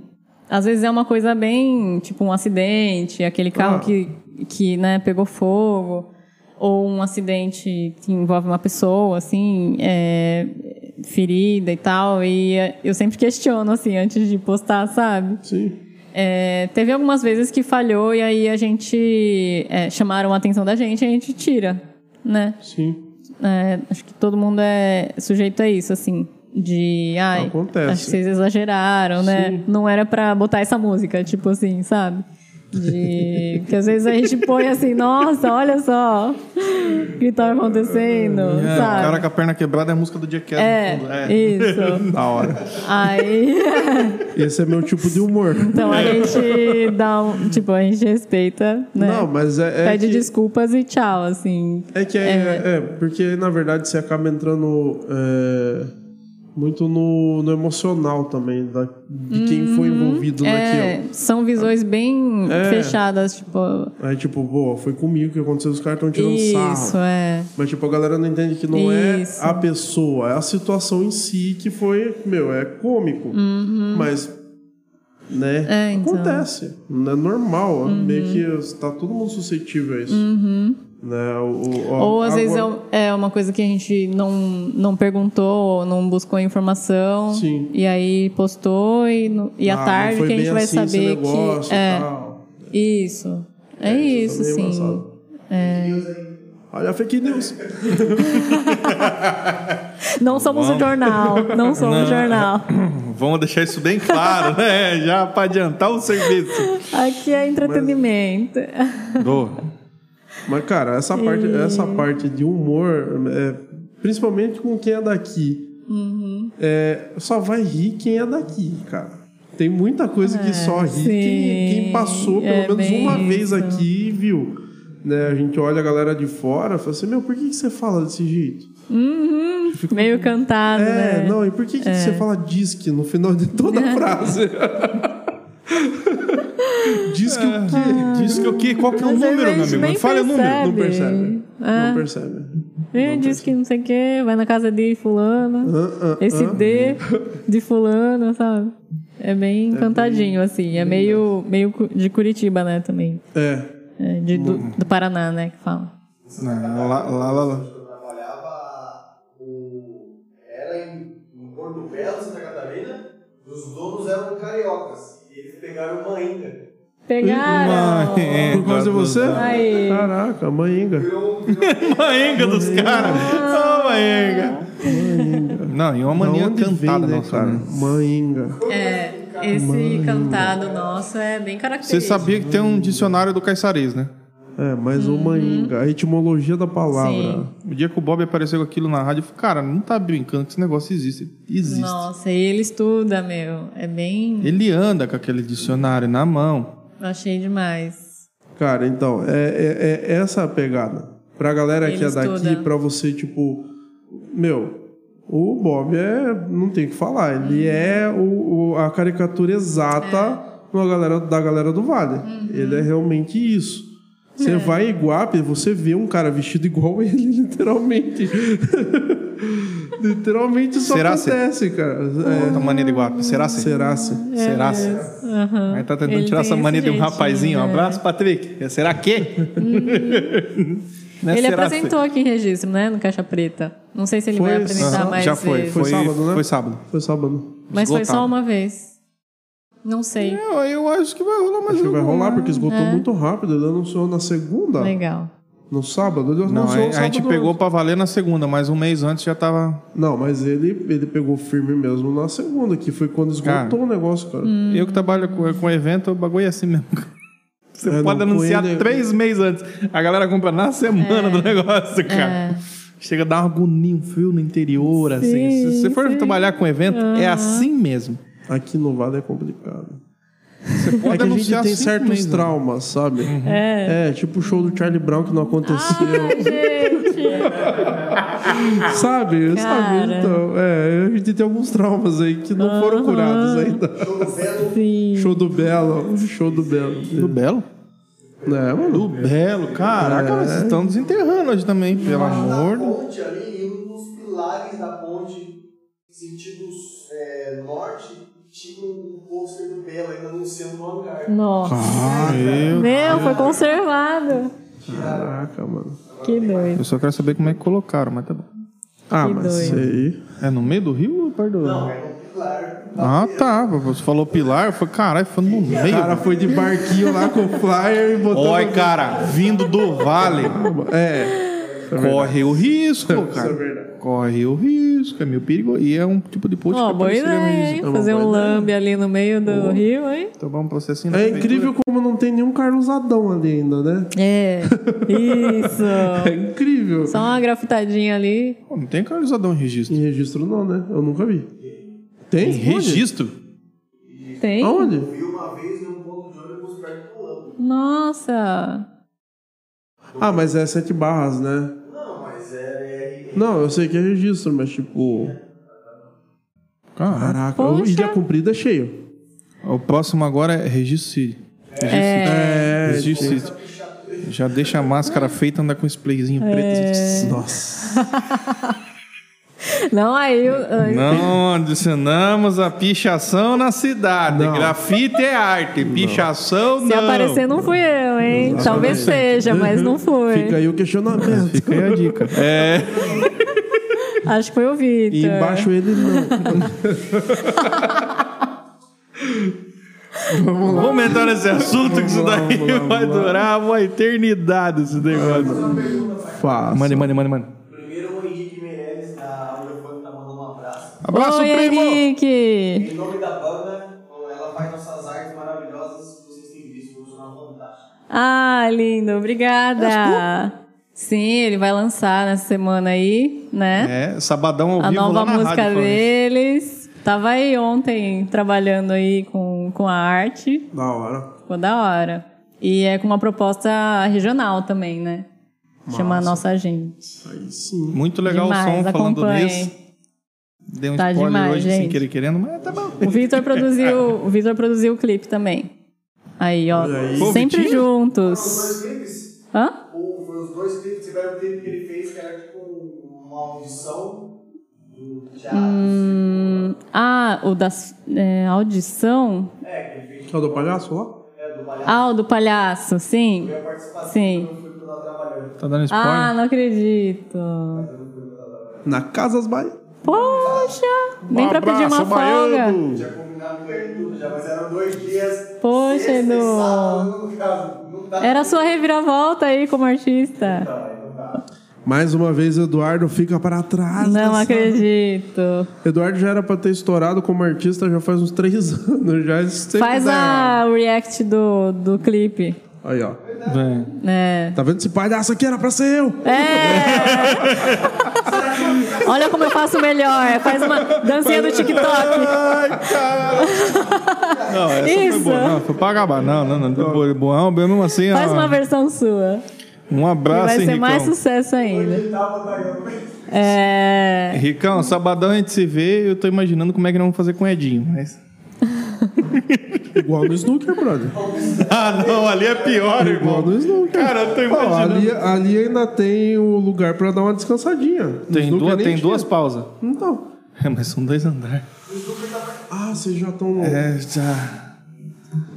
às vezes é uma coisa bem, tipo um acidente, aquele carro Ah. que, que né, pegou fogo, ou um acidente que envolve uma pessoa, assim, é, ferida e tal. E é, eu sempre questiono, assim, antes de postar, sabe? Sim. É, teve algumas vezes que falhou e aí a gente é, chamaram a atenção da gente e a gente tira, né? Sim. É, acho que todo mundo é sujeito a isso, assim. De, ai, Acontece. acho que vocês exageraram, né? Não era pra botar essa música, tipo assim, sabe? De... que às vezes a gente põe assim, nossa, olha só o que tá acontecendo, É, sabe? o cara com a perna quebrada é a música do Jackass É, no fundo. É. isso. Da hora. Aí, *laughs* Esse é meu tipo de humor. então a gente dá um, tipo, a gente respeita, né? *laughs* Não, mas é. é Pede que- desculpas e tchau, assim. É que é, é, porque na verdade você acaba entrando é, muito no, no emocional também da, de quem foi envolvido É, naquilo. são visões bem É. fechadas, tipo. Aí, tipo, pô, foi comigo que aconteceu, os caras estão tirando Isso, um sarro. é. Mas, tipo, a galera não entende que não Isso. é a pessoa, é a situação em si que foi, meu, é cômico. Mas, né, Uhum. É, então. Uhum. acontece. Não é normal. Meio que tá todo mundo suscetível a isso. Né, o- o- a- Ou às vezes é agora- um- é uma coisa que a gente não, não perguntou, ou não buscou informação. Sim. E aí postou, e, no- e Ah, à não tarde foi que a gente bem vai assim esse saber negócio que. e É, tal. isso. É, isso, também é sim. É. embaçado. Olha a fake news. Não somos um jornal. Não somos um jornal. Vamos deixar isso bem claro, né? Já para adiantar o serviço. Aqui é entretenimento. Do. Mas, cara, essa parte, essa parte de humor, é, principalmente com quem é daqui, Uhum. é, só vai rir quem é daqui, cara. Tem muita coisa que só ri quem, É, sim. quem passou pelo É menos bem uma vez isso. aqui e viu. Né, a gente olha a galera de fora e fala assim: Meu, por que, que você fala desse jeito? Uhum, Meio cantado, É, né? não, e por que, que você fala disque no final de toda *laughs* a frase? disque o quê? é Diz que o quê? Qual que é o Mas a número, meu gente amigo? nem Me fala o número. Não Ah, Sabe. percebe. Ah. Não percebe. Ele diz que não sei o quê, vai na casa de fulano. Ah, ah, Esse ah. D de fulano, sabe? É bem cantadinho, assim. É meio, meio cu- de Curitiba, né, também. É. É, de, do, do Paraná, né, que fala. Não, lá, lá, lá, lá. Eu trabalhava o... era em, em Porto Belo, Santa Catarina, e os donos eram cariocas. E eles pegaram uma ainda. Pegaram! É, Por causa de você? Aí. Caraca, manhinga. *laughs* Virou, virou Maenga dos caras. Ô, Maenga. Não, e uma mania cantada nossa, né? Manhinga. É, esse cantado nosso é bem Você característico. sabia que tem um dicionário do Caisarês, né? É, mas o manhinga. A etimologia da palavra. Uhum. Sim. O dia que o Bob apareceu com aquilo na rádio, eu falei, cara, não tá brincando que esse negócio existe. Existe. Nossa, e ele estuda, meu. É bem. Ele anda com aquele dicionário na mão. Eu achei demais. Cara, então, é, é- é essa a pegada. Pra galera Ele que é daqui, estuda. pra você, tipo, meu, o Bob é. Não tem o que falar. Ele é o, o- a caricatura exata da galera, da galera do Vale. Ele é realmente isso. Você vai em Iguape, você vê um cara vestido igual *laughs* ele, literalmente. *laughs* literalmente isso Será se- acontece, cara. Outra É, mania de guapo. Será assim? será se? Será assim? Aham. Aí tá tentando Ele tirar tem essa esse mania de um jeitinho, rapazinho. Um né? abraço, Patrick. É, Será que? Não é Ele será apresentou né, aqui em registro, né? No Caixa Preta. Não sei se ele Foi vai esse? apresentar Aham, mais Já foi. vezes. Foi, sábado, né? Foi sábado. Foi sábado. Mas foi só Esgotado. uma vez. Não sei. Eu, eu acho que vai rolar mais Acho que um. vai rolar, né? porque esgotou muito rápido. Ele anunciou na segunda. Legal. No sábado? Ele Não, anunciou a, no a sábado gente pegou pra valer na segunda, mas um mês antes já tava. Não, mas ele, ele pegou firme mesmo na segunda, que foi quando esgotou Cara. o negócio, cara. Hum. Eu que trabalho com, com evento, o bagulho é assim mesmo. *laughs* Você É, pode não, com anunciar ele- três meses antes. A galera compra na semana do negócio, cara. Chega a dar uma agonia, um frio no interior, assim. Se você for trabalhar com evento, é assim mesmo. Aqui no Vale é complicado. Você É pode que a gente anunciar tem cinco certos meses. né? Uhum. traumas, sabe? É. tipo o show do Charlie Brown que não aconteceu. Ah, sabe? *laughs* Sabe? Cara. Então, é, a gente tem alguns traumas aí que não foram curados ainda. show do Belo. Show do Belo, show do Belo. Do Belo? É. É, mano. Do Belo, caraca, mas vocês estão desenterrando hoje também, pelo amor Na de ponte ali, e nos pilares da ponte, sentido é, norte, tinha um pôster do Belo ainda anunciando no hangar. Nossa. Ah, Ah, Deus. Meu, foi conservado. Caraca, mano. Que doido. Eu só quero saber como é que colocaram, mas tá bom. Ah, Que mas isso doido. aí. É no meio do rio ou perto do... Não, é um pilar. Ah, tá. Você falou pilar, eu falei, caralho, foi no O meio. cara foi de barquinho lá com o flyer e botou. Oi, cara, vindo do vale, É. corre o Isso risco, é cara. verdade. Corre o risco, é meio perigoso. E é um tipo de post Ó, que é boa parecido ideia, mesmo. hein? É uma Fazer um boa lambe ali no meio do rio, hein? Então vamos processar É incrível como não tem nenhum Carlos Adão ali ainda, né? *laughs* É. É Isso. incrível. Só uma grafitadinha ali. Pô, não tem canalizadão em registro. Em registro não, né? Eu nunca vi. Tem? Em Onde? registro? Tem? Aonde? Vi uma vez num ponto de ônibus perto do Lambo. Nossa. Ah, mas é sete barras, né? Não, mas é. é- Não, eu sei que é registro, mas tipo. Cara, Caraca, Poxa. o Ilha Comprida é cheio. o próximo agora é registro city. É. Registro city. Já deixa a máscara feita, anda com esse playzinho É. preto. Nossa. Não, aí. eu- Não adicionamos a pichação na cidade. Grafite é arte, pichação não. Se aparecer, não fui eu, hein? Talvez seja, mas não foi. Fica aí o questionamento. Fica aí a dica. É. Acho que foi o E Vitor. embaixo ele não. Vamos entrar nesse assunto que isso Vamos lá, daí vamos lá, vamos vai lá. durar uma eternidade esse negócio. Faça. Mande, mande, mande, mande. Primeiro o Henrique Meirelles da Audiofone tá mandando um abraço. Abraço, Oi, primo! Henrique! Em nome da banda, ela faz nossas artes maravilhosas que vocês têm visto no nosso Ah, lindo, obrigada. Sim, ele vai lançar nessa semana aí, né? É, sabadão ao a vivo nova lá na música rádio. falando isso. deles. Tava aí ontem trabalhando aí com, com a arte. Da hora. Ficou da hora. E é com uma proposta regional também, né? Chama a nossa gente. Aí sim. Muito legal o som Demais, falando acompanhem. nisso. Dei um Tá spoiler demais, hoje sem gente. querer querendo, mas tá bom. *laughs* O Vitor produziu, o Vitor produziu o clipe também. Aí, ó. Olha aí. Pô, Sempre Vitinho? juntos. Os dois clipes, Hã? ou foi os dois clipes, tiveram um clipe que ele fez que era tipo uma audição do teatro. Hum. assim, Ah, o da audição? É, que ele fez É o do palhaço lá? é, do palhaço. Ah, o do palhaço, sim. Eu participava Sim. quando eu fui lá trabalhando. Tá dando spoiler. Ah, não acredito. Na Casas Bahia. Poxa, Um nem pra pedir uma folga. baiano. Tinha combinado com ele tudo né? já, mas eram dois dias. Poxa, sexta e Edu. sábado, no caso, Não dá Era a sua reviravolta aí como artista. Mais uma vez, Eduardo fica para trás. Não dessa- acredito. Eduardo já era pra ter estourado como artista já faz uns três *laughs* anos. Já sempre Faz dá errado. a react do, do clipe. Aí, ó. Vem. É. Tá vendo esse palhaço aqui? Era pra ser eu. É! Olha como eu faço melhor. Faz uma dancinha do TikTok. Ai, cara. Não, essa foi Isso. boa. Não, foi pra acabar. Não, não, não. Foi boa, boa, mas mesmo assim, Faz ó, uma versão sua. um E abraço, vai ser Henricão. mais um sucesso ainda. Tava pagando. É. Ricão, sabadão a gente se vê. Eu tô imaginando como é que nós vamos fazer com o Edinho. Mas... Igual no snooker, brother. *laughs* Ah, não, ali é pior, Igual no snooker. Cara, eu tô Ó, imaginando. ali, ali ainda tem o lugar pra dar uma descansadinha. No Tem, snooker duas, nem tem tinha. duas pausas. *laughs* Então. É, mas são dois andares. Ah, vocês já estão... É, já,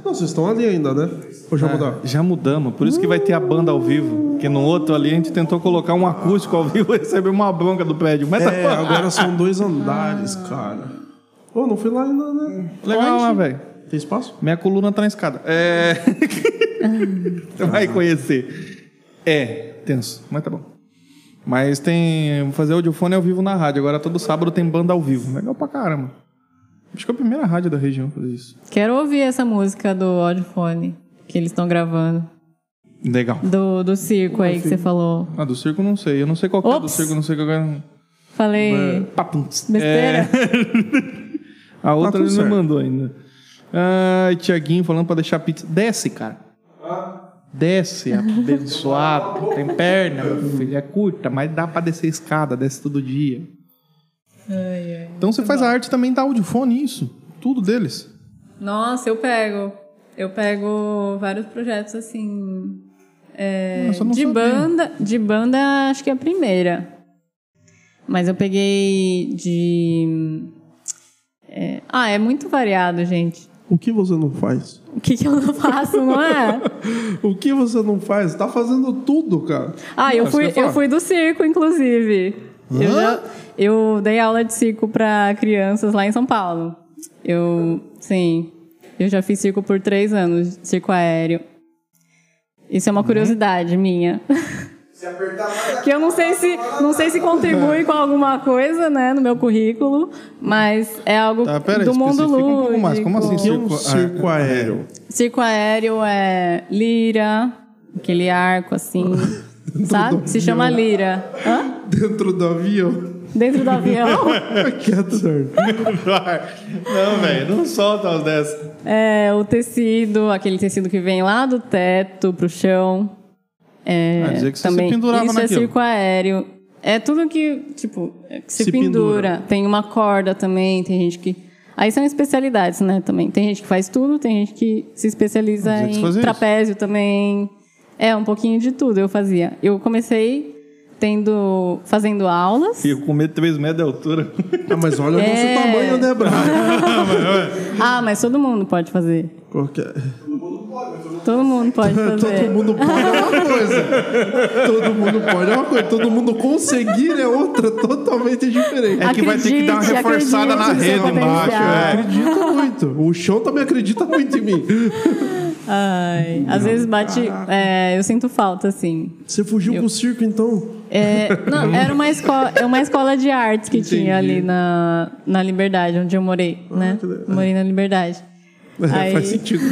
Não, vocês estão ali ainda, né? Ou já mudar? já mudamos. Por isso que vai ter a banda ao vivo. Porque no outro ali a gente tentou colocar um acústico ao vivo *laughs* e recebeu uma bronca do prédio. Mas É, tá bom. agora *laughs* são dois andares, cara. Ô, não fui lá ainda, né? Legal lá, Onde? velho. Tem espaço? Minha coluna tá na escada. *laughs* É. vai conhecer. É, tenso, mas tá bom. Mas tem. Vou fazer audiofone ao vivo na rádio. Agora todo sábado tem banda ao vivo. Legal pra caramba. Acho que é a primeira rádio da região a fazer isso. Quero ouvir essa música do Audiofone que eles estão gravando. Legal. Do, do circo aí que você falou. Ah, do circo não sei. Eu não sei qual que é do Ops. circo, não sei qual que é. Falei Papum. besteira? é. A outra tudo ele não certo. mandou ainda. Ai, Tiaguinho falando pra deixar pizza. Desce, cara. Desce, abençoado. Tem perna, meu filho. É curta, mas dá pra descer escada, desce todo dia. então você faz a arte também da audiofone, isso. Tudo deles. *laughs* Nossa, eu pego. Eu pego vários projetos assim. é, Nossa, eu não de sabia. banda, de banda acho que é a primeira. Mas eu peguei de. é, ah, é muito variado, gente. O que você não faz? O que, que eu não faço, não é? O que você não faz? Tá fazendo tudo, cara. Ah, eu Nossa, eu fui, ia falar. eu fui do circo, inclusive. Eu, já- eu dei aula de circo para crianças lá em São Paulo. Eu, sim, eu já fiz circo por três anos, circo aéreo. Isso é Uhum. uma curiosidade minha, Se apertar mais *laughs* a que eu não sei se não sei se contribui com alguma coisa, né, no meu currículo, mas é algo Tá, pera aí, do mundo especifica lúdico. um pouco mais. Como assim, Que é um Circo- circo ah, aéreo. Circo aéreo é lira, aquele arco assim, sabe? Se chama lira. Hã? Dentro do avião. Dentro do avião? Quieto, Eduardo. *laughs* não, velho, não solta as dessas. É, o tecido, aquele tecido que vem lá do teto pro chão. É, Ah, dizer que você também. se pendurava Isso naquilo. é circo aéreo. É tudo que, tipo, é que se, Se pendura. pendura. Tem uma corda também, tem gente que... Aí são especialidades, né, também. Tem gente que faz tudo, tem gente que se especializa Mas é que você em fazia isso? trapézio também. É, um pouquinho de tudo eu fazia. Eu comecei tendo... fazendo aulas. E eu comer 3 metros de altura. Ah, mas olha o nosso É. tamanho, né, Brian? Ah, mas todo mundo pode fazer. Qualquer- Todo mundo *laughs* Tá pode fazer. Todo mundo pode é uma coisa. Todo mundo pode é uma coisa. Todo mundo conseguir é outra totalmente diferente. É que vai ter que dar uma Acredite, reforçada na acredite no rede seu embaixo, potencial. é. Acredito muito. *laughs* O chão também acredita muito em mim. Ai, às vezes bate. é, eu sinto falta, assim. Você fugiu com o circo, então? É, não, era uma escola, é uma escola de artes que Entendi. Ah, tinha ali na, na Liberdade, onde eu morei, né? que legal. Morei na Liberdade. Aí- É, Faz sentido.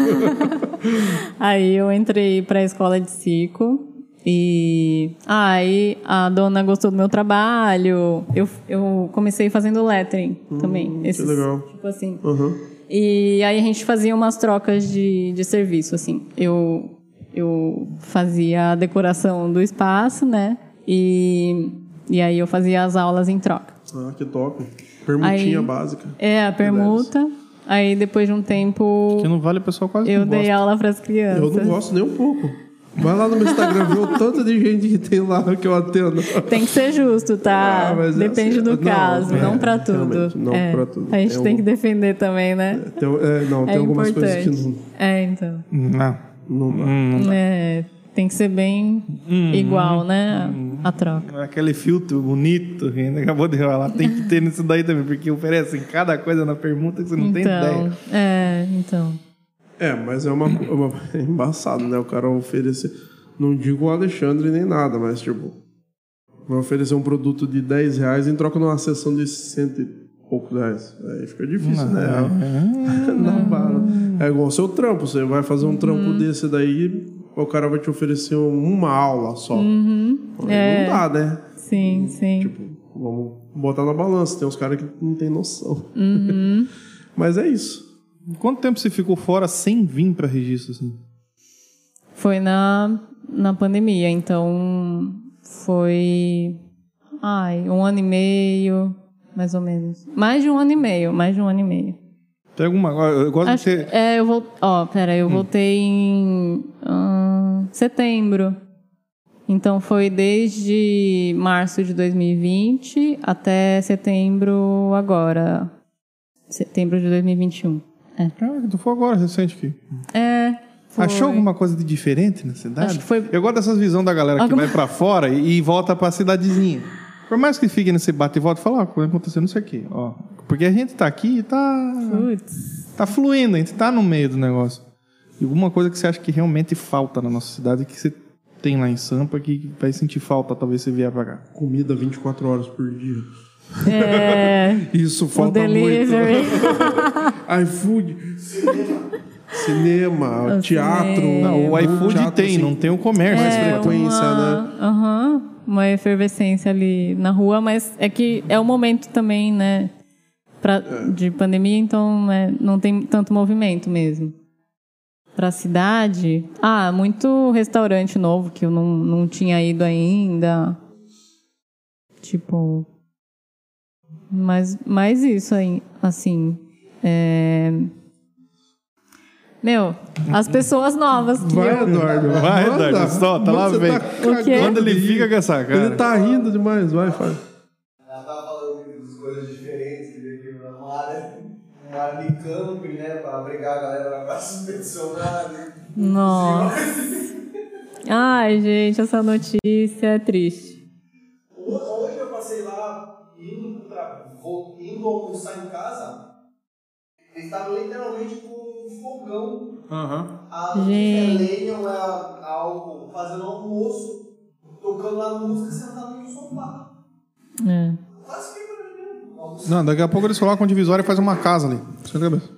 Aí eu entrei para a escola de circo e aí a dona gostou do meu trabalho. Eu, eu comecei fazendo lettering também. Esses, Hum, legal. Tipo assim. Uhum. E aí a gente fazia umas trocas de, de serviço, assim. Eu, eu fazia a decoração do espaço, né? E, e aí eu fazia as aulas em troca. Ah, que top. Permutinha Aí- básica. É, a permuta. Aí depois de um tempo Que não vale, o pessoal quase eu não dei gosta. aula para as crianças. Eu não gosto nem um pouco. Vai lá no meu Instagram ver o tanto de gente que tem lá que eu atendo. *laughs* Tem que ser justo, tá? Ah, mas Depende assim, do não, caso, é, não pra tudo. realmente, não É, pra tudo. A gente É tem um- que defender também, né? Tem, é, não, É, tem algumas importante. coisas que É, então. Não. não, não dá. É, tem que ser bem igual, né? A troca. É Aquele filtro bonito que ainda acabou de falar, tem que ter nisso daí também, porque oferecem cada coisa na pergunta que você não tem ideia. Então, é, então. É, mas é uma, uma- *laughs* é embaçado, né? O cara oferecer. Não digo o Alexandre nem nada, mas tipo. Vai oferecer um produto de 10 reais em troca de uma sessão de cento e poucos reais. Aí fica difícil, né? Não bala. É igual o seu trampo. Você vai fazer um trampo Uhum. desse daí, o cara vai te oferecer uma aula só. Aí É. Não dá, né? Sim, sim. Tipo, vamos botar na balança. Tem uns caras que não tem noção. mas é isso. Quanto tempo você ficou fora sem vir pra registro, assim? Foi na, na pandemia, então foi. Ai, um ano e meio, mais ou menos. Mais de um ano e meio, mais de um ano e meio. Pega uma. Eu gosto Acho, de ter. É, eu vou. Ó, pera, eu voltei em ahn, setembro. Então foi desde março de 2020 até setembro agora. Setembro de 2021. Caraca, Ah, tu foi agora, recente aqui. É. foi. Achou né? alguma coisa de diferente na cidade? Acho que foi- Eu gosto dessas visões da galera Alguma- que vai pra fora e, e volta pra cidadezinha. Por mais que fique nesse bate e volta, fala, ó, ah, acontecendo isso aqui, ó. Porque a gente tá aqui e tá. Putz. Tá fluindo, a gente tá no meio do negócio. E alguma coisa que você acha que realmente falta na nossa cidade que você tem lá em Sampa que vai sentir falta talvez você vier pra cá. Comida 24 horas por dia. É. Isso o falta muito. delivery. iFood. Cinema, *laughs* teatro. Não, É, o iFood teatro, tem, assim, não tem o comércio. Mais É, frequência, né? uma, aham, uma efervescência ali na rua, mas é que é o momento também, né? pra- É. De pandemia, então né, não tem tanto movimento mesmo. Pra cidade, ah, muito restaurante novo que eu não, não tinha ido ainda. Tipo. Mas, mas isso aí, assim. é, Meu, as pessoas novas que Vai, eu Eduardo. Vai, manda. Eduardo, solta, lá Manda, você tá vem. O quê? Quando ele fica com essa cara. Ele tá rindo demais, vai, Fábio. Ela tava falando de coisas diferentes, que veio pra uma área, uma área de campo, Um né? Pra brigar a galera pra subvencionar. Nossa. Ai, gente, essa notícia é triste. Hoje eu passei lá, indo, pra, vou, indo almoçar em casa, eles estavam literalmente com um fogão A Gente. Lennon é algo fazendo almoço, tocando lá música, sentado no sofá. É. Quase que pra mim. Almoço. Não, daqui a pouco eles colocam divisória e fazem uma casa ali. Senta a cabeça.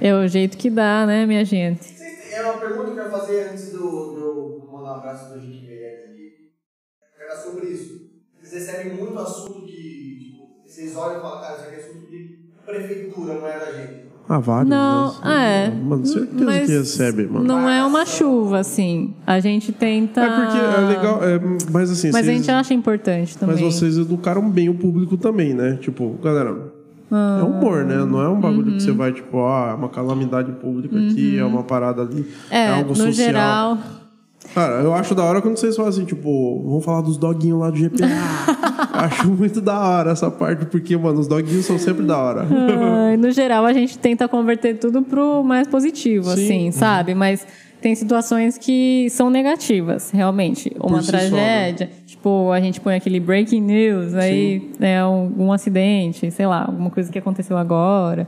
É o jeito que dá, né, minha gente? Vocês têm- É uma pergunta que eu ia fazer antes do, do mandar um abraço pra gente ver aqui. Era sobre isso. Vocês recebem muito assunto de. Tipo, vocês olham e falam, cara, isso aqui é assunto de prefeitura, não é da gente. Ah, vários. Não, né? é. Mano, certeza Mas que recebe, mano. Não é uma chuva, assim. A gente tenta. É porque é legal, é, mas assim... tá. Mas a vocês- gente acha importante também. Mas vocês educaram bem o público também, né? Tipo, galera, Ah. é humor, né? Não é um bagulho que você Uhum. vai, tipo, ah, é uma calamidade pública aqui, é uma parada ali, é, É, algo no social. geral. Cara, eu acho da hora quando vocês falam assim, tipo, vamos falar dos doguinhos lá do GPA. *laughs* acho muito da hora essa parte, porque, mano, os doguinhos são sempre da hora. Ai, no geral, a gente tenta converter tudo pro mais positivo, assim, sabe? Mas tem situações que são negativas, realmente. Uma si só, né? tragédia. Tipo, a gente põe aquele breaking news, aí é um, um acidente, sei lá, alguma coisa que aconteceu agora.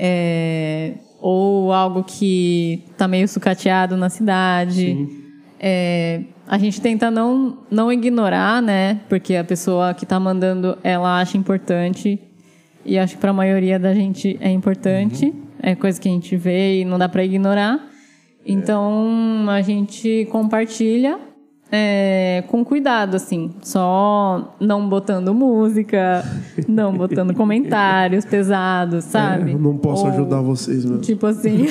É, ou algo que tá meio sucateado na cidade. É, a gente tenta não, não ignorar, né? Porque a pessoa que tá Uhum. mandando, ela acha importante. E acho que para a maioria da gente é importante. é coisa que a gente vê e não dá para ignorar. É. Então a gente compartilha é, com cuidado, assim, só não *laughs* botando música, não botando comentários pesados, sabe? Eu É, não posso Ou, ajudar vocês, meu. *laughs* Tipo assim.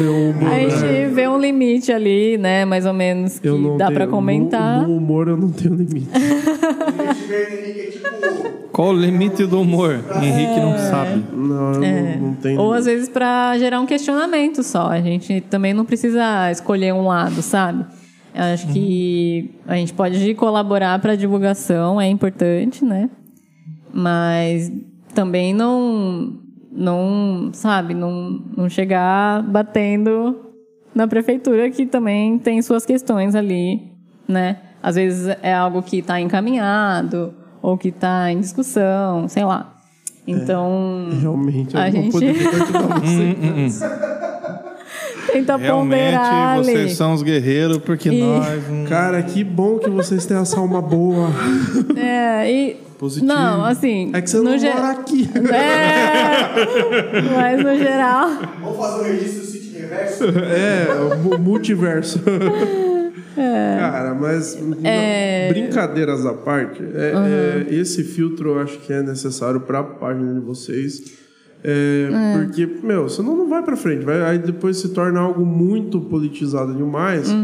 Meu humor. A gente vê um limite ali, né? Mais ou menos que né? Eu não dá tenho- pra comentar. É. No, no humor eu não tenho limite. O Steven Henrique é tipo. Qual o limite do humor? Henrique não sabe. Não, eu É. não, não tenho Ou limite. às vezes pra gerar um questionamento só. A gente também não precisa escolher um lado, sabe? Eu acho que a gente pode colaborar pra divulgação, é importante, né? Mas também não, não sabe, não, não chegar batendo na prefeitura que também tem suas questões ali, né? Às vezes é algo que está encaminhado ou que está em discussão, sei lá. Então, Realmente, eu A não gente- poderia ajudar vocês. Tenta ponderar Realmente, ali. vocês são os guerreiros, porque E- nós. hum, Cara, que bom que vocês têm essa alma boa. É, e... Positivo. Não, assim... É que você não no ge- mora aqui. É, mas no geral... Vamos fazer um registro do sítio reverso? *laughs* É, o mu- multiverso. Cara, mas não, brincadeiras à parte, é- é, esse filtro eu acho que é necessário para a página de vocês. É, Porque, meu, senão não vai para frente. Vai, aí depois se torna algo muito politizado demais.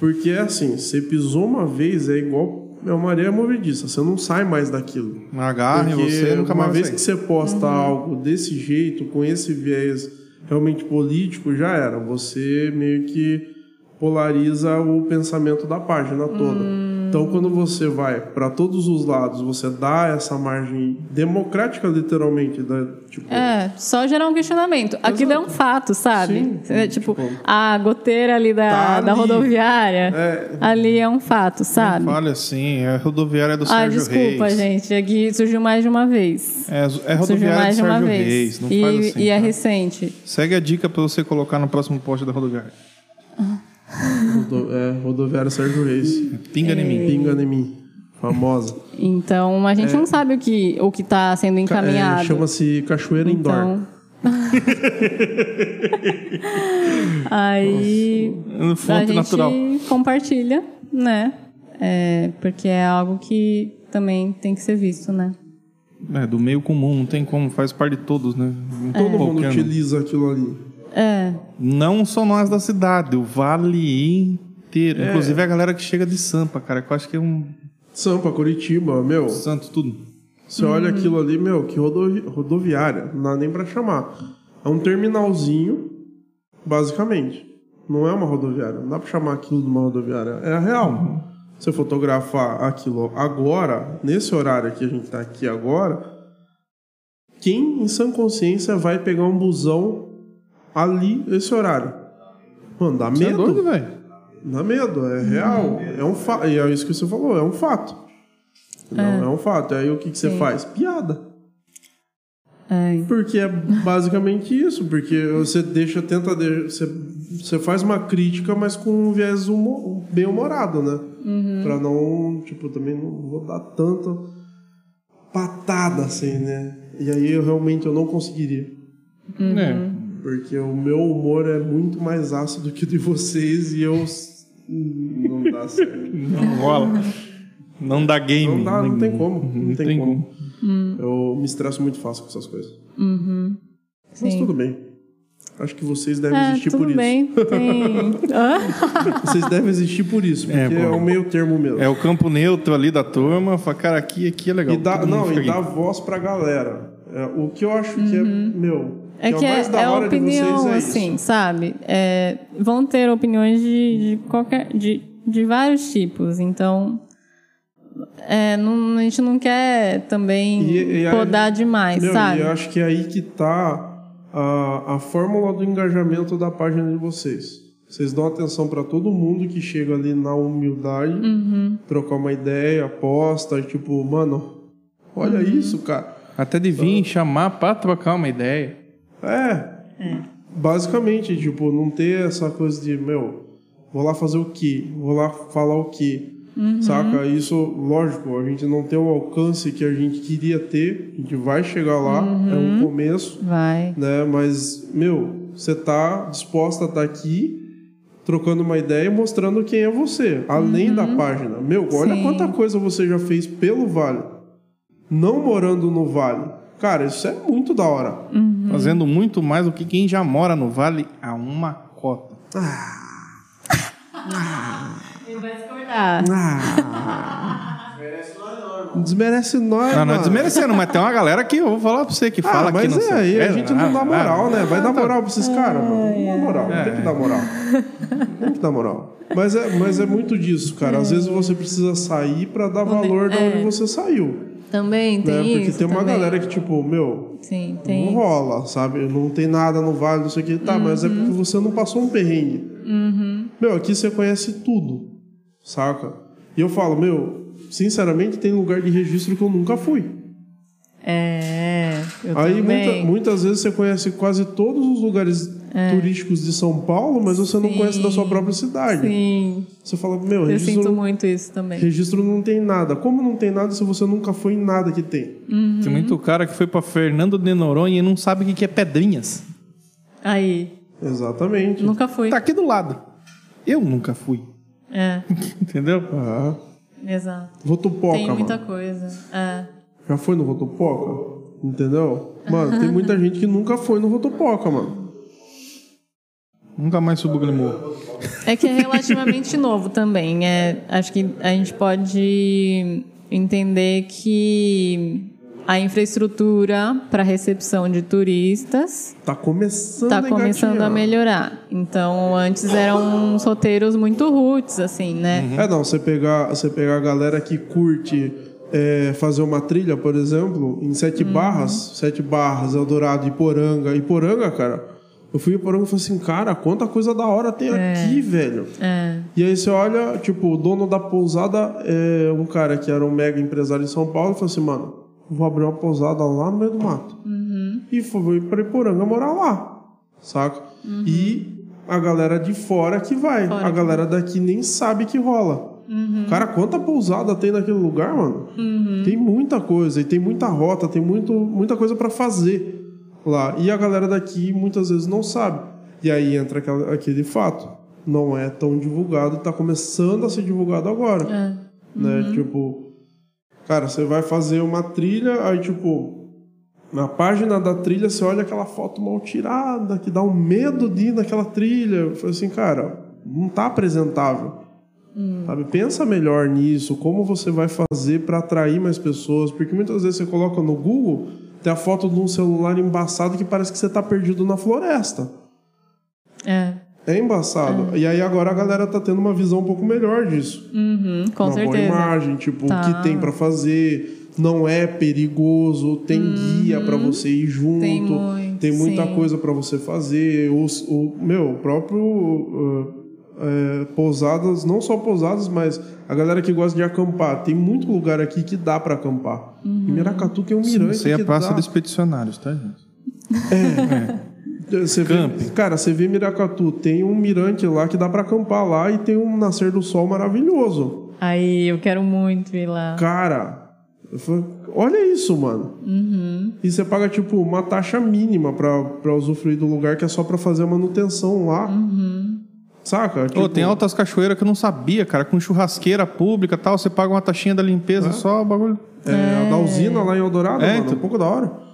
Porque é assim, você pisou uma vez, é igual é uma areia movediça, você não sai mais daquilo. Agarra em Porque você, nunca uma mais vez sai. que você posta Uhum. algo desse jeito, com esse viés realmente político, já era. Você meio que polariza o pensamento da página toda. Hum. Então, quando você vai para todos os lados, você dá essa margem democrática, literalmente, da, tipo, É, só gerar um questionamento. Aquilo é um fato, sabe? Sim, É, tipo, tipo, a goteira ali da, tá ali. da rodoviária, É. ali é um fato, sabe? Olha assim, é rodoviária do Ah, Sérgio desculpa, Reis. gente. Aqui surgiu mais de uma vez. É, é Surgiu rodoviária do mais de uma Sérgio vez. Reis. Não e faz assim. e é tá? recente. Segue a dica pra você colocar no próximo poste da rodoviária. rodo- é, rodoviária Sérgio Reis. Pinga em mim. Pinga em mim. *laughs* Famosa. Então a gente não sabe o que o que está sendo encaminhado. É, Chama-se Cachoeira Indoor. *laughs* então... Aí No a é fonte gente natural. compartilha, né? É, porque é algo que também tem que ser visto, né? É, do meio comum, não tem como, faz parte de todos, né? Todo mundo Qualquer um. utiliza aquilo ali. É, Não só nós da cidade, o vale inteiro. É. Inclusive a galera que chega de Sampa, cara, que eu acho que é um Sampa, Curitiba, meu. santo tudo. Você olha Uhum. aquilo ali, meu, que rodovi- rodoviária, não dá nem pra chamar. É um terminalzinho, basicamente. Não é uma rodoviária, não dá pra chamar aquilo de uma rodoviária. É a Uhum. real. Você fotografar aquilo agora, nesse horário que a gente tá aqui agora, quem em sã consciência vai pegar um busão ali, esse horário? Mano, dá Você é doido, medo. velho? Dá medo, é real. É um fa... E é isso que você falou, é um fato. Não, é um fato. Aí o que, que você faz? Piada. é, Porque é basicamente isso, porque você deixa, tenta, de- você, você faz uma crítica, mas com um viés humo- bem humorado, né? Pra não, tipo, também não vou dar tanta patada assim, né? E aí eu realmente eu não conseguiria, Uhum. É. porque o meu humor é muito mais ácido que o de vocês e eu s- não dá certo. Não rola. Não dá game. Não dá, não tem como, não tem como. Hum, como. Hum. Eu me estresso muito fácil com essas coisas. Mas Sim. tudo bem. Acho que vocês devem é existir por tudo isso. bem. Tem... Hã? *laughs* Vocês devem existir por isso, porque É, é, bom. o meio termo mesmo. É o campo neutro ali da turma. Fala, cara, aqui, aqui é legal. e dá, todo mundo não, fica e dá aqui. voz pra galera. É, o que eu acho que é, meu, É o que é, mais da é hora de opinião, vocês é assim, sabe? É, vão ter opiniões de, de qualquer. De, de vários tipos. Então. é, não- a gente não quer também E- e aí- podar isso. demais, Meu, sabe? E eu acho que é aí que tá a, a fórmula do engajamento da página de vocês. Vocês dão atenção pra todo mundo que chega ali na humildade, trocar uma ideia, aposta, e tipo, mano, olha isso, cara. Até de vir chamar pra trocar uma ideia. É. Basicamente, tipo, não ter essa coisa de, meu, vou lá fazer o quê? Vou lá falar o quê? Saca? Isso, lógico, a gente não tem o alcance que a gente queria ter, a gente vai chegar lá, é um começo, Vai. né? Mas, meu, você tá disposta a estar aqui trocando uma ideia e mostrando quem é você, além da página. Meu, olha Sim. quanta coisa você já fez pelo Vale, não morando no Vale. Cara, isso é muito da hora. Fazendo muito mais do que quem já mora no Vale a uma cota. Ah, Ele vai discordar. Desmerece nós, Não, não é mano. desmerecendo, mas tem uma galera que eu vou falar pra você que fala ah, que mas não é, sei o aí quê. a gente não dá Ah, moral, né? Vai dar moral pra esses caras, mano. Não dá moral, É. tem que dar moral. Tem que dar moral. Mas é, mas é muito disso, cara. Às vezes você precisa sair pra dar valor de onde você saiu. Também tem né? Porque isso. tem uma também. galera Uhum. que, tipo, meu, Sim, não tem. rola, sabe? Não tem nada no vale, não sei o que. Tá, mas é Uhum. porque você não passou um perrengue. Meu, aqui você conhece tudo, saca? E eu falo, meu, sinceramente, tem lugar de registro que eu nunca fui. É, eu Aí muita- também. É. muitas vezes você conhece quase todos os lugares turísticos de São Paulo, mas você não Sim. conhece da sua própria cidade. Sim, Você fala, meu, eu sinto registro, muito isso também. registro não tem nada. Como não tem nada se você nunca foi em nada que tem? Tem muito cara que foi pra Fernando de Noronha e não sabe o que que é Pedrinhas. Aí, Exatamente. nunca fui. Tá aqui do lado. Eu nunca fui. *laughs* É, Entendeu? Ah, exato. Votupoca, tem muita mano. coisa. É. Já foi no Votupoca? Entendeu? Mano, *laughs* tem muita gente que nunca foi no Votupoca, mano. Nunca mais subo aquele morro. É que é relativamente *laughs* novo também. É, acho que a gente pode entender que a infraestrutura para recepção de turistas Tá começando tá a começando a engatinhar. melhorar. Então, antes eram uns roteiros muito roots, assim, né? É, não, você pegar, você pegar a galera que curte é, fazer uma trilha, por exemplo, em Sete Barras, Sete Barras, Eldorado, Iporanga. Iporanga, cara, eu fui em Iporanga e falei assim, cara, quanta coisa da hora tem aqui, velho. É. E aí você olha, tipo, o dono da pousada é um cara que era um mega empresário em São Paulo e falou assim, mano, vou abrir uma pousada lá no meio do mato. E foi pra Iporanga morar lá, saca? E a galera de Uhum. fora que vai. Uhum. a galera daqui nem sabe que rola. Cara, quanta pousada tem naquele lugar, mano? Tem muita coisa, e tem muita rota, tem muito, muita coisa pra fazer lá. E a galera daqui muitas vezes não sabe. E aí entra aquela- aquele fato. Não é tão divulgado, tá começando a ser divulgado agora. Né? Tipo, cara, você vai fazer uma trilha, aí tipo, na página da trilha você olha aquela foto mal tirada, que dá um medo de ir naquela trilha. Eu falei assim, cara, não tá apresentável. Sabe? Pensa melhor nisso, como você vai fazer para atrair mais pessoas, porque muitas vezes você coloca no Google tem a foto de um celular embaçado que parece que você tá perdido na floresta. É. É embaçado. E aí agora a galera tá tendo uma visão um pouco melhor disso. Uhum, com uma certeza. boa imagem, tipo, Tá. o que tem para fazer, não é perigoso, tem guia para você ir junto, Uhum. Tem muito, tem muita sim. coisa para você fazer. Os, o meu o próprio ah, é, pousadas, não só pousadas, mas a galera que gosta de acampar, tem muito lugar aqui que dá para acampar. Uhum. Em Miracatu tem um mirante Você é que a praça dá. dos peticionários, tá, gente? Você vê- Camping. cara, você vê Miracatu, tem um mirante lá que dá pra acampar lá e tem um nascer do sol maravilhoso. Aí, eu quero muito ir lá. Cara, eu falei, olha isso, mano. E você paga, tipo, uma taxa mínima pra, pra usufruir do lugar que é só pra fazer a manutenção lá. Saca? Ô, Tipo, tem altas cachoeiras que eu não sabia, cara. Com churrasqueira pública e tal, você paga uma taxinha da limpeza só, o bagulho. é, A da usina lá em Eldorado, É, mano, então. um pouco da hora.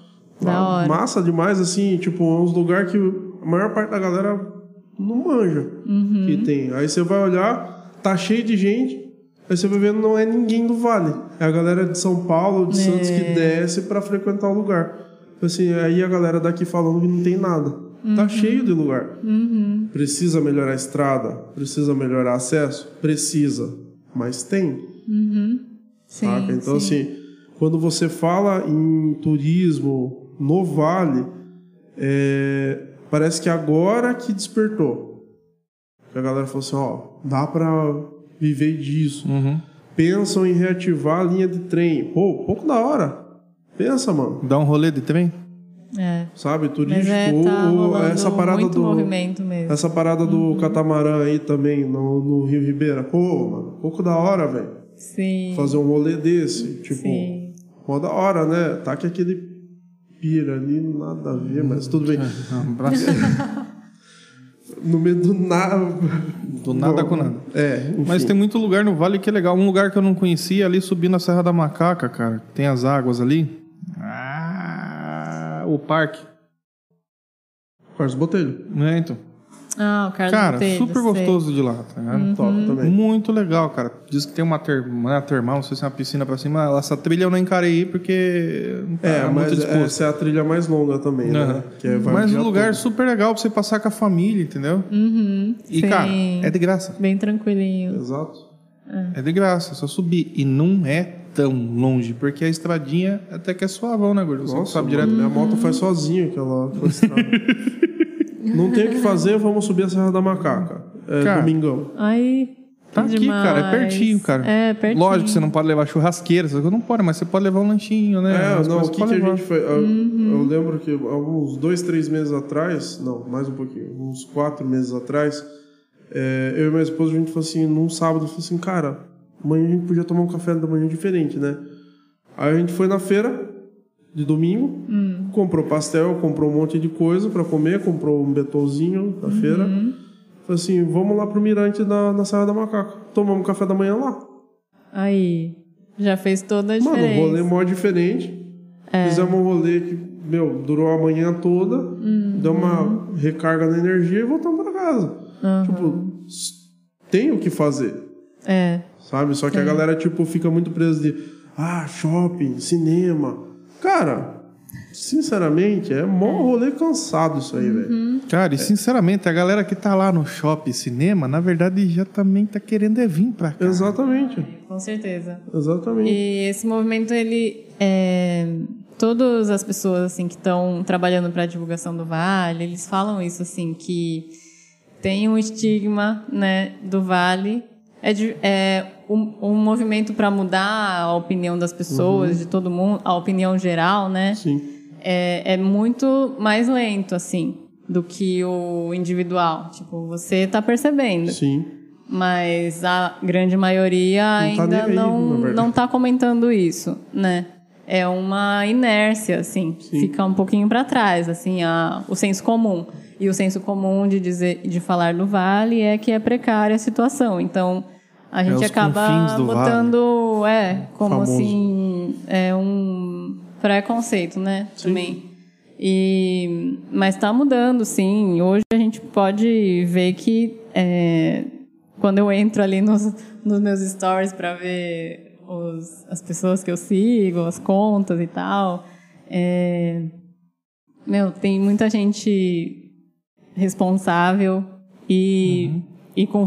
Da Ah, hora. Massa demais, assim, tipo, é uns lugar que a maior parte da galera não manja Uhum. que tem. Aí você vai olhar, tá cheio de gente, aí você vai vendo não é ninguém do Vale. É a galera de São Paulo, É. de Santos que desce pra frequentar o lugar. Assim, aí a galera daqui falando que não tem nada. Tá Uhum. cheio de lugar. Precisa melhorar a estrada, precisa melhorar acesso, precisa, mas tem. Sim, Saca? Então, sim. assim, quando você fala em turismo no Vale, é, parece que agora que despertou. Que a galera falou assim: ó, dá pra viver disso. Pensam em reativar a linha de trem. Pô, pouco da hora. Pensa, mano. Dá um rolê de trem. É. sabe? Mas Turístico. é, ou- tá ou rolando tipo, essa parada muito do. movimento Uhum. mesmo. Essa parada do catamarã aí também, no, no Rio Ribeira. Pô, mano, pouco da hora, velho. Sim. Fazer um rolê desse. Tipo, Sim. mó da hora, né? Tá que aquele pira ali, nada a ver, mas tudo bem. Um abraço. No meio do nada. Do nada com nada. É, enfim. *laughs* Mas tem muito lugar no vale que é legal. Um lugar que eu não conhecia é ali subindo a Serra da Macaca, cara. Tem as águas ali. Ah, o parque. Quartzo Botelho. Né, então? Ah, o Carlos Cara, Botelho, super sei. Uhum. gostoso de lá, tá ligado? Top também. Muito legal, cara. Diz que tem uma, ter... uma termal, não sei se é uma piscina pra cima. Essa trilha eu não encarei porque não tá É, muito mas disposto. essa é a trilha mais longa também, né? Aham. Que é vai o mas dia um lugar todo. super legal pra você passar com a família, entendeu? Uhum, E, sim. cara, é de graça. Bem tranquilinho. Exato. É de graça, é só subir. E não é tão longe, porque a estradinha até que é suavão, né, gordo? Você Nossa, sabe mano, direto. Minha moto faz sozinha aquela aquela *laughs* estrada. Não tem o que fazer, vamos subir a Serra da Macaca. É Cara, domingão. Aí. Tá aqui, cara, é pertinho, cara. É, pertinho. Lógico que você não pode levar churrasqueira, essas coisas não pode, mas você pode levar um lanchinho, né? É, As não, coisas o que, pode que a levar. gente foi. Eu, eu lembro que alguns dois, três meses atrás, não, mais um pouquinho, uns quatro meses atrás, é, eu e minha esposa, a gente falou assim, num sábado, falou assim, cara, amanhã a gente podia tomar um café da manhã diferente, né? Aí a gente foi na feira de domingo, comprou pastel, comprou um monte de coisa pra comer, comprou um betonzinho da feira. Falei assim, vamos lá pro Mirante na, na Serra da Macaca. Tomamos um café da manhã lá. Aí. Já fez toda a Mano, o diferença. rolê é mó diferente. Fizemos um rolê que, meu, durou a manhã toda, deu uma recarga na energia e voltamos pra casa. Tipo, s- tem o que fazer, É. sabe? Só que a galera, tipo, fica muito presa de, ah, shopping, cinema. Cara, sinceramente, é mó rolê cansado isso aí, velho. Cara, e sinceramente, a galera que tá lá no shopping cinema, na verdade, já também tá querendo é vir pra cá. Exatamente, Com certeza. exatamente. E esse movimento, ele. É... Todas as pessoas assim que estão trabalhando para a divulgação do Vale, eles falam isso assim que tem um estigma né do Vale é, de- é um, um movimento para mudar a opinião das pessoas de todo mundo a opinião geral né Sim, é, é muito mais lento, assim, do que o individual. Tipo, você tá percebendo. sim. Mas a grande maioria Não tá ainda nem aí, na não, verdade. não tá comentando isso, né? É uma inércia, assim. Fica um pouquinho para trás, assim, a, o senso comum. E o senso comum de dizer, de falar do Vale é que é precária a situação. Então, a gente É, os confins acaba do Vale. botando, é, como Famoso. assim, é um preconceito, né? Também. E, mas está mudando, sim. Hoje a gente pode ver que é, quando eu entro ali nos, nos meus stories para ver os, as pessoas que eu sigo, as contas e tal, é, meu, tem muita gente responsável e, e com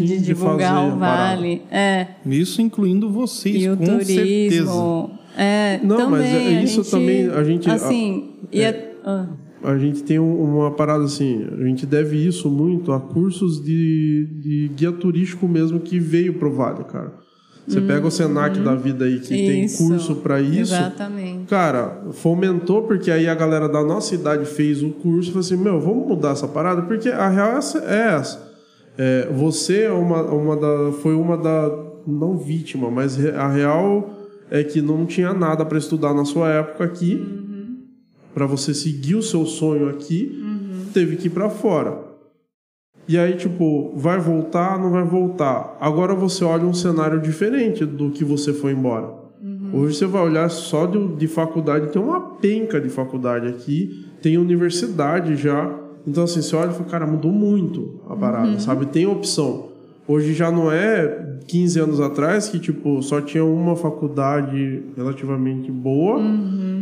Uhum. Sim, de de divulgar fazer a o Vale. É, Isso incluindo vocês, e o com turismo. certeza. É, Não, também, mas é- a isso gente, também, a gente- a- Assim, e é- ah. A gente tem um- uma parada assim, a gente deve isso muito a cursos de, de guia turístico mesmo que veio pro Vale, cara. Você pega o Senac da vida aí que Isso. tem curso pra isso. Exatamente. Cara, fomentou porque aí a galera da nossa idade fez o curso e falou assim: meu, vamos mudar essa parada, porque a real é essa. é essa. É, você é uma, uma da, foi uma da. Não vítima, mas re- a real é que não tinha nada pra estudar na sua época aqui. Pra você seguir o seu sonho aqui, teve que ir pra fora. E aí, tipo, vai voltar, não vai voltar. Agora você olha um cenário diferente do que você foi embora. Hoje você vai olhar só de, de faculdade, tem uma penca de faculdade aqui, tem universidade já. Então, assim, você olha e fala, cara, mudou muito a parada, sabe? Tem opção. Hoje já não é 15 anos atrás que, tipo, só tinha uma faculdade relativamente boa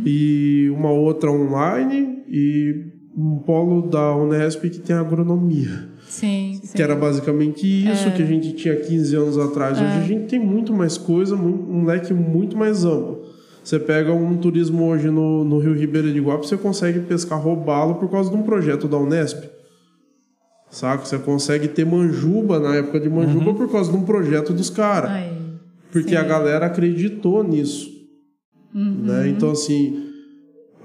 e uma outra online e um polo da Unesp que tem agronomia. Sim, sim. Que era basicamente isso que a gente tinha 15 anos atrás. Hoje a gente tem muito mais coisa, mu- um leque muito mais amplo. Você pega um turismo hoje no, no Rio Ribeira de Guapo, você consegue pescar robalo por causa de um projeto da Unesp. Saca? Você consegue ter manjuba na época de manjuba por causa de um projeto dos caras. Aí. Porque a galera acreditou nisso. Né? Então, assim,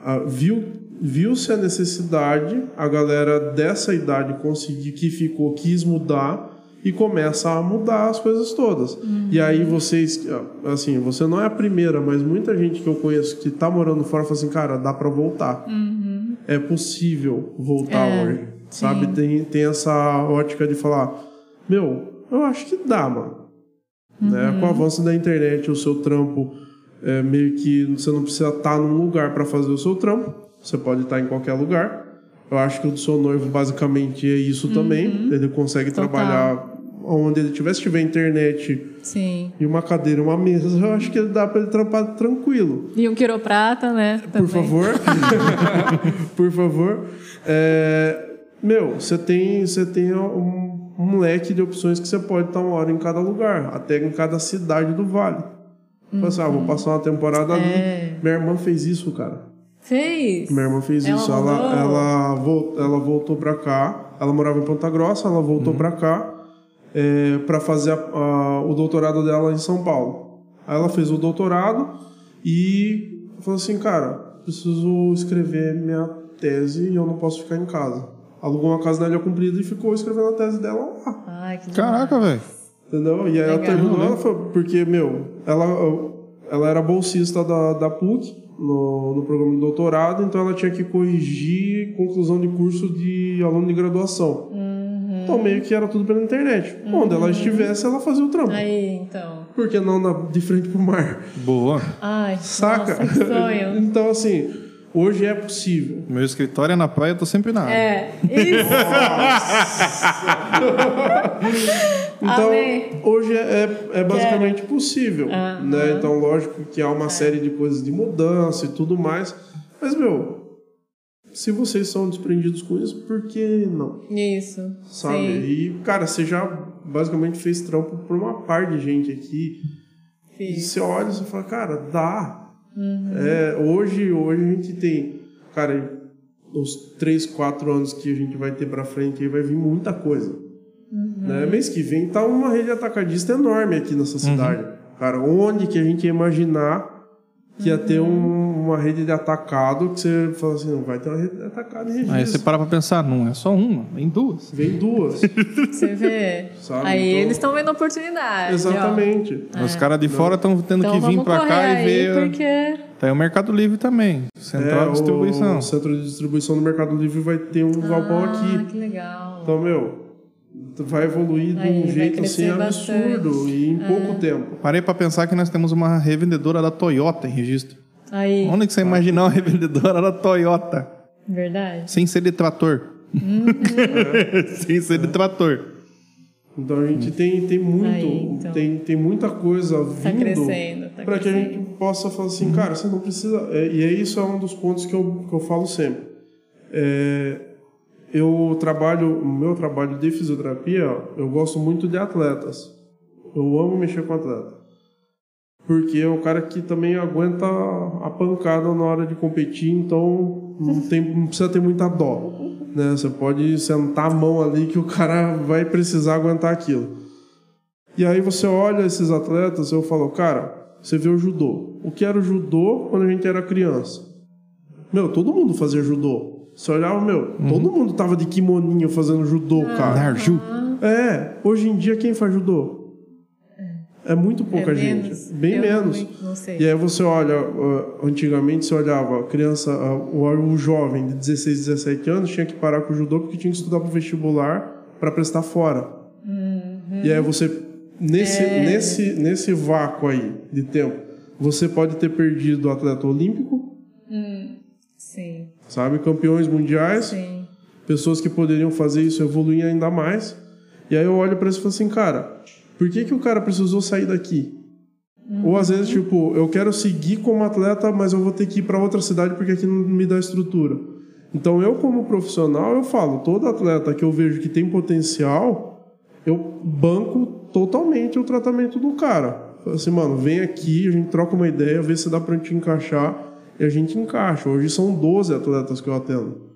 a- viu viu-se a necessidade, a galera dessa idade conseguir que ficou, quis mudar e começa a mudar as coisas todas. E aí vocês, assim, você não é a primeira, mas muita gente que eu conheço que tá morando fora fala assim, cara, dá para voltar. É possível voltar hoje. Sabe, tem, tem essa ótica de falar, meu, eu acho que dá, mano. Né? Com o avanço da internet, o seu trampo é, meio que você não precisa estar num lugar para fazer o seu trampo. Você pode estar em qualquer lugar. Eu acho que o do seu noivo basicamente é isso também. Ele consegue Total. trabalhar onde ele tiver. Se tiver internet Sim. e uma cadeira, uma mesa, eu acho que dá para ele trampar tranquilo. E um quiroprata, né? Por também. favor. Por favor. É, meu, você tem, você tem um, um leque de opções que você pode estar uma hora em cada lugar, até em cada cidade do vale. Fala assim, ah, vou passar uma temporada ali. Minha irmã fez isso, cara. Fez. Minha irmã fez Ela isso. Ela, mudou? ela, vol- ela voltou pra cá. Ela morava em Ponta Grossa, ela voltou pra cá é, para fazer a- a- o doutorado dela em São Paulo. Aí ela fez o doutorado e falou assim, cara, preciso escrever minha tese e eu não posso ficar em casa. Alugou uma casa na Ilha Comprida e ficou escrevendo a tese dela lá. Ai, que Caraca, velho. Entendeu? E aí ela Legal. terminou, ela foi, porque, meu, ela, ela era bolsista da, da PUC no, no programa de doutorado, então ela tinha que corrigir conclusão de curso de aluno de graduação. Uhum. Então meio que era tudo pela internet. Onde ela estivesse, ela fazia o trampo. Aí, então. Por que não na- de frente pro mar? Boa. Ai, Saca? Nossa, que *laughs* sonho. então, assim, hoje é possível. Meu escritório é na praia, eu tô sempre na água. É, isso. Então, Amém. Ah, hoje é, é basicamente possível. Né? Então, lógico que há É. uma série de coisas de mudança e tudo mais. Mas, meu, se vocês são desprendidos com isso, por que não? isso. Sabe? Sim. E, cara, você já basicamente fez trampo por uma par de gente aqui. E Fiz. você olha e você fala, cara, dá. É, hoje, hoje a gente tem, cara, os 3, 4 anos que a gente vai ter pra frente aí vai vir muita coisa. Né? Mês que vem tá uma rede atacadista enorme aqui Uhum. nessa cidade. Cara, onde que a gente ia imaginar que ia ter um- uma rede de atacado que você fala assim, não, vai ter uma rede de atacado em Aí você Regis. para pra pensar, não é só uma, nem duas. Vem duas, *laughs* É, Você vê. sabe? Aí Então, eles estão vendo oportunidade. Exatamente. Os caras de fora estão Ó. tendo É. Então que vir vamos pra correr cá e aí, né? ver. porque Tá aí o Mercado Livre também. Central É, de distribuição. O centro de distribuição do Mercado Livre vai ter um galpão ah, aqui. que legal. Então, meu, vai evoluir de Aí, um vai jeito assim crescer É. absurdo e em pouco tempo. Parei pra pensar que nós temos uma revendedora da Toyota em registro. Aí, Onde que você imaginar uma revendedora da Toyota? verdade. Sem ser de trator. Uhum. *laughs* Sem ser de trator. Então a gente tem, tem muito, Aí, então. tem, tem muita coisa vindo Tá crescendo, tá para que a gente crescendo. Uhum. possa falar assim, cara, você não precisa. é, e é isso é um dos pontos que eu, que eu falo sempre. É, eu trabalho, o meu trabalho de fisioterapia, eu gosto muito de atletas. Eu amo mexer com atleta. Porque é um cara que também aguenta a pancada na hora de competir, então não, tem, não precisa ter muita dó. Né? Você pode sentar a mão ali que o cara vai precisar aguentar aquilo. E aí você olha esses atletas, eu falo, cara, você vê o judô. O que era o judô quando a gente era criança? Meu, todo mundo fazia judô. Você olhava, meu, todo mundo tava de kimoninho fazendo judô, cara. Narju. É, hoje em dia quem faz judô? É muito pouca é gente. menos? Bem Eu menos. Não, não sei. E aí você olha, ah, antigamente você olhava, a criança, ah, o o jovem de 16, 17 anos tinha que parar com o judô porque tinha que estudar para vestibular para prestar fora. Uhum. E aí você, nesse, É. nesse, nesse vácuo aí de tempo, você pode ter perdido o atleta olímpico, Sim, sabe? Campeões mundiais, sim. pessoas que poderiam fazer isso evoluir ainda mais. E aí eu olho pra isso e falo assim, cara, por que, que o cara precisou sair daqui? Ou às vezes, tipo, eu quero seguir como atleta, mas eu vou ter que ir pra outra cidade porque aqui não me dá estrutura. Então eu, como profissional, eu falo, todo atleta que eu vejo que tem potencial, eu banco totalmente o tratamento do cara. Falo assim, mano, vem aqui, a gente troca uma ideia, vê se dá pra gente encaixar, e a gente encaixa. Hoje são 12 atletas que eu atendo.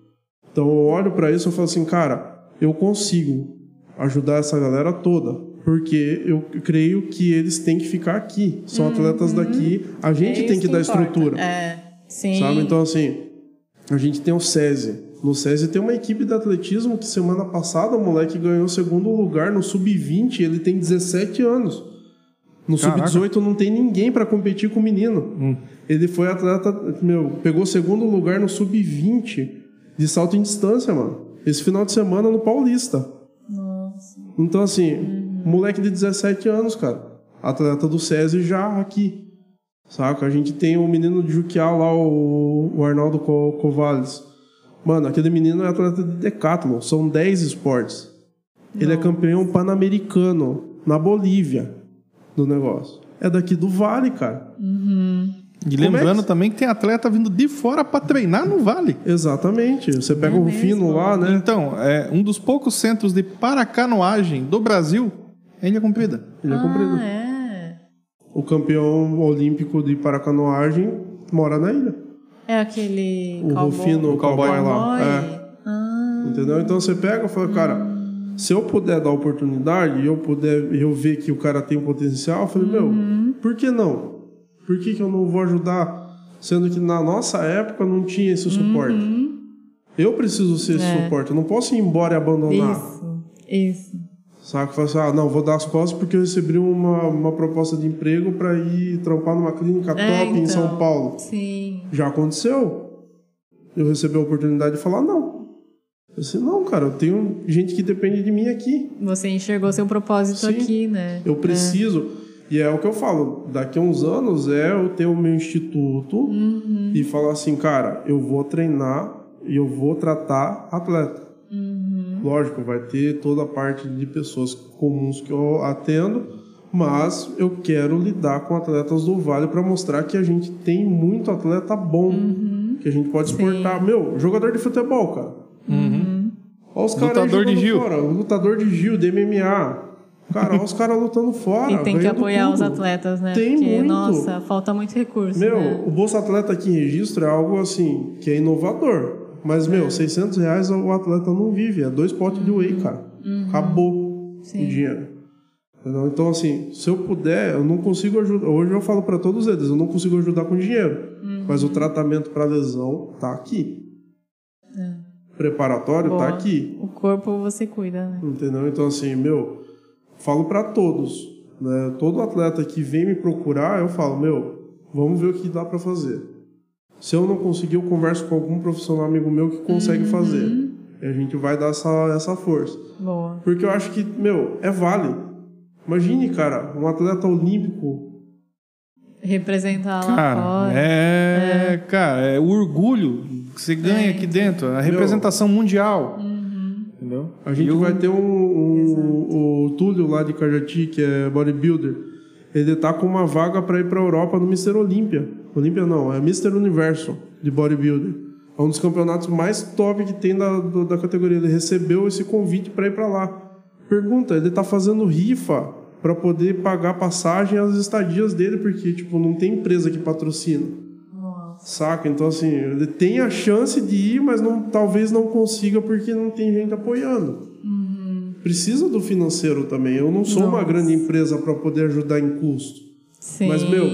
Então eu olho pra isso e falo assim, cara, eu consigo ajudar essa galera toda, porque eu creio que eles têm que ficar aqui. São atletas daqui, a gente Uhum. É tem isso que dar importa. estrutura, É, sim. sabe? Então assim, A gente tem o SESI. No SESI tem uma equipe de atletismo que semana passada o moleque ganhou o segundo lugar no sub-20, ele tem 17 anos. No Caraca. sub-18 não tem ninguém para competir com o menino. Ele foi atleta, meu, pegou segundo lugar no sub-20 de salto em distância, mano. Esse final de semana no Paulista. Então, assim, moleque de 17 anos, cara. Atleta do SESI já aqui. Saca? A gente tem o menino de Juquiá lá, o, o Arnaldo Co Covales. Mano, aquele menino é atleta de decathlon. São 10 esportes. Ele é campeão pan-americano na Bolívia do negócio. É daqui do Vale, cara. E Como é lembrando que- também que tem atleta vindo de fora pra treinar no Vale. Exatamente. Você pega o Rufino lá, né? Então, é um dos poucos centros de paracanoagem do Brasil é Ilha Comprida. Ele é comprido. Ah, é. O campeão olímpico de paracanoagem mora na ilha. É aquele. O cowboy- Rufino, o cowboy, lá. cowboy? É. Ah, Entendeu? Então você pega e fala, cara, se eu puder dar oportunidade e eu puder eu ver que o cara tem um potencial, eu falei, Uhum. meu, por que não? Por que, que eu não vou ajudar? Sendo que na nossa época não tinha esse suporte. Uhum. Eu preciso ser esse suporte, eu não posso ir embora e abandonar. É. isso. Isso. Saca? Fala assim, ah, não, vou dar as costas porque eu recebi uma, uma proposta de emprego para ir trampar numa clínica top É, em então. São Paulo. Sim. Já aconteceu. Eu recebi a oportunidade de falar não. Eu disse, não, cara, eu tenho gente que depende de mim aqui. Você enxergou seu propósito Sim. aqui, né? Eu preciso. E é o que eu falo, daqui a uns anos é eu ter o meu instituto e falar assim, cara, eu vou treinar e eu vou tratar atleta. Lógico, vai ter toda a parte de pessoas comuns que eu atendo, mas eu quero lidar com atletas do Vale para mostrar que a gente tem muito atleta bom, que a gente pode exportar. Meu, jogador de futebol, cara. Olha os caras aí Lutador de jogando Gil. fora, o lutador de Gil, de MMA. Cara, olha os caras lutando fora. E tem que ganhando apoiar tudo. os atletas, né? Tem Porque, muito. nossa, falta muito recurso. Meu, né? o Bolsa Atleta aqui em registro é algo assim, que é inovador. Mas, É. meu, 600 reais o atleta não vive. É dois potes de whey, cara. Uhum. Acabou o dinheiro. Entendeu? Então, assim, se eu puder, eu não consigo ajudar. Hoje eu falo para todos eles, eu não consigo ajudar com dinheiro. Uhum. Mas o tratamento para lesão tá aqui. Preparatório É. Boa. tá aqui. O corpo você cuida, né? Entendeu? Então, assim, meu, falo pra todos, né? Todo atleta que vem me procurar, eu falo, meu, vamos ver o que dá pra fazer. Se eu não conseguir, eu converso com algum profissional amigo meu que consegue fazer. E a gente vai dar essa, essa força. Boa. Porque eu acho que, meu, é vale. Imagine, cara, um atleta olímpico. Representar lá Cara, fora. é, cara, é o orgulho que você ganha É. aqui dentro, a representação mundial. Entendeu? A gente E o- vai ter um, um- o Túlio lá de Cajati, que é bodybuilder. Ele tá com uma vaga para ir para Europa no Mr. Olímpia. Olímpia não, é Mr. Universo de bodybuilder. É um dos campeonatos mais top que tem da, do- da categoria. Ele recebeu esse convite para ir para lá. Pergunta, ele tá fazendo rifa para poder pagar a passagem e as estadias dele, porque tipo, não tem empresa que patrocina. Saca? Então, assim, ele tem a chance de ir, mas não, talvez não consiga porque não tem gente apoiando. Precisa do financeiro também. Eu não sou uma grande empresa para poder ajudar em custo. Sim. é. Mas, meu,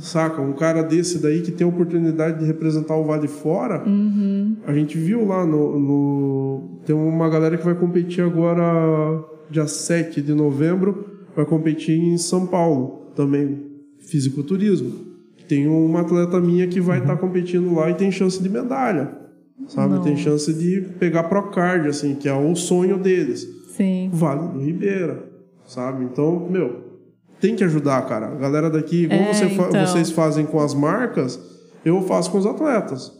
saca? Um cara desse daí que tem a oportunidade de representar o Vale Fora, a gente viu lá no, no- Tem uma galera que vai competir agora, dia 7 de novembro, vai competir em São Paulo também, fisiculturismo. Tem uma atleta minha que vai estar competindo lá e tem chance de medalha. Sabe? Tem chance de pegar Procard, assim, que é o sonho deles. Sim. Vale do Ribeira, sabe? Então, meu, tem que ajudar, cara. A galera daqui, igual É, você fa- então. vocês fazem com as marcas, eu faço com os atletas.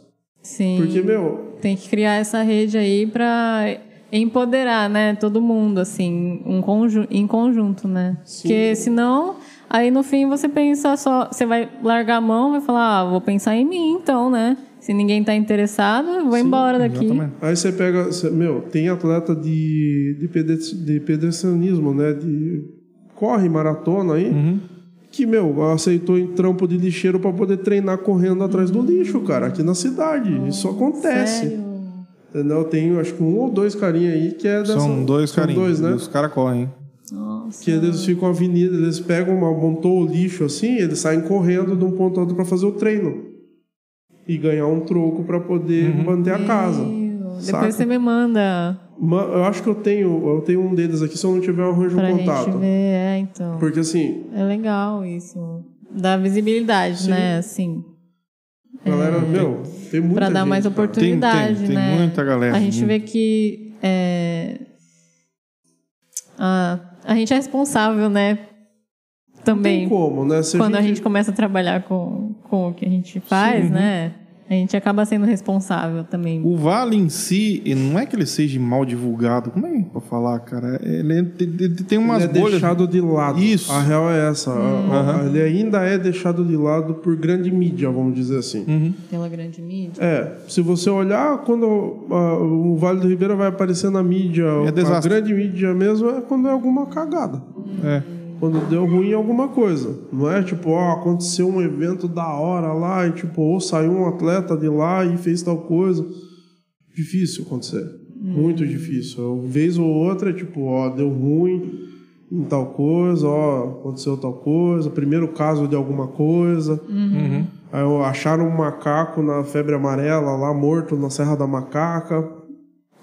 Sim. Porque, meu, Tem que criar essa rede aí pra empoderar, né? Todo mundo, assim, um conju em conjunto, né? Porque senão, aí no fim você pensa só, você vai largar a mão vai falar, ah, vou pensar em mim então, né? Se ninguém tá interessado, eu vou embora daqui. Exatamente. aí você pega. você- meu, tem atleta de, de, pede- de pedestrianismo, né? De, corre maratona aí. Uhum. Que, meu, aceitou em trampo de lixeiro pra poder treinar correndo atrás do lixo, cara, aqui na cidade. Isso acontece. Sério? Entendeu? Tem, acho que um ou dois carinha aí que é dessa. São dois carinhos. dois, né? Os caras correm. hein? Nossa. Que eles ficam avenida, eles pegam, uma, montou o lixo assim, eles saem correndo de um ponto a outro para fazer o treino. e ganhar um troco para poder manter a casa. Depois saca? você me manda Ma- Eu acho que eu tenho, eu tenho um deles aqui, se eu não tiver, eu arranjo pra um gente contato. ver. É, então. Porque assim, É legal isso. Dá visibilidade, Sim. né? Assim. galera, meu, tem muita Pra dar gente, mais cara. oportunidade, Tem- tem- tem né? muita galera. A gente Hum. vê que é, a, a gente é responsável, né? Não tem Também. como, né? Se Quando a gente começa a trabalhar com, com o que a gente faz, né? A gente acaba sendo responsável também. O Vale em si, e não é que ele seja mal divulgado, como é pra falar, cara? Ele, é- te- te- tem umas ele é bolhas. deixado de lado. Isso. A real é essa. A- a- Aham. Ele ainda é deixado de lado por grande mídia, vamos dizer assim. Pela grande mídia. É, se você olhar, quando ah, o Vale do Ribeira vai aparecer na mídia, a desastre. grande mídia mesmo é quando é alguma cagada. É. Quando deu ruim em alguma coisa. Não é tipo, ó, aconteceu um evento da hora lá e tipo, ou saiu um atleta de lá e fez tal coisa. Difícil acontecer. Muito difícil. Uma vez ou outra, é tipo, ó, deu ruim em tal coisa, ó, aconteceu tal coisa, primeiro caso de alguma coisa. Aí ó, acharam um macaco na febre amarela lá, morto na Serra da Macaca.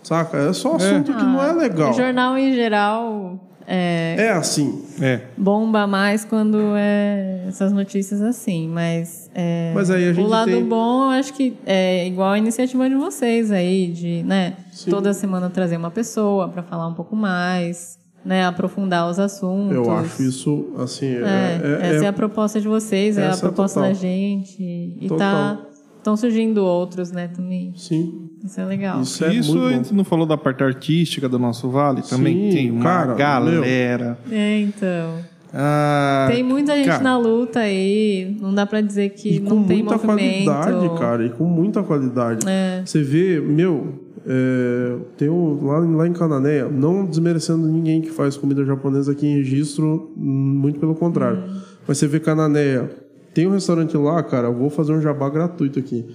Saca? É só assunto que não é legal. O Ah, jornal, em geral, é, É assim. É. bomba mais quando é essas notícias assim, mas, é, Mas aí a gente o lado tem- bom, eu acho que é igual a iniciativa de vocês aí, de né, Sim. toda semana trazer uma pessoa para falar um pouco mais, né, aprofundar os assuntos. Eu acho isso, assim, é, É, é- essa é, é- a proposta de vocês, é a Essa é proposta total. da gente e Total. tá estão surgindo outros, né, também. Sim, Isso é legal. isso é Isso a muito gente não falou da parte artística do nosso Vale? Também Sim, tem uma cara, galera. É, então. Ah, Tem muita gente cara, na luta aí, não dá para dizer bom. que E com não tem muita movimento. qualidade, cara, e com muita qualidade. É. Você vê, meu, é, tem um, lá, em- lá em Cananéia, não desmerecendo ninguém que faz comida japonesa aqui em registro, hum, muito pelo contrário. Uhum. Mas você vê Cananéia, tem um restaurante lá, cara, eu vou fazer um jabá gratuito aqui.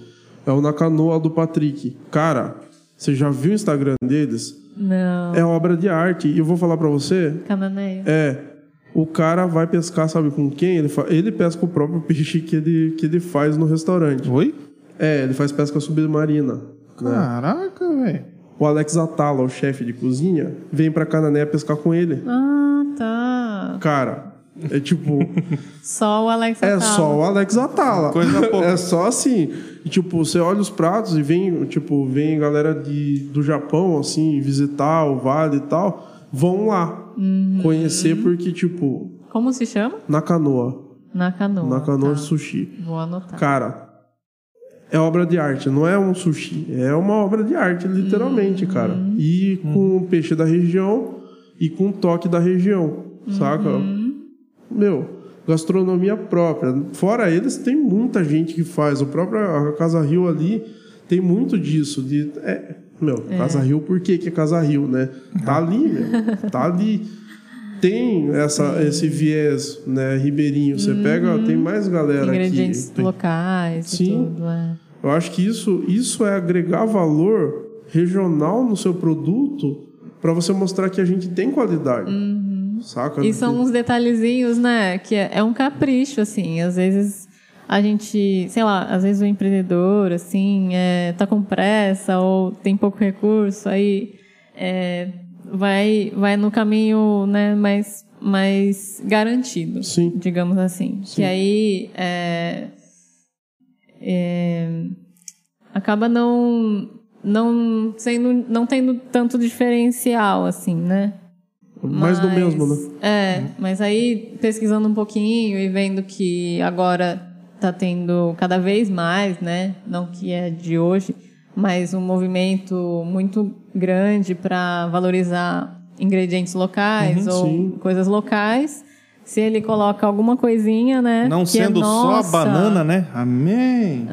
É o na canoa do Patrick. Cara, você já viu o Instagram deles? Não. É obra de arte. E eu vou falar pra você, Cananéia. É. O cara vai pescar, sabe com quem? Ele, fa- ele pesca o próprio peixe que ele, que ele faz no restaurante. Oi? É, ele faz pesca submarina. né? Caraca, velho. O Alex Atala, o chefe de cozinha, vem pra Canané pescar com ele. Ah, tá. Cara, é tipo, Só o Alex é Atala. só o Alex Atala. Coisa pouca. É só assim. E, tipo, você olha os pratos e vem, tipo, vem galera de, do Japão, assim, visitar o vale e tal. Vão lá conhecer, porque, tipo, Como se chama? na canoa. Na canoa. Na canoa tá. de sushi. Vou Tá. anotar. Cara, é obra de arte, não é um sushi. É uma obra de arte, literalmente, cara. E com o peixe da região e com o toque da região, saca? Meu, gastronomia própria. Fora eles, tem muita gente que faz. O próprio a Casa Rio ali tem muito disso. De, é, meu, Casa Rio, por que que é Casa Rio, né? Tá ali, meu, tá ali. Tem essa, esse viés, né, ribeirinho. Você pega, tem mais galera Ingredientes aqui. Tem- locais e Sim. tudo. É. eu acho que isso, isso é agregar valor regional no seu produto para você mostrar que a gente tem qualidade. Uhum. Saca? E são uns detalhezinhos, né? Que é, é um capricho, assim. Às vezes a gente, sei lá, às vezes o empreendedor, assim, é, tá com pressa ou tem pouco recurso, aí é, vai, vai no caminho né, mais, mais garantido. Sim. digamos assim. Que aí é, é, acaba não não sendo não tendo tanto diferencial assim, né? Mais do Mas- mesmo, né? É, mas aí pesquisando um pouquinho e vendo que agora tá tendo cada vez mais, né? Não que é de hoje, mas um movimento muito grande para valorizar ingredientes locais Uhum, ou sim. coisas locais. Se ele coloca alguma coisinha, né? Não que sendo é só a nossa, banana, né? *laughs* Amém.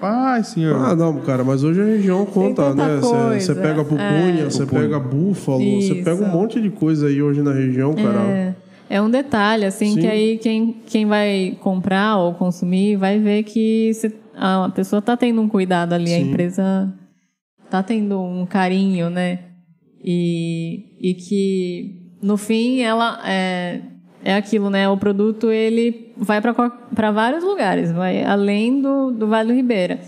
Pai, senhor. Ah, não, cara, mas hoje a região conta, tanta né? Você- Você coisa, É. pega pupunha, você Pupunha. pega búfalo, você Isso. pega um monte de coisa aí hoje na região, cara. É, é um detalhe, assim, Sim. que aí quem, quem vai comprar ou consumir vai ver que se- a pessoa tá tendo um cuidado ali, a Sim. empresa tá tendo um carinho, né? E, e que, no fim, ela é, é aquilo, né? O produto ele vai para vários lugares, vai além do, do Vale do Ribeira.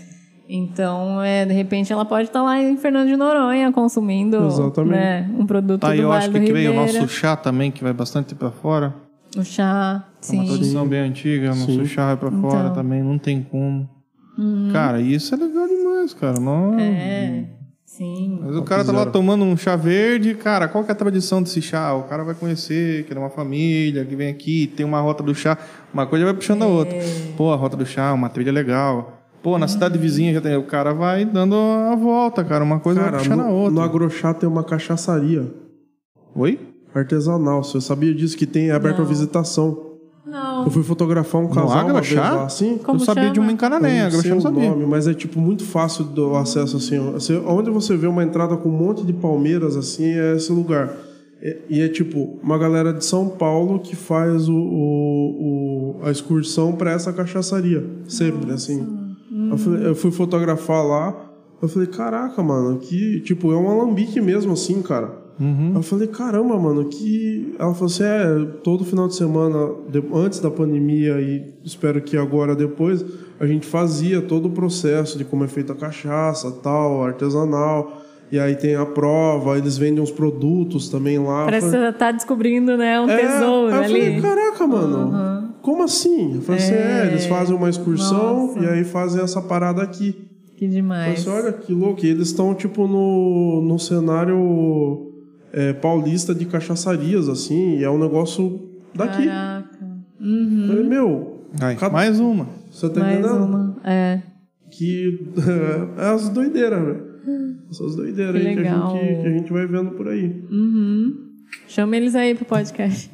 Então, é, de repente, ela pode estar lá em Fernando de Noronha consumindo Exatamente. né, um produto Tá, do aí eu Vale acho do que que veio Ribeira. o nosso chá também, que vai bastante pra fora. O chá, É uma sim. tradição bem antiga, o nosso Sim. chá vai pra fora Então. Hum. também, não tem como. Cara, isso é legal demais, cara. Não... É, sim. Mas o cara tá lá Zero. tomando um chá verde, cara, qual que é a tradição desse chá? O cara vai conhecer, que é uma família, que vem aqui, tem uma rota do chá, uma coisa vai É. puxando a outra. Pô, a rota do chá, é uma trilha legal. Pô, Uhum. na cidade vizinha já tem. O cara vai dando a volta, cara. Uma coisa vai Cara, puxando a no, outra. no Agrochá tem uma cachaçaria Oi? artesanal. Você sabia disso? Que tem é aberto a visitação. Não. Eu fui fotografar um casal uma vez Agrochá? lá, assim. Como eu sabia chama? de uma encarané, agora eu sei não o sabia. nome, mas é tipo muito fácil do acesso assim. ó. Você, onde você vê uma entrada com um monte de palmeiras assim é esse lugar. É- e é tipo uma galera de São Paulo que faz o, o- o- a excursão para essa cachaçaria sempre assim. Eu, falei- eu fui fotografar lá. Eu falei caraca mano que tipo é um alambique mesmo assim cara. Eu falei, caramba, mano, que. Ela falou assim: é, todo final de semana, de- antes da pandemia e espero que agora depois, a gente fazia todo o processo de como é feita a cachaça, tal, artesanal. E aí tem a prova, eles vendem uns produtos também lá. Parece Eu que falei, você tá descobrindo, né? Um é, tesouro aí eu falei, ali. caraca, mano, como assim? Eu falei assim: é, eles fazem uma excursão Nossa. e aí fazem essa parada aqui. que demais. Mas olha que louco, e eles estão tipo no, no cenário é, paulista de cachaçarias, assim, e é um negócio daqui. Caraca. Eu Falei, meu, Ai, Cada- Mais uma. você tá uhum. Mais entendendo? uma. É. Que *laughs* é as doideiras, velho. Essas doideiras Hum. Que aí que a, legal. gente, que a gente vai vendo por aí. Chama eles aí pro podcast.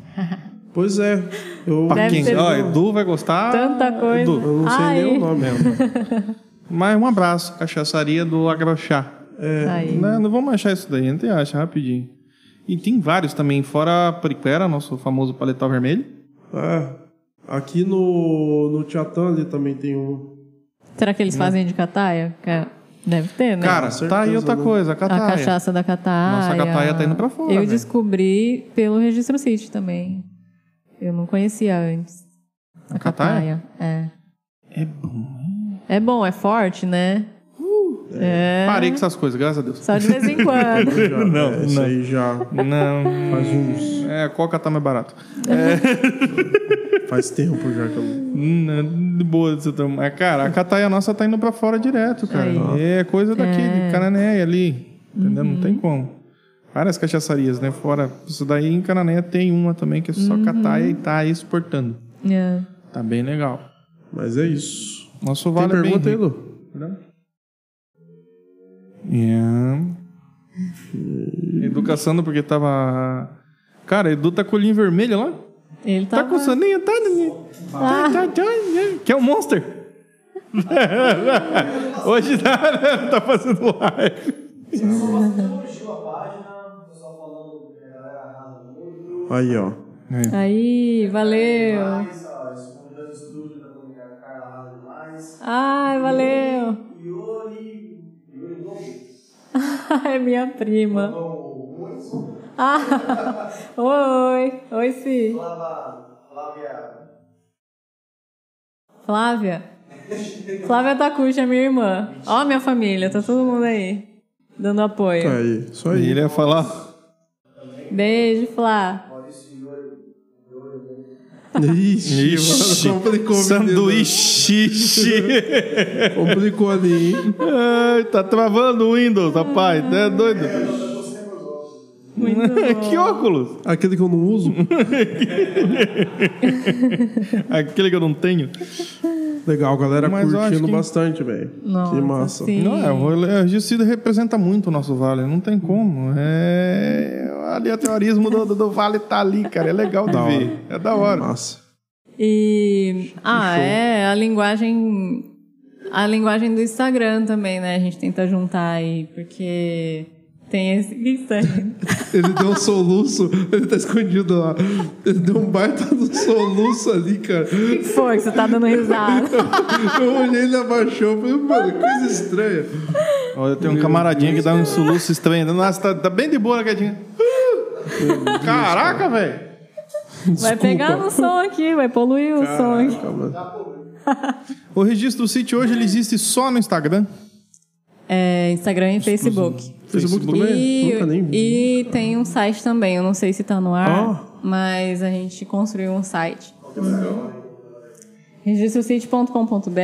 Pois é, eu, Pra Deve quem? ter Ó, sido Edu vai gostar. Tanta coisa. Edu. Ah, eu não sei nem o nome. *laughs* Mas um abraço, cachaçaria do Agrochá. Aí. Né, Não, não vamos achar isso daí, a gente acha rapidinho. E tem vários também, fora a Periquera, nosso famoso paletal vermelho. É, aqui no, no Tiatã ali também tem um. *laughs* Será que eles Né? fazem de cataia? Que- Deve ter, né? Cara, certeza, tá aí outra né? coisa, a a cataia. cachaça da cataia. Nossa, a cataia tá indo pra fora, Eu velho. descobri pelo Registro City também. Eu não conhecia antes. A cataia? cataia. É. É bom. É bom, é forte, né? Uh, é. Parei com essas coisas, graças a Deus. Só de vez *laughs* em quando. Já, Não, é, esse não. aí já Não. faz uns. É, a coca tá mais barato. Faz tempo já que eu não. Hum, é De boa, você tá- mas, cara, a cataia nossa tá indo pra fora direto, cara. É coisa daqui, de Cananéia ali. Entendeu? Não tem como. Várias cachaçarias, né? Fora. Isso daí em Cananéia tem uma também que é só cataia e tá aí exportando. É. Tá bem legal. Mas é isso. Nosso vale Tem é bem pergunta aí, rico. Lu? Yeah. Educaçando É. porque tava. Cara, Edu tá com o olhinho vermelho lá. Ele Tá, tá. com soninho, tá, Nini? Tá, tá, tá. Que é o Monster? Hoje tá, tá fazendo live. Curtiu a página, o pessoal falando que é a galera arrasa muito. Aí, ó. Aí, valeu. Mas, ó, esse convidado do estúdio tá falando que a Carla arrasa demais. Ai, valeu. *laughs* Yuri. Yuri Gomes. Ai, É minha prima. Então, muitos. Ah, *laughs* oi, oi, Fi. Falava. Flávia. Flávia. Flávia Takushi é minha irmã. Ó, minha família, tá todo mundo aí. Dando Tá apoio. aí. Só aí. Ele ia falar. Beijo, Flá. Ixi, Ixi, mano, complicou, menino. sanduíche. Complicou ali, hein? Ai, tá travando o Windows, rapaz. É doido. *laughs* que óculos? Aquele que eu não uso. Aquele que eu não tenho. Legal, galera Mas eu acho curtindo que- bastante, velho. Nossa, Que massa. sim. Não, é, o rolê- a Gicida representa muito o nosso vale, não tem como. É. Ali o teorismo do, do- do vale tá ali, cara. É legal de Da hora. ver. É da hora. Massa. E. Ah, é, a linguagem. A linguagem do Instagram também, né? A gente tenta juntar aí, porque tem esse. O que que *laughs* você tá rindo? Ele deu um soluço, ele tá escondido lá. Ele deu um baita do soluço ali, cara. O que que foi que você tá dando risada? Eu olhei, ele abaixou, eu falei, mano, que coisa estranha. Olha, tem um camaradinho que dá um soluço estranho. Nossa, tá, tá bem de boa, quietinho. Caraca, velho. Vai pegar no som aqui, vai poluir o som aqui. O registro do sítio hoje ele existe só no Instagram. É, Instagram e Facebook. Facebook também? E, Nunca nem vi. e tem um site também, eu não sei se tá no ar, Ah. mas a gente construiu um site. Registrocity.com.br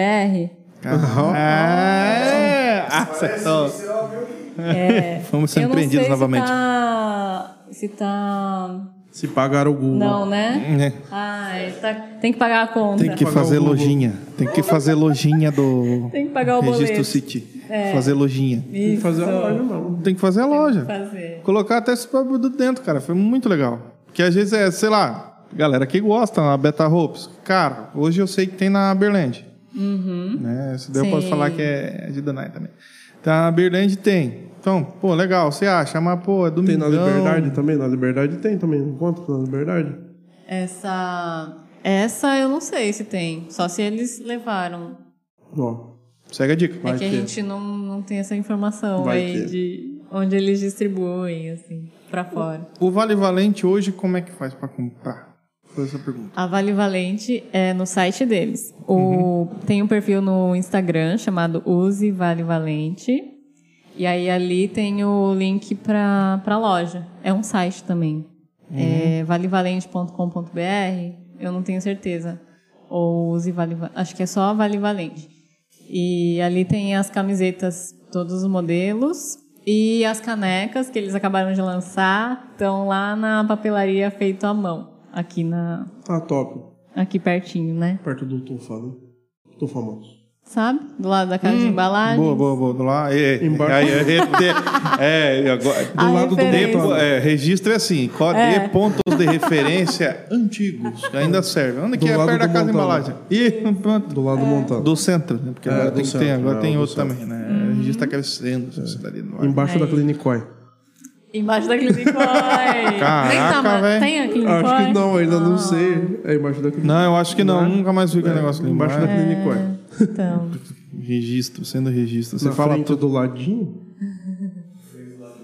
É, acertou. Fomos sendo É. Eu não sei prendidos se novamente. tá... Se tá... Se pagar o Google. Não, É, né? Ai, tá- tem que pagar a conta. Tem que Pagar fazer o Google. lojinha. Tem que fazer lojinha do Tem que pagar o Registro boleto. É. City. Fazer lojinha. Tem que fazer a live, não. Tem que fazer a loja. fazer. Colocar até esse produto dentro, cara. Foi muito legal. Porque às vezes é, sei lá, galera que gosta na Beta Ropes. Cara, hoje eu sei que tem na Berland. Né? Isso daí eu posso Uhum. Sim. falar que é de Danai também. Tá, na Berland tem. Então, pô, legal, você acha, mas, pô, é Tem domingo. na Liberdade também? Na Liberdade tem também. Não conta na Liberdade? Essa... Essa eu não sei se tem, só se eles levaram. Ó. Segue a dica. é que a ter. gente não, não tem essa informação Vai aí ter. de onde eles distribuem, assim, pra fora. O Vale Valente hoje, como é que faz pra comprar? Foi essa a pergunta. A Vale Valente é no site deles. O, Tem um perfil no Instagram chamado Use Vale Valente. E aí ali tem o link pra, pra loja. É um site também. É valevalente.com.br, eu não tenho certeza. Ou use Vale Va- Acho que é só Vale Valente. E ali tem as camisetas, todos os modelos. E as canecas que eles acabaram de lançar estão lá na papelaria feito à mão, aqui na, Ah, top. aqui pertinho, né? Perto do Tufa, né? Tufa Motos. Sabe? Do lado da casa de embalagem. Boa, boa, boa. Do lá. É, Embarca- aí, é, é, é, agora- do A lado do referência. depo, é, registro é assim, código pontos de referência antigos, que ainda serve. Onde que Do é lado perto da do casa de Montana. embalagem? E pronto. Do lado do Montano. É. Do centro, né? Porque É, agora do tem, que ter, centro, agora é, tem do outro centro. Hum. também, né? O registro está crescendo, essa cidade no ar. Embaixo da Clinicói. Embaixo *laughs* da Clinicói. Nem tá, Caraca, mais- velho. Tem a Clinicói? Acho que não, ainda Ah. não sei. É embaixo da Clinicói. Não, eu acho que não, nunca mais vi aquele negócio ali Né? É. Embaixo embaixo. É. da Clinicói. *laughs* Então, Registro, sendo registro. Você Na fala frente tudo do ladinho,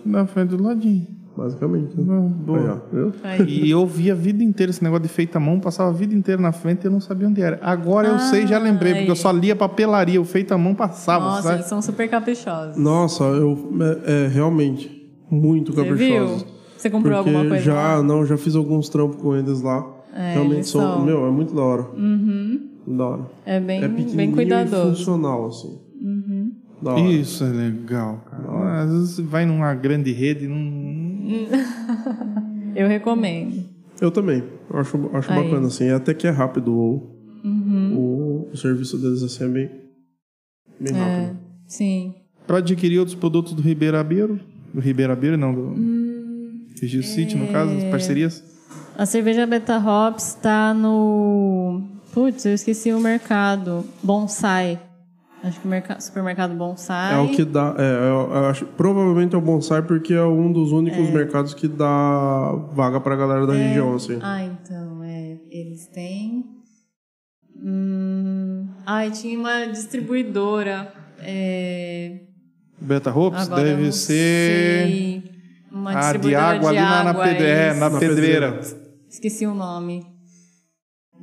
na frente do ladinho. basicamente. Ah, Né? Uhum. Aí, Boa. ó, viu? aí. E eu vi a vida inteira esse negócio de feita à mão, passava a vida inteira na frente e eu não sabia onde era. Agora eu sei, já lembrei, porque eu só lia papelaria, o feito à mão passava, Nossa, sabe? eles são super caprichosos. Nossa, eu é, é, realmente muito Você viu? caprichosos. Você comprou Porque alguma coisa? já, lá? não, já fiz alguns trampos com eles lá. É, realmente eles são, são. meu, é muito da hora. Da hora. É bem, é bem pequenininho e cuidadoso. Uhum. funcional assim. Da hora. Isso é legal, cara. Às vezes você vai numa grande rede e não. Eu recomendo. Eu também. Eu acho, acho Aí. Uhum. bacana assim, até que é rápido o o, o serviço deles assim é bem É. bem rápido. Sim. Pra adquirir outros produtos do Ribeirabeiro. Do Ribeirabeiro, não, do. Hum, é. Registro City, no caso, as parcerias. A cerveja Beta Hops tá no. Putz, eu esqueci o mercado. Bonsai. Acho que o merca- supermercado Bonsai. É o que dá, é, eu- eu acho, provavelmente é o bonsai porque é um dos únicos mercados que dá vaga pra galera da região assim. Ah, então, é. Eles têm. Hum... Ai, tinha uma distribuidora. É... Beta Ropes Agora eu deve não ser. sei. Uma A de distribuidora água ali na- na, pedre- é, eles- na Na pedreira. Esqueci o nome.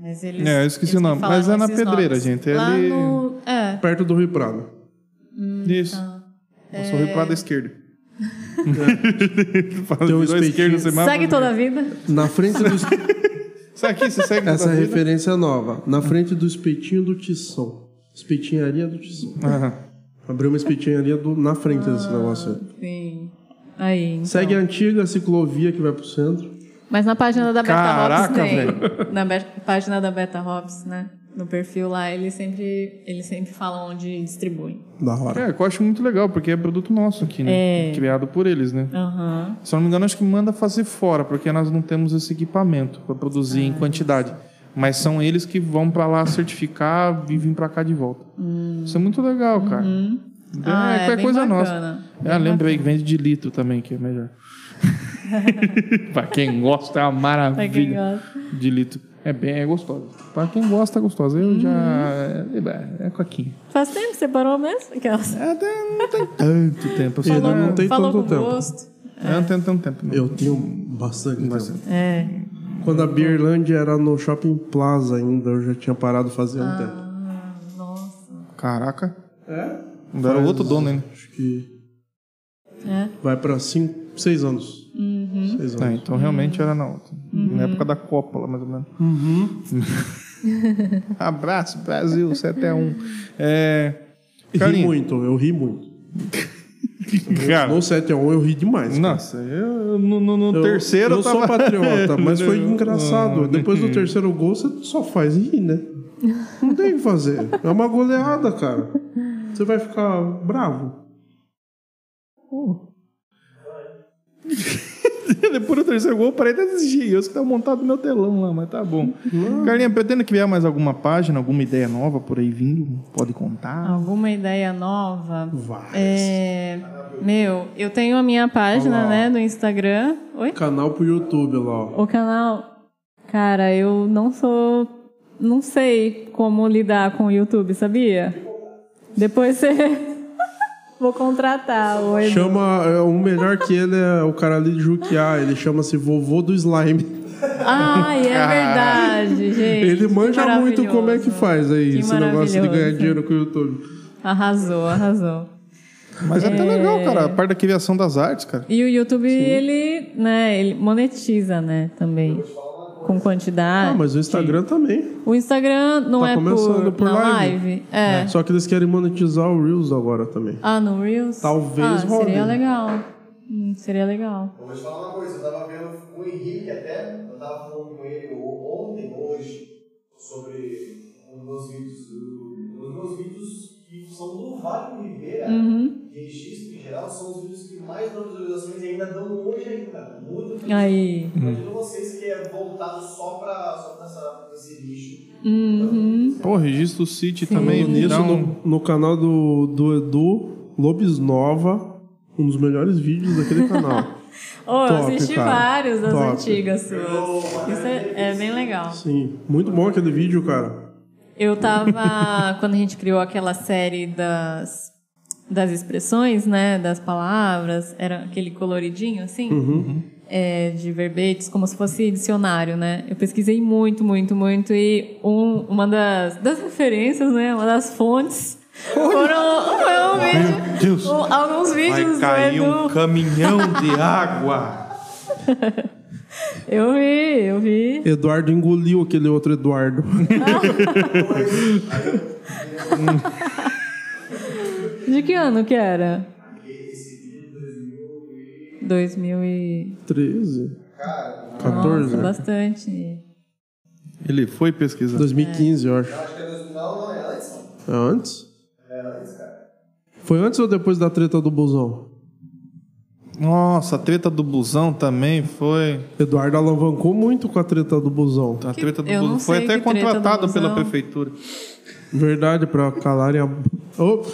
Mas eles. É, eu esqueci eles o nome, que falam mas é na esses pedreira, nomes. gente, é Lá ali- no. É. Perto do Rio Prado. Isso. Tá. Eu sou Rio Prado *laughs* esquerda. Tem um Virou a esquerda, espetinho. você mapa. Segue toda a vida. Na frente do Isso aqui, você segue Essa toda a vida. referência é nova. Na frente do espetinho do Tição. Espetinharia do Tição. Aham. Abriu uma espetinharia do- na frente desse negócio. aí. Sim. Aí. então. Segue a antiga ciclovia que vai pro centro. Mas na página da Beta Caraca, Hops tem. Na be- página da Beta Hops, né? No perfil lá, eles sempre, eles sempre falam onde distribuem. Da hora. É, que eu acho muito legal, porque é produto nosso aqui, É. né? Criado por eles, né? Aham. Se eu não me engano, acho que manda fazer fora, porque nós não temos esse equipamento para produzir em quantidade. Mas são eles que vão para lá certificar e vir para cá de volta. Isso é muito legal, cara. É, Ah, é, é bem coisa bacana. nossa. É, lembrei que vende de litro também, que é *laughs* melhor. pra quem gosta, é uma maravilha. quem gosta. De litro. É bem é gostosa. Pra quem gosta, é gostosa. Eu já. É, é coquinha. Faz tempo que você parou mesmo? Aquelas. É, até não tem tanto tempo. assim, Ainda né? não tem *laughs* Falou tanto com tempo. é. gosto. Eu não tenho tanto tempo. não. Eu tenho bastante. tempo. É. Quando a Beerlândia era no Shopping Plaza ainda, eu já tinha parado fazia um tempo. Nossa. Caraca. É? Ainda era Faz- outro dono ainda. Acho que É. vai pra cinco, seis anos. Uhum. Seis É, anos. então realmente era na outra. Uhum. Na época da Copa, lá mais ou menos. *laughs* Abraço, Brasil, 7 a 1. É... E ri Carlinhos. muito, eu ri muito. Cara, No 7x1 eu ri demais. cara. nossa, eu, no, no- no Eu- terceiro eu eu tava... sou *laughs* patriota, mas foi Eu- engraçado. né? Depois do terceiro gol, você só faz rir, né? Não tem o que fazer. É uma goleada, cara. Você vai ficar bravo. Depois do né, terceiro gol, eu parei de assistir. Eu que tava montado no meu telão lá, mas tá bom. Carlinha, pretendo que vier mais alguma página, alguma ideia nova por aí vindo? Pode contar? Alguma ideia nova? Várias. É, meu, eu tenho a minha página, Olá. né, do Instagram. Oi? Canal pro YouTube lá, ó. O canal. Cara, eu não sou. Não sei como lidar com o YouTube, sabia? Depois você. *laughs* Vou contratar o Edu. Chama, é, o melhor que ele é o cara ali de Juquiá, ele chama-se vovô do slime. Ai, é verdade, gente. Ah. *laughs* Ele que manja muito como é que maravilhoso. faz aí, Que esse negócio de ganhar maravilhoso. dinheiro com o YouTube. Arrasou, arrasou. Mas é até legal, cara. A parte da criação das artes, cara. E o YouTube, ele, né, ele monetiza, né, também. Com quantidade. Ah, mas o Instagram também. O Instagram não Tá é começando por, por na live. live. É. Só que eles querem monetizar o Reels agora também. Ah, no Reels? Talvez ah, role. Seria legal. Hum, seria legal. Eu vou te falar uma coisa, eu tava vendo o Henrique até, eu tava falando com ele ou- ontem, ou hoje, sobre um dos vídeos, do- um dos vídeos que são do Vale do Ribeira, de registro em geral, são os vídeos que mais dão visualizações e ainda dão hoje ainda, muito vídeo. Aí. Imagino vocês que é voltado só pra, só pra essa- esse nicho. Pô, registro City também. Falando nisso, dá um- no, no canal do, do Edu, Lobisnova, um dos melhores vídeos daquele *laughs* canal. Oh, eu Top, assisti cara. vários das Top. antigas suas. Isso é, é bem legal. Sim, muito bom aquele vídeo, cara. Eu tava. *laughs* quando a gente criou aquela série das, das expressões, né? Das palavras, era aquele coloridinho assim. Uhum. é, de verbetes, como se fosse dicionário, né? Eu pesquisei muito, muito, muito e um- uma das, das referências, né? Uma das fontes foram foi um vídeo, Deus. um- alguns vídeos é, do Edu. um caminhão de água. Eu vi, eu vi. Eduardo engoliu aquele outro Eduardo. *laughs* De que ano que era? 2000 e... 13? 14? Nossa, né? bastante. Ele foi pesquisar. 2015, eu acho. Acho que é dos- não, não, é antes. não. É É antes? Foi antes ou depois da treta do busão? Nossa, a treta do busão também foi. Eduardo alavancou muito com a treta do busão. A treta do eu não busão foi sei até que treta do contratado pela busão. prefeitura. Verdade, pra calarem a. Oh, Eu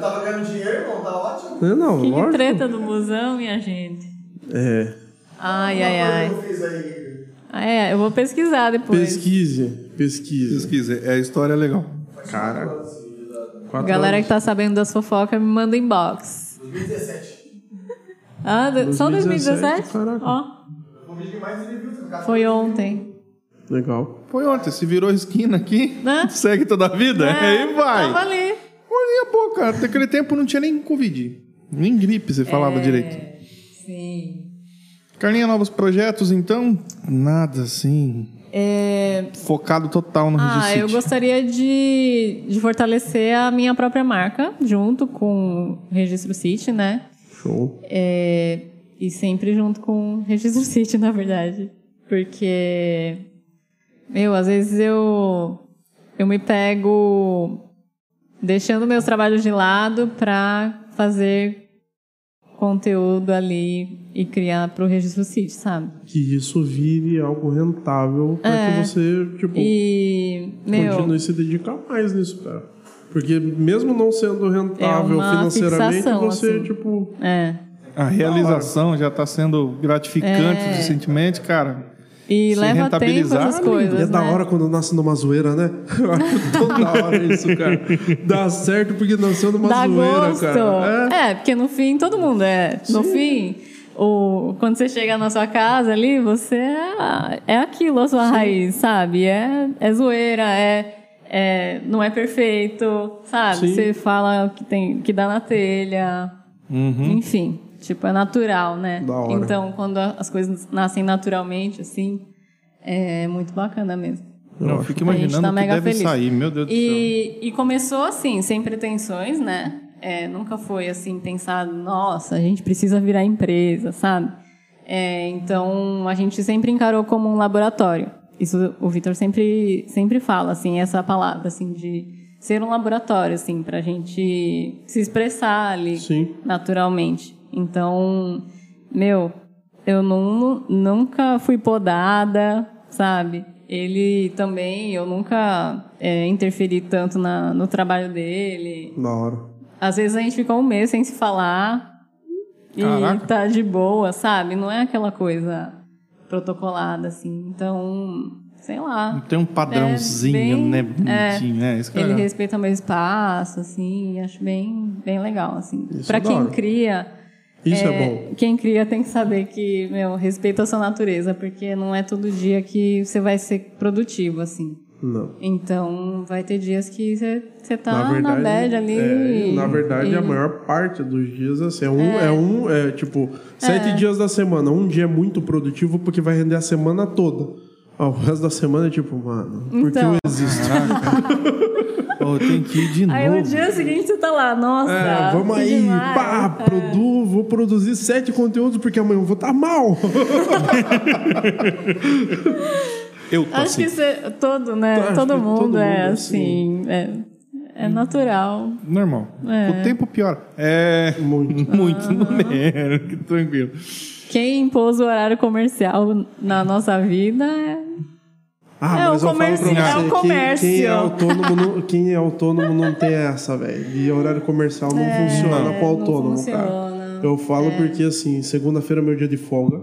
tava ganhando dinheiro, irmão, tá ótimo. não, né, não, Que lógico. treta do busão, minha gente. É. Ai, ai, ai. Eu fiz aí. Ah, é, eu vou pesquisar depois. Pesquise, pesquise. Pesquisa, é a história é legal. Cara. A quatro Galera anos. que tá sabendo das fofocas, me manda inbox. 2017. Ah, do- só 2017? 2017? Caraca. Ó, Foi o vídeo que mais ele viu, tá ligado? foi ontem. Legal. Foi ontem, se virou esquina aqui, Né? *laughs* É, segue toda a vida, É, *laughs* aí vai. Tava ali. Olha, pô, cara, até aquele tempo não tinha nem Covid. Nem gripe você É. falava direito. Sim. Carlinha, novos projetos então? Nada assim. É, Focado total no Ah, Regicity. eu gostaria de, de fortalecer a minha própria marca junto com o Registro City, né? Show. É, e sempre junto com o Registro City, na verdade. Porque, meu, às vezes eu, eu me pego deixando meus trabalhos de lado pra fazer conteúdo ali e criar pro Registro City, sabe? Que isso vire algo rentável pra que você, tipo, É. E, meu, continue se dedicar mais nisso, cara. Porque mesmo não sendo rentável É uma financeiramente, fixação, você, assim. tipo, é... A realização já tá sendo gratificante É. recentemente, cara. E Se leva tempo rentabilizar, essas lindo. coisas, é da né? hora quando nasce numa zoeira, né? *laughs* Eu acho tão da hora isso, cara. Dá certo porque nasceu numa Dá zoeira, gosto. cara. É. É. porque no fim todo mundo é. No fim, o, quando você chega na sua casa ali, você é, a- é aquilo, a sua raiz, sabe? É, é zoeira, é, é- não é perfeito, sabe? Sim. Você fala o que, tem, o que dá na telha. Enfim, tipo, é natural, né? Uhum. Da hora. Então, quando a- as coisas nascem naturalmente, assim, é muito bacana mesmo. Não, eu fico A gente imaginando tá o que mega deve feliz. sair, meu Deus do céu. E, e começou assim, sem pretensões, né? É, nunca foi assim, pensado, nossa, a gente precisa virar empresa, sabe? É, então, a gente sempre encarou como um laboratório. Isso o Vitor sempre, sempre fala, assim, essa palavra, assim, de ser um laboratório, assim, pra gente se expressar ali Sim. naturalmente. Então, meu, eu não, nunca fui podada, sabe? Ele também, eu nunca é, interferi tanto na, no trabalho dele. Da hora. Às vezes a gente fica um mês sem se falar e Caraca. tá de boa, sabe? Não é aquela coisa protocolada, assim. Então, sei lá. Tem um padrãozinho, É, bem- né? é. Bonitinho, né? Isso que eu Ele ia- respeita o meu espaço, assim, acho bem, bem legal, assim. Isso é Pra da quem hora. cria, Isso é, é, bom. Quem cria tem que saber que, meu, respeita a sua natureza, porque não é todo dia que você vai ser produtivo, assim. Não. Então, vai ter dias que você você tá na na, verdade, bad ali. é, na verdade, e- a maior parte dos dias assim, é um, é, um, é tipo, sete dias da semana. Um dia é muito produtivo porque vai render a semana toda. Ah, o resto da semana é tipo, mano, por que Então. eu existo? Ô, tem que ir de novo. Aí no dia seguinte você tá lá, nossa. É, vamos que aí, demais. é. pá, produ, vou produzir sete conteúdos porque amanhã eu vou estar mal. Eu tô Acho assim. que você, todo, né? Acho todo que mundo todo é mundo, assim. É, é natural. Normal. É. Ah. O tempo piora. É. *laughs* Muito. Muito, não é. Que tranquilo. Quem impôs o horário comercial na nossa vida é Ah, É, mas o eu falo comércio- é pra o você, quem- Quem, é comércio. autônomo não, quem é autônomo não tem essa, velho. E horário comercial não funciona pro É, não autônomo, cara. funciona. Eu falo porque, assim, segunda-feira é meu dia de folga.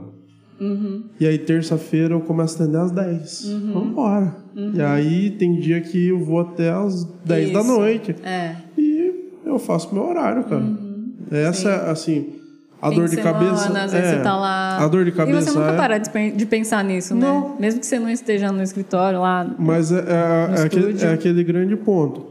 Uhum. E aí, terça-feira, eu começo a atender às 10. Vambora. E aí, tem dia que eu vou até às 10 da Uhum. Isso. noite. É. E eu faço meu horário, cara. Essa, assim, a Uhum. Fim dor de semana, cabeça... Às vezes é, você tá lá. A dor de cabeça E você nunca é- para de pen- de pensar nisso, Não. né? Mesmo que você não esteja no escritório lá. né? Mas é, é- é aquele, estúdio. é aquele grande ponto.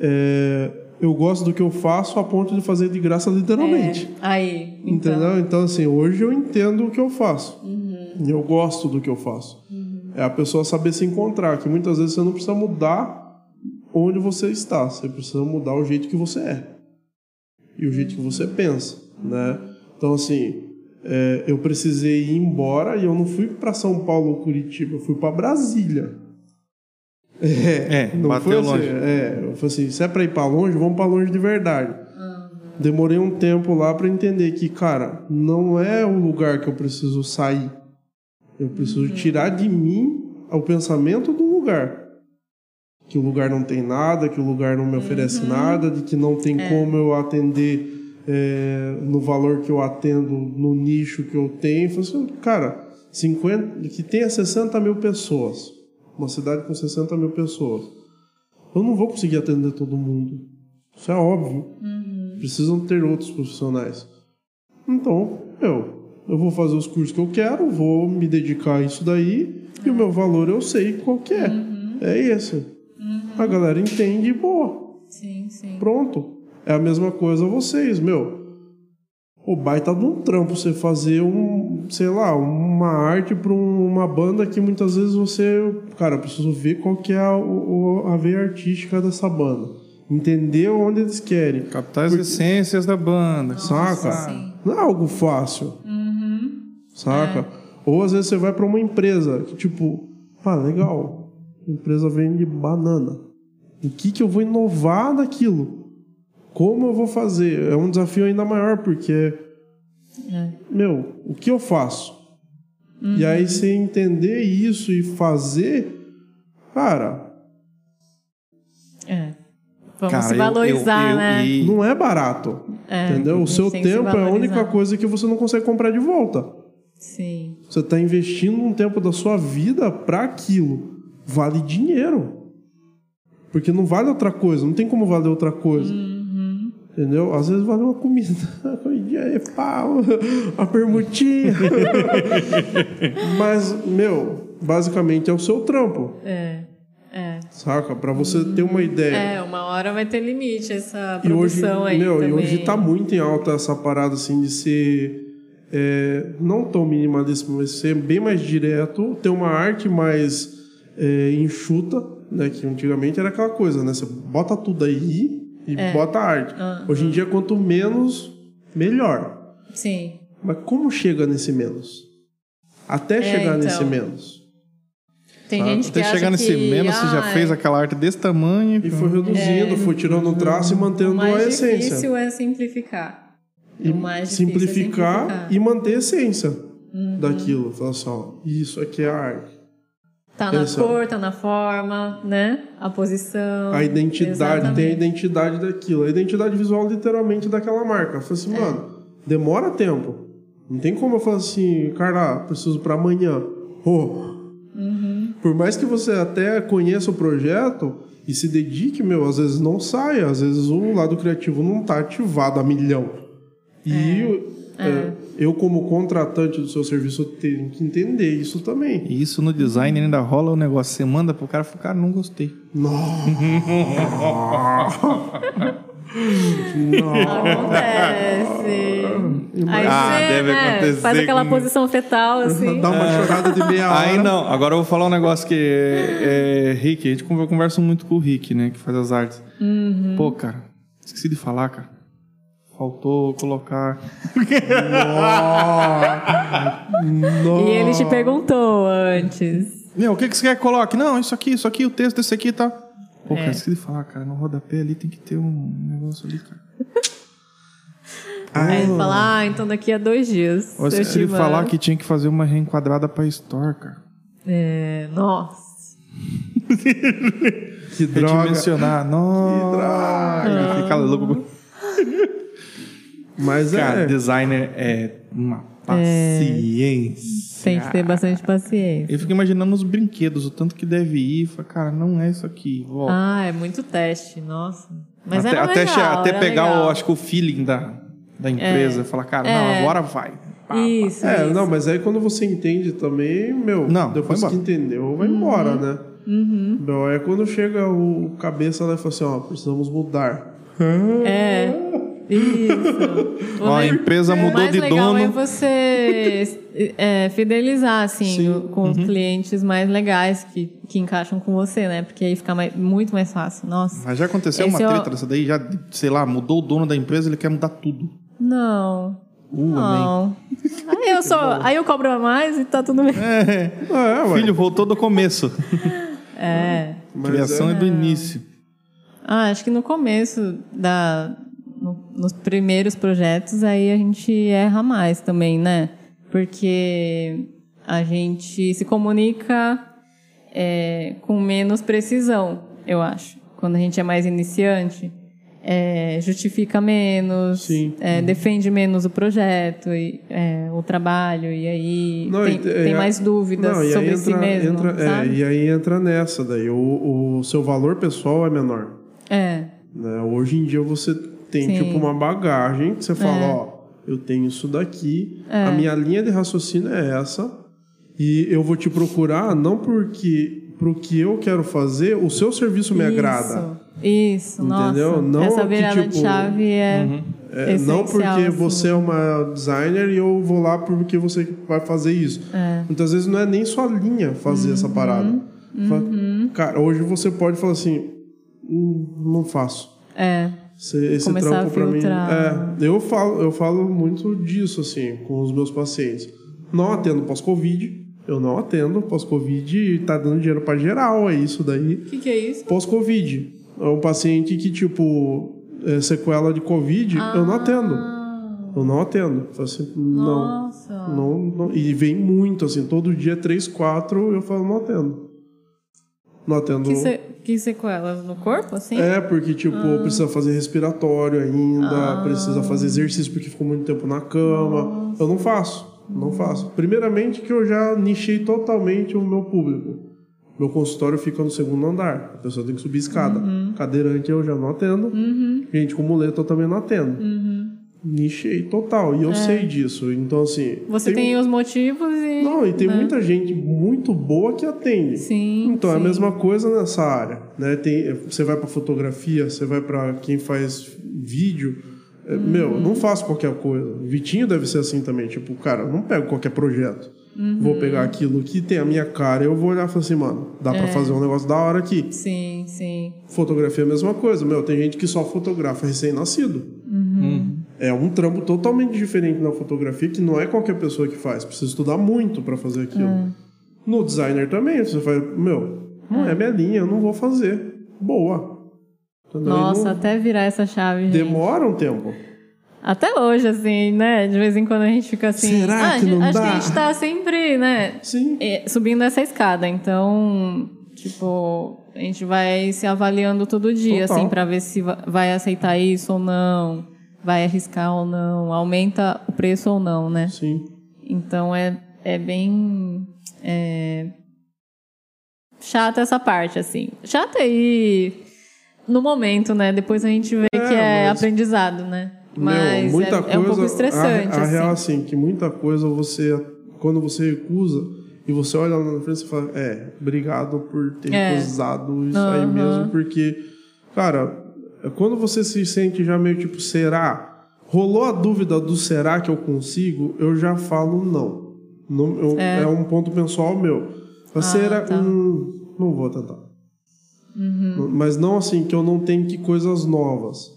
É, eu gosto do que eu faço a ponto de fazer de graça literalmente. É, aí. Então, Entendeu? Então, assim, hoje eu entendo o que eu faço. Uhum. E eu gosto do que eu faço. É a pessoa saber se encontrar, que muitas vezes você não precisa mudar onde você está, você precisa mudar o jeito que você é e o jeito que você pensa, né? Então, assim, é, eu precisei ir embora e eu não fui para São Paulo ou Curitiba, eu fui para Brasília. É, É, não bateu foi assim, longe. É, eu falei assim, se é pra ir pra longe, vamos pra longe de verdade. Demorei um tempo lá pra entender que, cara, não é o lugar que eu preciso sair. Eu preciso tirar de mim o pensamento do lugar. Que o lugar não tem nada, que o lugar não me oferece nada, de que não tem como eu atender é, no valor que eu atendo, no nicho que eu tenho. Eu falei assim, cara, 50, que tenha 60 mil pessoas. Uma cidade com 60 mil pessoas. Eu não vou conseguir atender todo mundo. Isso é óbvio. Precisam ter outros profissionais. Então, eu, eu vou fazer os cursos que eu quero, vou me dedicar a isso daí, e o meu valor eu sei qual que é. É esse. A galera entende e boa. Sim, sim. Pronto. É a mesma coisa vocês, meu. O baita de um trampo você fazer um, sei lá, uma arte para uma banda que muitas vezes você, cara, eu preciso ver qual que é a, o- a veia artística dessa banda. Entender onde eles querem. Captar as essências da banda. Saca? Não é algo fácil. Uhum. Saca? É. Ou às vezes você vai pra uma empresa que, tipo, ah, legal. A empresa vende banana. O que, que eu vou inovar naquilo? Como eu vou fazer? É um desafio ainda maior, porque. É. Meu, o que eu faço? E Uhum. aí você entender isso e fazer, cara, É. Vamos Cara, se eu- valorizar, eu- eu- né? e- não é barato. É, entendeu? O seu tem que se tempo é a única valorizar. coisa que você não consegue comprar de volta. Sim. Você está investindo um tempo da sua vida para aquilo. Vale Uhum. dinheiro. Porque não vale outra coisa, não tem como valer outra coisa. Entendeu? Às vezes vale uma comida. *laughs* Uma comidinha aí, pá, uma *laughs* permutinha. Mas, meu, basicamente é o seu trampo, É. É. saca? Pra você ter uma ideia. É, uma hora vai ter limite essa E hoje, produção aí. meu, e também. hoje tá muito em alta essa parada assim de ser é, não tão minimalista, mas ser bem mais direto, ter uma arte mais é, enxuta, né? Que antigamente era aquela coisa, né? Você bota tudo aí e É. bota a arte. Hoje em dia, quanto menos, melhor. Sim. Mas como chega nesse menos? Até chegar então. nesse menos. Tem Sabe? gente que Até acha chegar nesse que, menos, você já ah, fez é- aquela arte desse tamanho. E foi reduzindo, foi tirando o traço e O mantendo a mais essência. difícil é simplificar. e o mais difícil é Uhum. simplificar, simplificar. e manter a essência daquilo. Falar assim, ó, isso aqui é a arte. Tá na Pensando. cor, tá na forma, né? A posição. a identidade, tem a Exatamente. identidade daquilo. A identidade visual, literalmente, daquela marca. Eu falo assim, mano, demora tempo. Não tem como eu falar assim, cara, preciso pra amanhã. Ô, Por mais que você até conheça o projeto e se dedique, meu, às vezes não sai. Às vezes o lado criativo não tá ativado a milhão. E eu- é, eu, como contratante do seu serviço, tenho que entender isso também. E isso no design ainda rola o negócio. Você manda pro cara e fala, cara, não gostei. Nossa! Acontece. Aí Ah, você, deve né, acontecer Faz aquela com- posição fetal, assim. Dá uma chorada de meia *laughs* hora. Aí não, agora eu vou falar um negócio que é, é, Rick, a gente conver- conversa muito com o Rick, né? Que faz as artes. Pô, cara, esqueci de falar, cara. Faltou colocar. Uhum. E ele te perguntou antes. Meu, o que, que você quer que coloque? Não, isso aqui, isso aqui, o texto, esse aqui e tá. Pô, cara, esqueci de falar, cara. No rodapé ali tem que ter um negócio ali, cara. Aí ele fala, ah, então daqui a dois dias. Eu esqueci te de falar mando." que tinha que fazer uma reenquadrada pra store, cara. É, nossa. Que droga. Redimensionar. Nossa. Fica louco. Mas Cara, é. designer é uma paciência. Tem que ter bastante paciência. Eu fico imaginando os brinquedos, o tanto que deve ir. Fala, cara, não é isso aqui. Volta. Ah, é muito teste, nossa. Mas até era até, legal, che- até era pegar legal. o, acho que o feeling da, da empresa. Falar, cara, não, É. agora vai. Pá, pá. Isso, É, isso. não, mas aí quando você entende também, meu, Não, depois vai que entendeu, vai Uhum. embora, né? Meu, é quando chega o cabeça lá e fala assim, ó, precisamos mudar. É. Isso. O Ó, a le- empresa o mudou mais de legal dono. é você é, fidelizar, assim, o- com Uhum. clientes mais legais que, que encaixam com você, né? Porque aí fica mais- muito mais fácil. Nossa. Mas já aconteceu Esse uma é o- treta dessa daí, já, sei lá, mudou o dono da empresa, ele quer mudar tudo. Não. Uh, amém. Não. Aí *laughs* eu só. Aí eu cobro a mais e tá tudo bem. É, ué. Filho, voltou do começo. É. mas Criação é do início. Ah, acho que no começo da no- nos primeiros projetos aí a gente erra mais também, né? Porque a gente se comunica é, com menos precisão, eu acho. Quando a gente é mais iniciante, é, justifica menos, Sim. Uhum. é, defende menos o projeto, e, é, o trabalho, e aí Não, tem, e te- é, tem mais dúvidas Não, e aí sobre si entra- mesmo, entra- é, sabe? e aí entra nessa daí. O, o seu valor pessoal é menor. É, né? Hoje em dia você tem Sim. É. tipo uma bagagem que você fala, ó, eu tenho isso daqui, a minha linha de raciocínio é essa e eu vou te procurar não porque pro que eu quero fazer, o seu serviço me agrada. Isso, Entendeu? nossa. Não Essa que, virada de tipo, chave é, É, não porque essencial, assim. você é uma designer e eu vou lá porque você vai fazer isso. Muitas vezes não é nem sua linha fazer essa Uhum. parada. Fala, Cara, hoje você pode falar assim, "Hum, não faço. É, Esse, esse Começar a trampo pra mim. filtrar. É, eu falo, eu falo muito disso, assim, com os meus pacientes. Não atendo pós-Covid. Eu não atendo pós-Covid tá dando dinheiro pra geral, é isso daí. O que, que é isso? Pós-Covid. É um paciente que, tipo, é sequela de Covid, eu não atendo. Eu não atendo. Eu falo assim, não, Ah. Nossa. não, não. E vem muito, assim, todo dia, três, quatro, eu falo, não atendo. Não atendo. Que, se, que sequelas no corpo, assim? É, porque, tipo, precisa fazer respiratório ainda, Ah. precisa fazer exercício porque ficou muito tempo na cama. Eu não faço, não faço. Primeiramente que eu já nichei totalmente o meu público. Meu consultório fica no segundo andar. A pessoa tem que subir escada. Uhum. Cadeirante eu já não atendo. Gente com muleta eu também não atendo. Uhum. Nichei total. E eu sei disso. Então, assim. É. Você tem, os motivos e. Não, e tem né? muita gente muito boa que atende. Sim, Então é a sim. mesma coisa nessa área, né? Tem, você vai para fotografia, você vai para quem faz vídeo. É, Meu, Uhum. não faço qualquer coisa. O Vitinho deve ser assim também, tipo, cara, eu não pego qualquer projeto. Uhum. Vou pegar aquilo que tem a minha cara, eu vou olhar e falar assim, mano, dá É. pra fazer um negócio da hora aqui. Sim, sim. Fotografia é a mesma coisa, meu, tem gente que só fotografa recém-nascido. É um trampo totalmente diferente na fotografia que não é qualquer pessoa que faz. Precisa estudar muito pra fazer aquilo. No designer também, você faz, meu, não é minha linha, eu não vou fazer. Boa. Entendeu? E Nossa, não- até virar essa chave, gente. demora um tempo. Até hoje, assim, né? De vez em quando a gente fica assim. Será ah, que não acho dá?" que a gente tá sempre, né? Sim. é, subindo essa escada. Então, tipo, a gente vai se avaliando todo dia, Total. assim, pra ver se va- vai aceitar isso ou não, vai arriscar ou não, aumenta o preço ou não, né? Sim. Então é, é bem. É, chata essa parte, assim. Chata aí no momento, né? Depois a gente vê É, que é mas- aprendizado, né? Mas Meu, muita é, coisa, é um pouco estressante. A, a assim. real, assim, que muita coisa você, quando você recusa e você olha lá na frente, você fala: É, obrigado por ter É. recusado isso aí Aham. mesmo, porque, cara, é quando você se sente já meio tipo: será? Rolou a dúvida do será que eu consigo? Eu já falo não. Não- eu- é. um ponto pessoal meu. Mas será? tá. Hum, não vou tentar. Mas não assim que eu não tenho que coisas novas.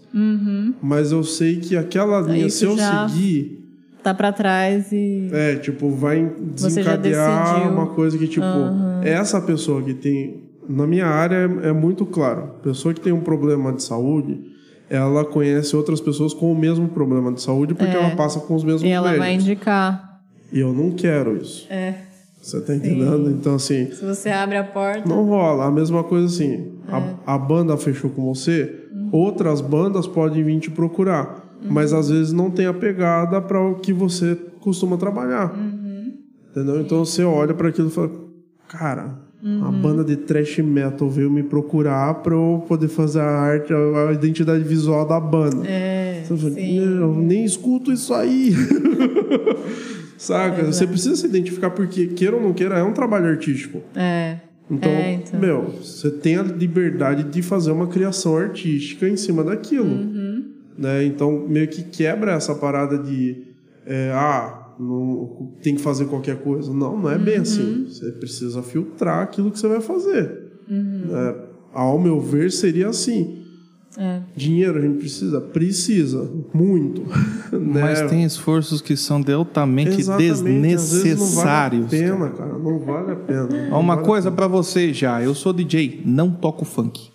Mas eu sei que aquela linha, Uhum. isso se eu já- seguir, Tá pra trás e. é, tipo, vai Você já desencadear decidiu. Uhum. uma coisa que, tipo, essa pessoa que tem. Na minha área é, é muito claro. Pessoa que tem um problema de saúde, ela conhece outras pessoas com o mesmo problema de saúde porque ela passa com os mesmos É. E ela vai médicos. indicar. E eu não quero isso. É. Você tá entendendo? Então, assim, Se você abre a porta. Não rola. A mesma coisa assim. É. A, a banda fechou com você, Uhum. outras bandas podem vir te procurar. Mas às vezes não tem a pegada para o que você costuma trabalhar. Uhum. Entendeu? Então você olha para aquilo e fala: Cara, a Uhum. banda de thrash metal veio me procurar para eu poder fazer a arte, a a identidade visual da banda. É, Você fala, sim. "Não, eu nem escuto isso *laughs* aí. É Saca? você precisa se identificar porque, queira ou não queira, é um trabalho artístico. É. Então, É, então. meu, você tem a liberdade de fazer uma criação artística em cima daquilo. Uhum. Né? Então, meio que quebra essa parada de, é, ah, não, tem que fazer qualquer coisa. Não, não é bem assim. Uhum. Você precisa filtrar aquilo que você vai fazer. Uhum. Né? Ao meu ver, seria assim. É. Dinheiro a gente precisa? Precisa. *laughs* Muito. né? Mas tem esforços que são de altamente Exatamente, às vezes desnecessários. Não vale a pena, cara. Não vale a pena. Ó, Não Uma vale a coisa pra você já, eu sou DJ, não toco funk.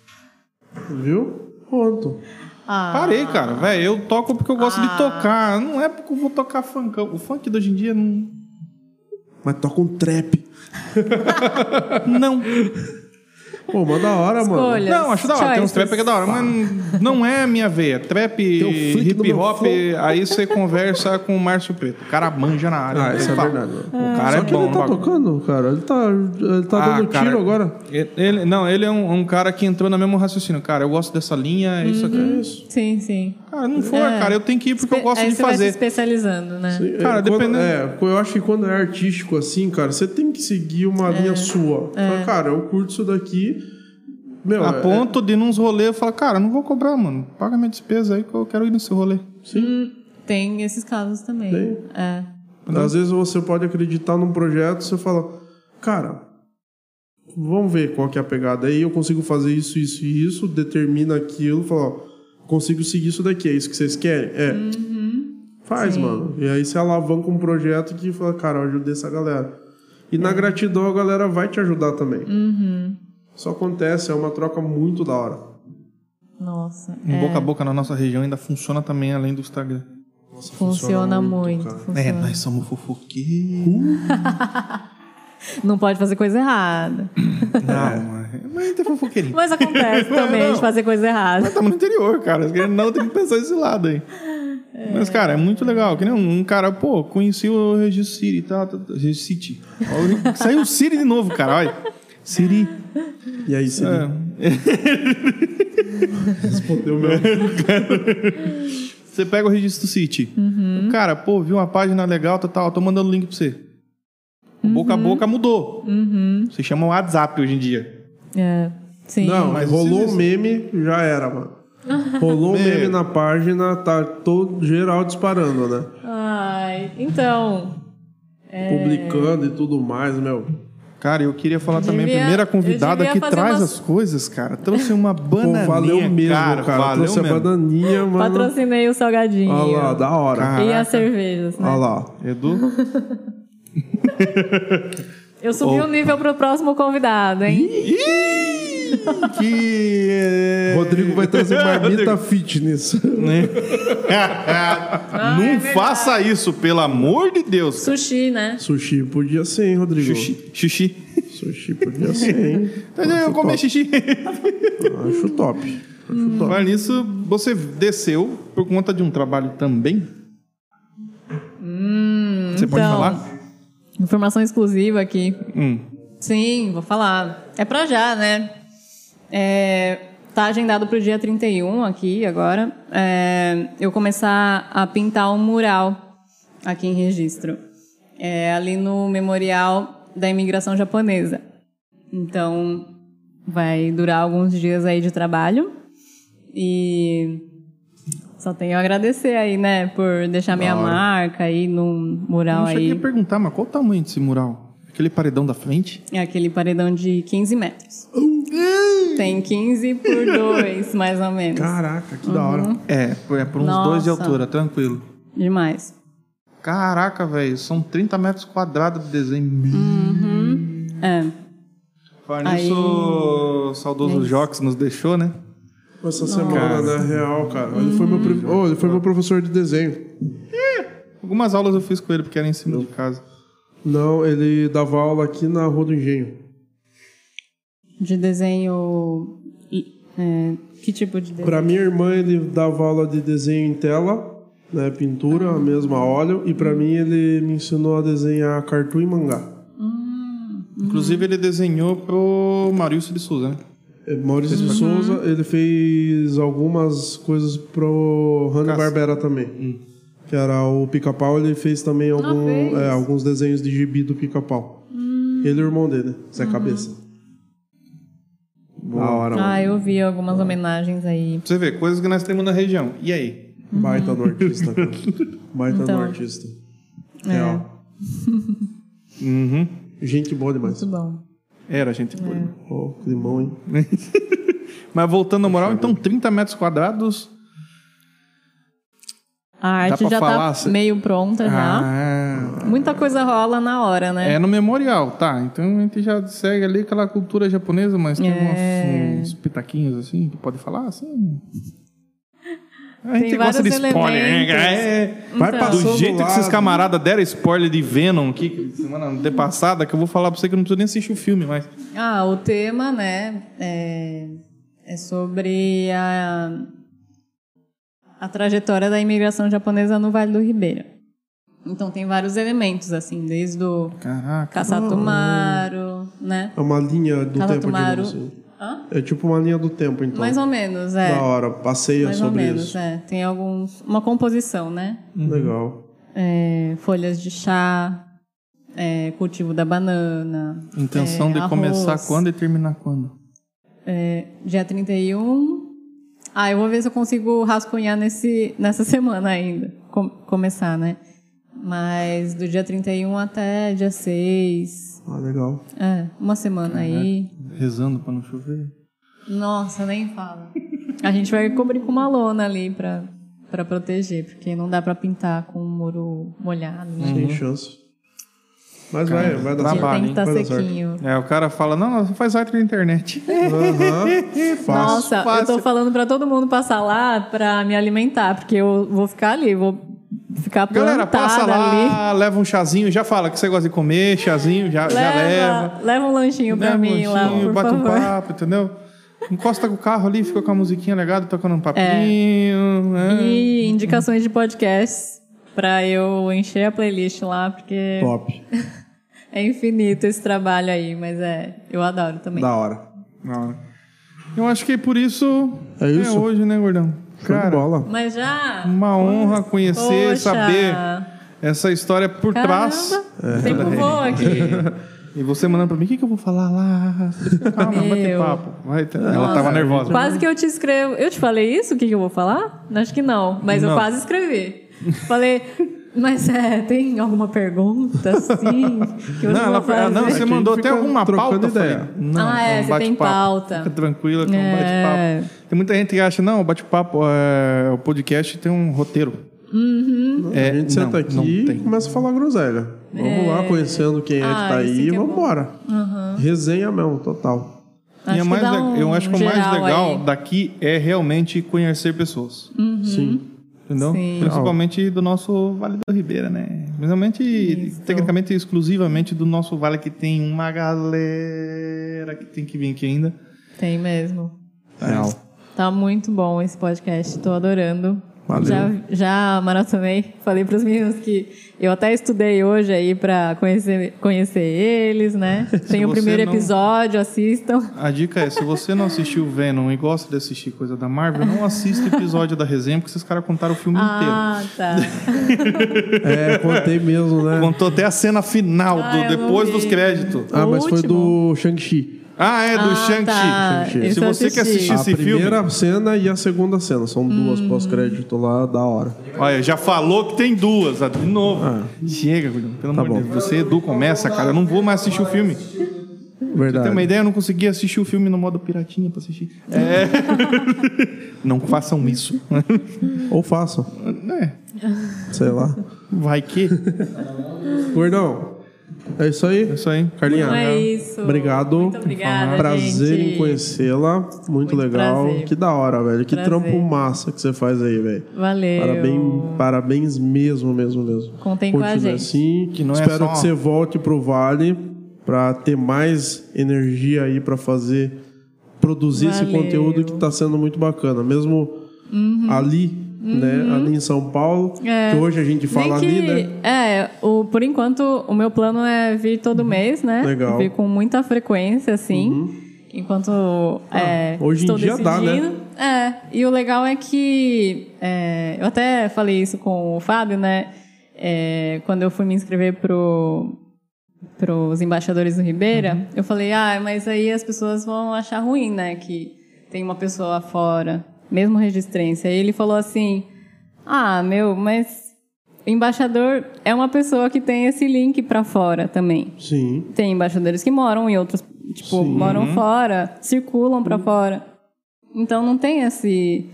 pena, Viu? Pronto. Ah, Parei, cara, velho, eu toco porque eu gosto de tocar, não é porque eu vou tocar funk. O funk de hoje em dia *laughs* não... Mas toca um trap. Não, Pô, mas da hora, mano. Escolha. Olha, não acho da hora, tem uns choices. trap que é da hora, mas não é a minha veia. Trap, Tem o funk do hip meu hop, flow. aí você conversa com o Márcio Preto. O cara manja na área. Ah, ele isso é fala. verdade. mano. O cara Só é que bom. ele tá bagulho. tocando, cara. Ele tá, ele tá Ah, dando cara, tiro agora. Ele, ele- não, ele é um, um cara que entrou no mesmo raciocínio. Cara, eu gosto dessa linha, é isso aqui. é isso. Sim, sim. Cara, não for, Uhum. É. cara, eu tenho que ir porque eu gosto Aí de você vai se fazer. especializando, né? Sim, é, Cara, quando- dependendo- É, eu acho que quando é artístico assim, cara, você tem que seguir uma É. linha sua. Fala, cara, eu curto isso daqui. Meu, A é- ponto de nos rolê eu falar, cara, não vou cobrar, mano. Paga minha despesa aí que eu quero ir nesse rolê. Tem esses casos também. Tem. É. Às vezes você pode acreditar num projeto, você fala, cara, vamos ver qual que é a pegada aí, eu consigo fazer isso, isso e isso, determina aquilo, fala, ó, consigo seguir isso daqui, é isso que vocês querem? É. Faz, mano. E aí você alavanca um projeto que fala, cara, eu ajudei essa galera. E na gratidão a galera vai te ajudar também. Isso acontece, é uma troca muito da hora. Nossa. Um é. boca a boca na nossa região ainda funciona também, além do Instagram. Nossa, Funciona muito. cara. funciona. É, nós somos fofoqueiros. É. Não pode fazer coisa errada. Não, mas- mas tem fofoqueirinho. *laughs* Mas acontece também Não. de fazer coisa errada. Mas tamo no interior, cara. Não tem que pensar esse lado aí. Mas, cara, é muito legal. Que nem um um cara, pô, tá, conheci o Regis City e tal. tal, tal. Regis City. Ó, Saiu o City de novo, cara. Olha. Siri. E aí, Siri? É. *laughs* Respondeu meu. Você pega o registro do City. Uhum. Cara, pô, vi uma página legal, tal, tal, tô mandando o link pra você. O Boca a Uhum. boca mudou. Você chama WhatsApp hoje em dia. É, sim. Não, Mas rolou isso um meme, já era, *laughs* mano. Rolou um Meu. meme na página, tá todo geral disparando, né? Ai, então. É. Publicando e tudo mais, meu. Cara, eu queria falar também, devia- a primeira convidada eu devia que fazer traz umas- as coisas, cara. Trouxe uma Pô, bananinha, valeu mesmo, cara. cara. Valeu Trouxe mesmo. a bananinha, mano. Patrocinei o salgadinho. Olha lá, da hora. Cara. E Caraca. as cervejas, né? Olha lá. *laughs* Edu? Eu subi o nível pro próximo convidado, hein? Ih, que... é, Rodrigo vai *laughs* trazer marmita Rodrigo. fitness. *laughs* né? Não verdade. faça isso, pelo amor de Deus. Sushi, né? Sushi podia ser, hein, Rodrigo? Xuxi. Xuxi. *laughs* Sushi podia ser, hein? Eu comi xixi. Acho top. Acho top. Mas nisso, você desceu por conta de um trabalho também? você pode então. falar? Informação exclusiva aqui. Hum. Sim, vou falar. É pra já, né? É, tá agendado pro dia 31 aqui agora. é, eu começar a pintar um mural aqui em registro. É, ali no Memorial da Imigração Japonesa. Então, vai durar alguns dias aí de trabalho. E só tenho a agradecer aí, né? Por deixar minha marca aí num Eu mural não cheguei aí. a perguntar, mas qual o tamanho desse mural? Aquele paredão da frente? É aquele paredão de 15 metros. Tem 15 *laughs* por 2, mais ou menos. Caraca, que da hora. É, é por uns Nossa. dois de altura, tranquilo. Demais. Caraca, velho, são 30 metros quadrados de desenho. Uhum. É. Falar nisso, o saudoso Jox nos deixou, né? Essa semana, na real, cara. Ele foi, meu, Hum. pri- Ô, ele foi meu professor de desenho. Algumas aulas eu fiz com ele porque era em cima de casa. Não, ele dava aula aqui na Rua do Engenho. De desenho. é, que tipo de desenho? Pra minha irmã, ele dava aula de desenho em tela, né, pintura, a mesma óleo. E pra mim, ele me ensinou a desenhar cartoon e mangá. Inclusive, ele desenhou pro Marilson de Souza, né? É, Maurício de Souza, ele fez algumas coisas pro Hanna-Barbera também. Que era o Pica-Pau, ele fez também algum- fez. Hum. é, alguns desenhos de gibi do Pica-Pau. Ele e o irmão dele, Uhum. Zé Cabeça. Da hora, mano. Ah, eu vi algumas homenagens aí. Pra você ver, coisas que nós temos na região. E aí? Baita no artista, cara. *laughs* Baita Uhum. Então. no artista. É, *laughs* Real. Uhum. Gente boa demais. Muito bom. Era, gente. boa. Ó, climão, hein? Mas voltando ao moral, então 30 metros quadrados. A arte pra já falar, tá cê- meio pronta já. Ah, Muita coisa rola na hora, né? é no memorial, tá. Então a gente já segue ali aquela cultura japonesa, mas tem É. uns, uns pitaquinhos assim que pode falar *laughs* assim. A Tem gente gosta de vários spoiler, né, cara? É. Vai Então. passando Do jeito lá, que esses camaradas deram spoiler de Venom aqui, semana passada, que eu vou falar pra você que eu não preciso nem assistir o filme, mas. Ah, o tema, né, é, é sobre a, a trajetória da imigração japonesa no Vale do Ribeira. Então tem vários elementos, assim, desde o Caraca. Kasatumaru, né? É uma linha do Casa tempo Tumaru. de você. Hã? É tipo uma linha do tempo, então. Mais ou menos, é. Da hora. Passeia Mais ou sobre menos, isso. é. Tem alguns... Uma composição, né? Uhum. Legal. É, folhas de chá, é, cultivo da banana. Intenção é, de começar arroz. quando e terminar quando? Dia 31. Ah, eu vou ver se eu consigo rascunhar nesse, nessa semana ainda. Com- começar, né? Mas do dia 31 até dia 6. Ah, legal. É, uma Uhum. semana aí. Rezando pra não chover. Nossa, nem fala. A gente vai cobrir com uma lona ali pra, pra proteger, porque não dá pra pintar com o muro molhado, né? Sem chance. Mas vai, vai dar Uhum. trabalho, Tem que hein? estar Vai dar certo. sequinho. É, o cara fala, não, você faz arte na *laughs* internet. Aham. *laughs* Fácil. Nossa, fácil. eu tô falando pra todo mundo passar lá pra me alimentar, porque eu vou ficar ali, vou ficar plantada Galera, passa ali. lá, leva um chazinho, já fala que você gosta de comer, chazinho, já leva. Já leva. Leva, leva um lanchinho pra Leva um mim lá, lanchinho, por bate favor. um papo, entendeu? Encosta com o carro ali, fica com a musiquinha legada, tocando um papinho. né? É. E indicações de podcasts pra eu encher a playlist lá, porque Top. É infinito esse trabalho aí, mas é, eu adoro também. Da hora. Na hora. Eu acho que por isso É isso? hoje, né, gordão? Show de bola. Mas já. uma honra conhecer, Poxa. saber essa história por trás. Caramba, o tempo É. *laughs* voa aqui. E você mandando pra mim, o que, que eu vou falar lá? *laughs* Calma, vai ter Meu. papo. Vai ter- Ela tava Nossa, nervosa. Quase que eu te escrevo. Eu te falei isso? O que, que eu vou falar? Acho que não, mas Não. eu quase escrevi. Falei, mas é, tem alguma pergunta *laughs* assim? Que eu Não, não, ela, vou ela- não, fazer? você Aqui mandou a gente até fica alguma trocando pauta. eu falei, ideia. não, Ah, é, um você bate-papo. tem pauta. Fica tranquila que é um É. bate-papo. Tem muita gente que acha, não, o bate-papo, é, o podcast tem um roteiro. É, a gente senta não, aqui não e tem. começa a falar groselha. Vamos lá, conhecendo quem é que Ah, tá isso aí e que é bom. vambora. Resenha mesmo, total. e é que mais, dá le- um eu acho que o mais geral legal aí. daqui é realmente conhecer pessoas. Uhum. Sim. Entendeu? Sim. Principalmente do nosso Vale da Ribeira, né? Principalmente, tecnicamente, exclusivamente do nosso Vale, que tem uma galera que tem que vir aqui ainda. Tem mesmo. Real. Tá muito bom esse podcast, tô adorando. Valeu. Já, já maratonei, falei pros meninos que eu até estudei hoje aí pra conhecer, conhecer *laughs* eles, né? Tem o você primeiro não- episódio, assistam. A dica é, se você não assistiu Venom e gosta de assistir coisa da Marvel, não assista episódio da resenha, porque esses caras contaram o filme inteiro. Ah, *laughs* tá. É, contei mesmo, né? Contou até a cena final, do- Ah, eu não depois dos vi. créditos. Ah, mas foi último. do Shang-Chi. Ah, é, do Ah, Shang-Chi. tá. Shang-Chi. Esse Se eu você quer assisti. assistir A esse filme, primeira cena e a segunda cena. São duas Hum. pós-crédito lá, da hora. olha, já falou que tem duas, ó, de novo. Chega, Guilherme, pelo amor de Ah. Tá bom. Deus. Você, Edu, começa, cara. Eu não vou mais assistir o filme. Pra ter uma Verdade. ideia, eu não conseguia assistir o filme no modo piratinha pra assistir. É. *laughs* não façam isso. Ou façam, *laughs* É, sei lá. vai que. Gordão, é isso aí? É isso aí. Carlinha, Então é isso. obrigado. um Muito obrigada, Prazer gente. em conhecê-la. Muito, legal. prazer. Que da hora, velho. Que Prazer. trampo massa que você faz aí, velho. Valeu. Parabéns, parabéns mesmo, mesmo, mesmo. Contem com a Continue gente. assim. Que não é Espero só- que você volte pro Vale pra ter mais energia aí pra fazer produzir esse Valeu. Uhum. conteúdo que tá sendo muito bacana, mesmo ali, né, ali em São Paulo, É. que hoje a gente fala Bem que, ali, né? É, o, por enquanto, o meu plano é vir todo mês, né? Uhum. Legal. Uhum. Vir com muita frequência, assim. Enquanto é, hoje em estou dia dá, né? decidindo. É, e o legal é que... é, eu até falei isso com o Fábio, né? É, quando eu fui me inscrever pro pros embaixadores do Ribeira, Uhum. eu falei, ah, mas aí as pessoas vão achar ruim, né, que tem uma pessoa fora, mesmo registrência. E ele falou assim, ah, meu, mas embaixador é uma pessoa que tem esse link pra fora também. Sim. Tem embaixadores que moram em outros, tipo, moram Uhum. fora, circulam pra fora. Então não tem esse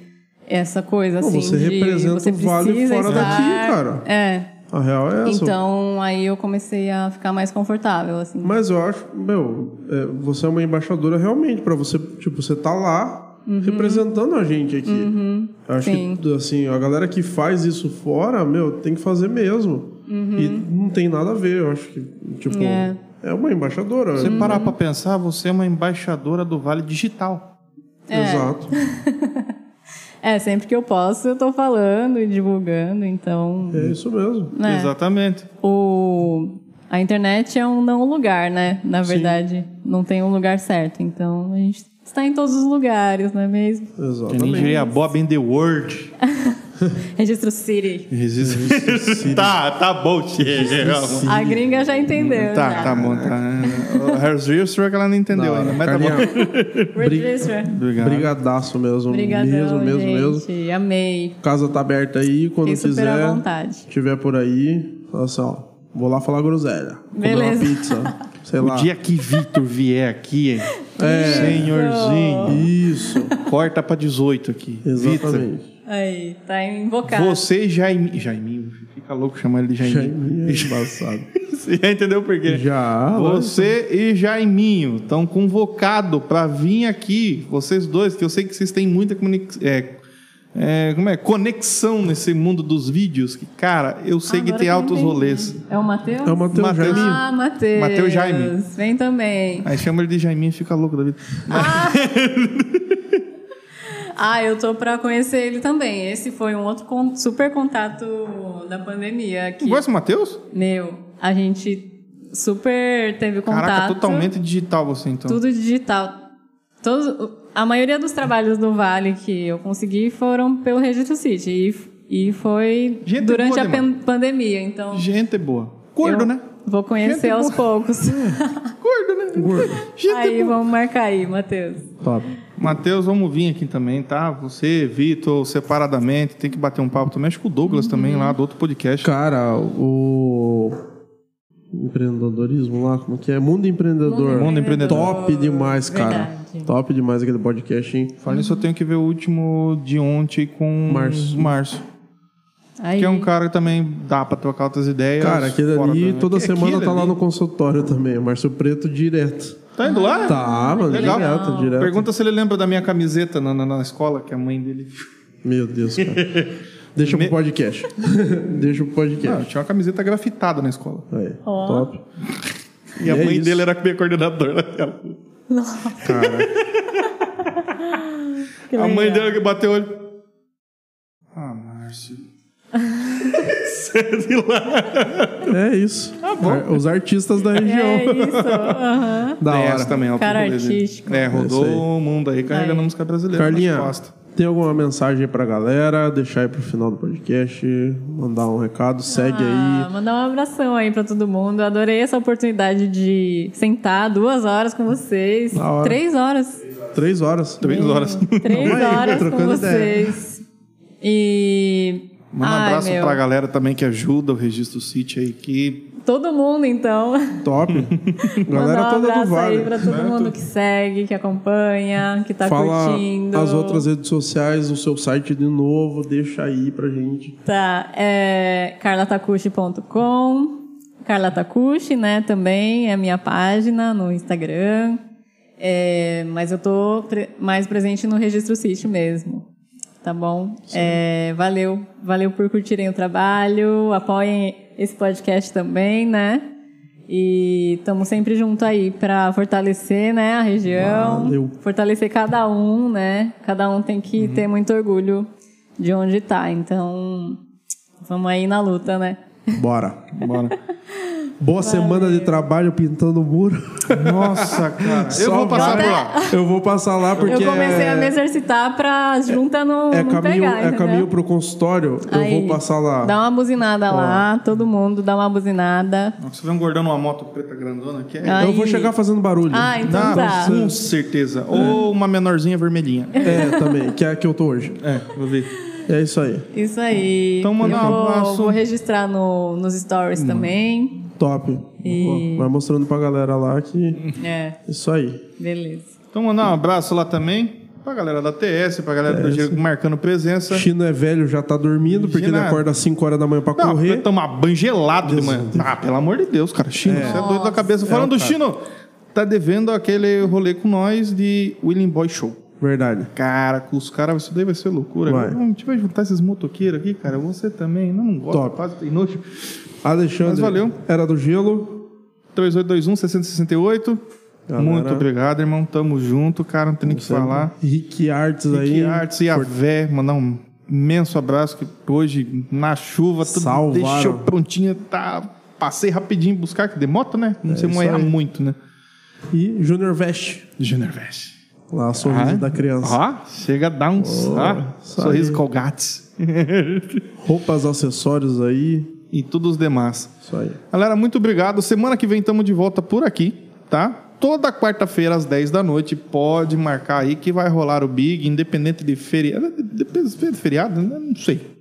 essa coisa Não, assim você de representa você o Vale precisa fora estar- daqui, cara. É. A real é essa. Então aí eu comecei a ficar mais confortável assim. Mas eu acho, meu, é, você é uma embaixadora realmente pra você, tipo, você tá lá representando a gente aqui. Eu acho Uhum. sim. que assim, a galera que faz isso fora, meu, tem que fazer mesmo. E não tem nada a ver, eu acho que, tipo, é, Uhum. É. uma embaixadora. Se você parar pra pensar, você é uma embaixadora do Vale Digital. Exato. É, sempre que eu posso, eu tô falando e divulgando, então. É isso mesmo. né, Exatamente. o, a internet é um não lugar, né? Na verdade, não tem um lugar certo. Então a gente está em todos os lugares, não é mesmo? Eu Exatamente. Nigeria Bob in the World. Registro City. *laughs* tá, tá bom, chega. A gringa já entendeu. Tá, já. tá bom, tá. O Harris Wilson que ela não entendeu ainda, mas tá bom. Carlinha, Registro. Obrigado. brigadaço mesmo. Obrigadão, mesmo, mesmo, mesmo. gente. Amei. Casa tá aberta aí, quando Fiquei super quiser. à vontade. tiver por aí, fala assim, ó, vou lá falar groselha. Comer uma Beleza. pizza. Sei *laughs* O lá. dia que Vitor vier aqui, *laughs* É. senhorzinho, Isso, corta pra 18 aqui. Vitor, exatamente. Aí, tá invocado. Você e Jaime. Jaime, fica louco chamar ele de Já Jaime. é embaçado. *laughs* Você já entendeu por quê? Já. Você e Jaiminho estão convocados para vir aqui, vocês dois, que eu sei que vocês têm muita comuni- é, é, como é? conexão nesse mundo dos vídeos. Que, cara, eu sei que Agora tem eu altos entendi. rolês. É o Matheus? É o Matheus Mateus. Jaime. Ah, Matheus. Mateus Jaime. Vem também. Aí chama ele de Jaiminho e fica louco da vida. Ah, eu tô pra conhecer ele também. Esse foi um outro con- super contato da pandemia Você aqui. conhece o Matheus? Meu, a gente super teve contato. Caraca, totalmente digital você então. Tudo digital. Todos, a maioria dos trabalhos do Vale que eu consegui foram pelo Registro City. E, f- e foi Gente durante boa a pan- demais. pandemia. Então, Gente boa. Gordo, eu né? Vou conhecer *laughs* Gente aos boa. poucos. Gordo, né? Gente aí, boa. vamos marcar aí, Matheus. Top. Matheus, vamos vir aqui também, tá? Você, Vitor, separadamente, tem que bater um papo também. Acho que o Douglas Uhum. também, lá do outro podcast. Cara, o. Empreendedorismo lá, como que é? Mundo empreendedor. Mundo Empreendedor. Top demais, cara. Verdade. Top demais aquele podcast, hein? Falando isso, eu tenho que ver o último de ontem com Março. Março. Aí, Que é um cara que também dá pra trocar outras ideias. Cara, aquele fora ali da- toda Aquele semana tá lá ali. no consultório também. O Márcio Preto direto. Tá indo lá? Tá, mano, Legal. direto, direto. Pergunta se ele lembra da minha camiseta na, na, na escola, que a mãe dele. Meu Deus, *laughs* cara. Deixa pro podcast. *laughs* Deixa pro Ah, podcast. tinha uma camiseta grafitada na escola. Aí, top. E, E a é mãe isso. dele era minha coordenadora dela. A mãe dele que bateu o olho. Ah, Márcio. Sai de lá. É isso. Ar- Os artistas da região. Tá É isso. *laughs* aham. Da Tem hora. essa também, ó, Cara beleza. artístico. É, rodou É isso aí. o mundo aí carregando a música brasileira. Carlinha, nas costas. tem alguma mensagem aí pra galera? Deixar aí pro final do podcast, mandar um recado, segue Ah, aí. mandar um abração aí pra todo mundo. Adorei essa oportunidade de sentar duas horas com vocês. Da hora. Três horas. Três horas. Três horas. Hum. Três Tamo aí, horas com trocando ideia. vocês. E. Manda um Ai, abraço meu. pra galera também que ajuda o Registro City aí, que Todo mundo, então. *laughs* Top. galera Mandar um toda do abraço Vale. né? aí pra todo mundo que segue, que acompanha, que tá Fala curtindo. as outras redes sociais, o seu site de novo, deixa aí pra gente. Tá, é carlatacushi.com, Carla Takushi, né, também é minha página no Instagram, é, mas eu tô pre- mais presente no Registro City mesmo, tá bom? É, valeu, valeu por curtirem o trabalho, apoiem esse podcast também, né? E estamos sempre junto aí para fortalecer, né, a região, Valeu. fortalecer cada um, né? Cada um tem Uhum. que ter muito orgulho de onde tá, então vamos aí na luta, né? Bora. Bora. *laughs* Boa semana de trabalho pintando o muro. Nossa, cara. Eu Só vou passar vai. por lá. Eu vou passar lá porque eu comecei é, a me exercitar pra junta não, é não caminho, pegar, é entendeu? caminho pro consultório. Aí, eu vou passar lá. Dá uma buzinada lá, todo mundo dá uma buzinada. Você vê um gordão numa moto preta grandona aqui? É... Ah, Eu vou aí. chegar fazendo barulho. Ah, então Não, tá. com certeza. É. Ou uma menorzinha vermelhinha. É, também, que é a que eu tô hoje. É, vou ver. É isso aí. Isso aí. Então, manda eu um abraço. vou, vou registrar no, nos Uhum. stories também. Top. Vai mostrando pra galera lá que. É, Isso aí. beleza. Então, mandar um abraço lá também pra galera da TS, pra galera do Giro marcando presença. Chino é velho, já tá dormindo, porque ele China- acorda às 5 horas da manhã pra Não, então- correr. tomar banho gelado de manhã. Ah, pelo amor de Deus, cara. Chino, você é doido da cabeça. Falando do Chino, tá devendo aquele rolê com nós de William Boy Show. Verdade. Cara, com os caras, isso daí vai ser loucura. Vai. Não, a gente vai juntar esses motoqueiros aqui, cara. Você também. Não, não gosta, Top. quase tem nojo. Alexandre. Mas valeu. Era do gelo. 3821-6068. Galera. Muito obrigado, irmão. Tamo junto, cara. Não tem nem o que falar. é Rick Artes aí. Que artes e a Vé, mandar um imenso abraço que hoje, na chuva, tudo Salvaram. deixou prontinha, tá. Passei rapidinho buscar, que de moto, né? Não sei É isso moer aí. muito, né? E Junior Vest. Junior Vest. Lá, Ah, sorriso da criança. Ó, chega a dar uns. ó, isso sorriso aí. Colgates. ah. Roupas, acessórios aí. e todos os demais. Isso aí. Galera, muito obrigado. Semana que vem estamos de volta por aqui, tá? Toda quarta-feira às 10 da noite, pode marcar aí que vai rolar o Big, independente de feriado. Depende de feriado, né? não sei.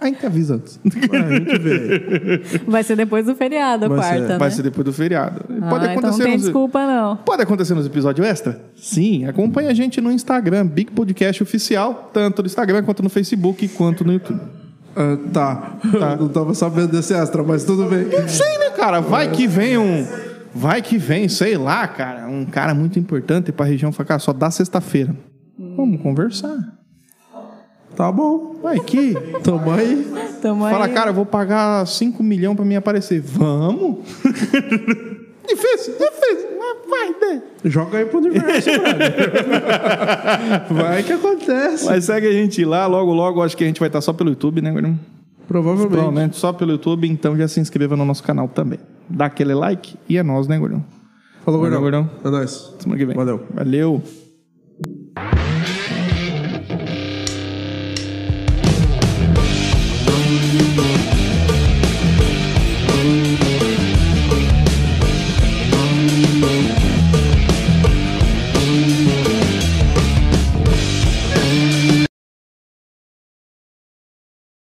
A gente avisa antes. Tá Ah, a gente *laughs* vê. Vai ser depois do feriado, a Vai ser. quarta, né? Vai ser depois do feriado. pode ah, então não acontecer tem nos... desculpa, não. Pode acontecer nos episódios extra? Sim, acompanha a gente no Instagram, Big Podcast Oficial, tanto no Instagram quanto no Facebook, quanto no YouTube. Ah, tá. *laughs* Não tava sabendo desse extra, mas tudo bem. sei, né, cara? Vai que vem um. Vai que vem, sei lá, cara. Um cara muito importante pra região falar, cara, só dá sexta-feira. Vamos conversar. Tá bom. Vai que. Tamo aí. Tamo Fala, aí. cara, eu vou pagar 5 milhões pra mim aparecer. Vamos? *laughs* difícil, difícil. Mas vai, né? Joga aí pro universo, *laughs* velho. Vai que acontece. Mas segue a gente lá, logo, logo. Acho que a gente vai estar só pelo YouTube, né, Gordão? Provavelmente. Provavelmente só pelo YouTube, então já se inscreva no nosso canal também. dá aquele like e é nós, né, gordão? Falou, Valeu, Gordão. Gordão. É nóis. Semana que vem. Valeu. Valeu.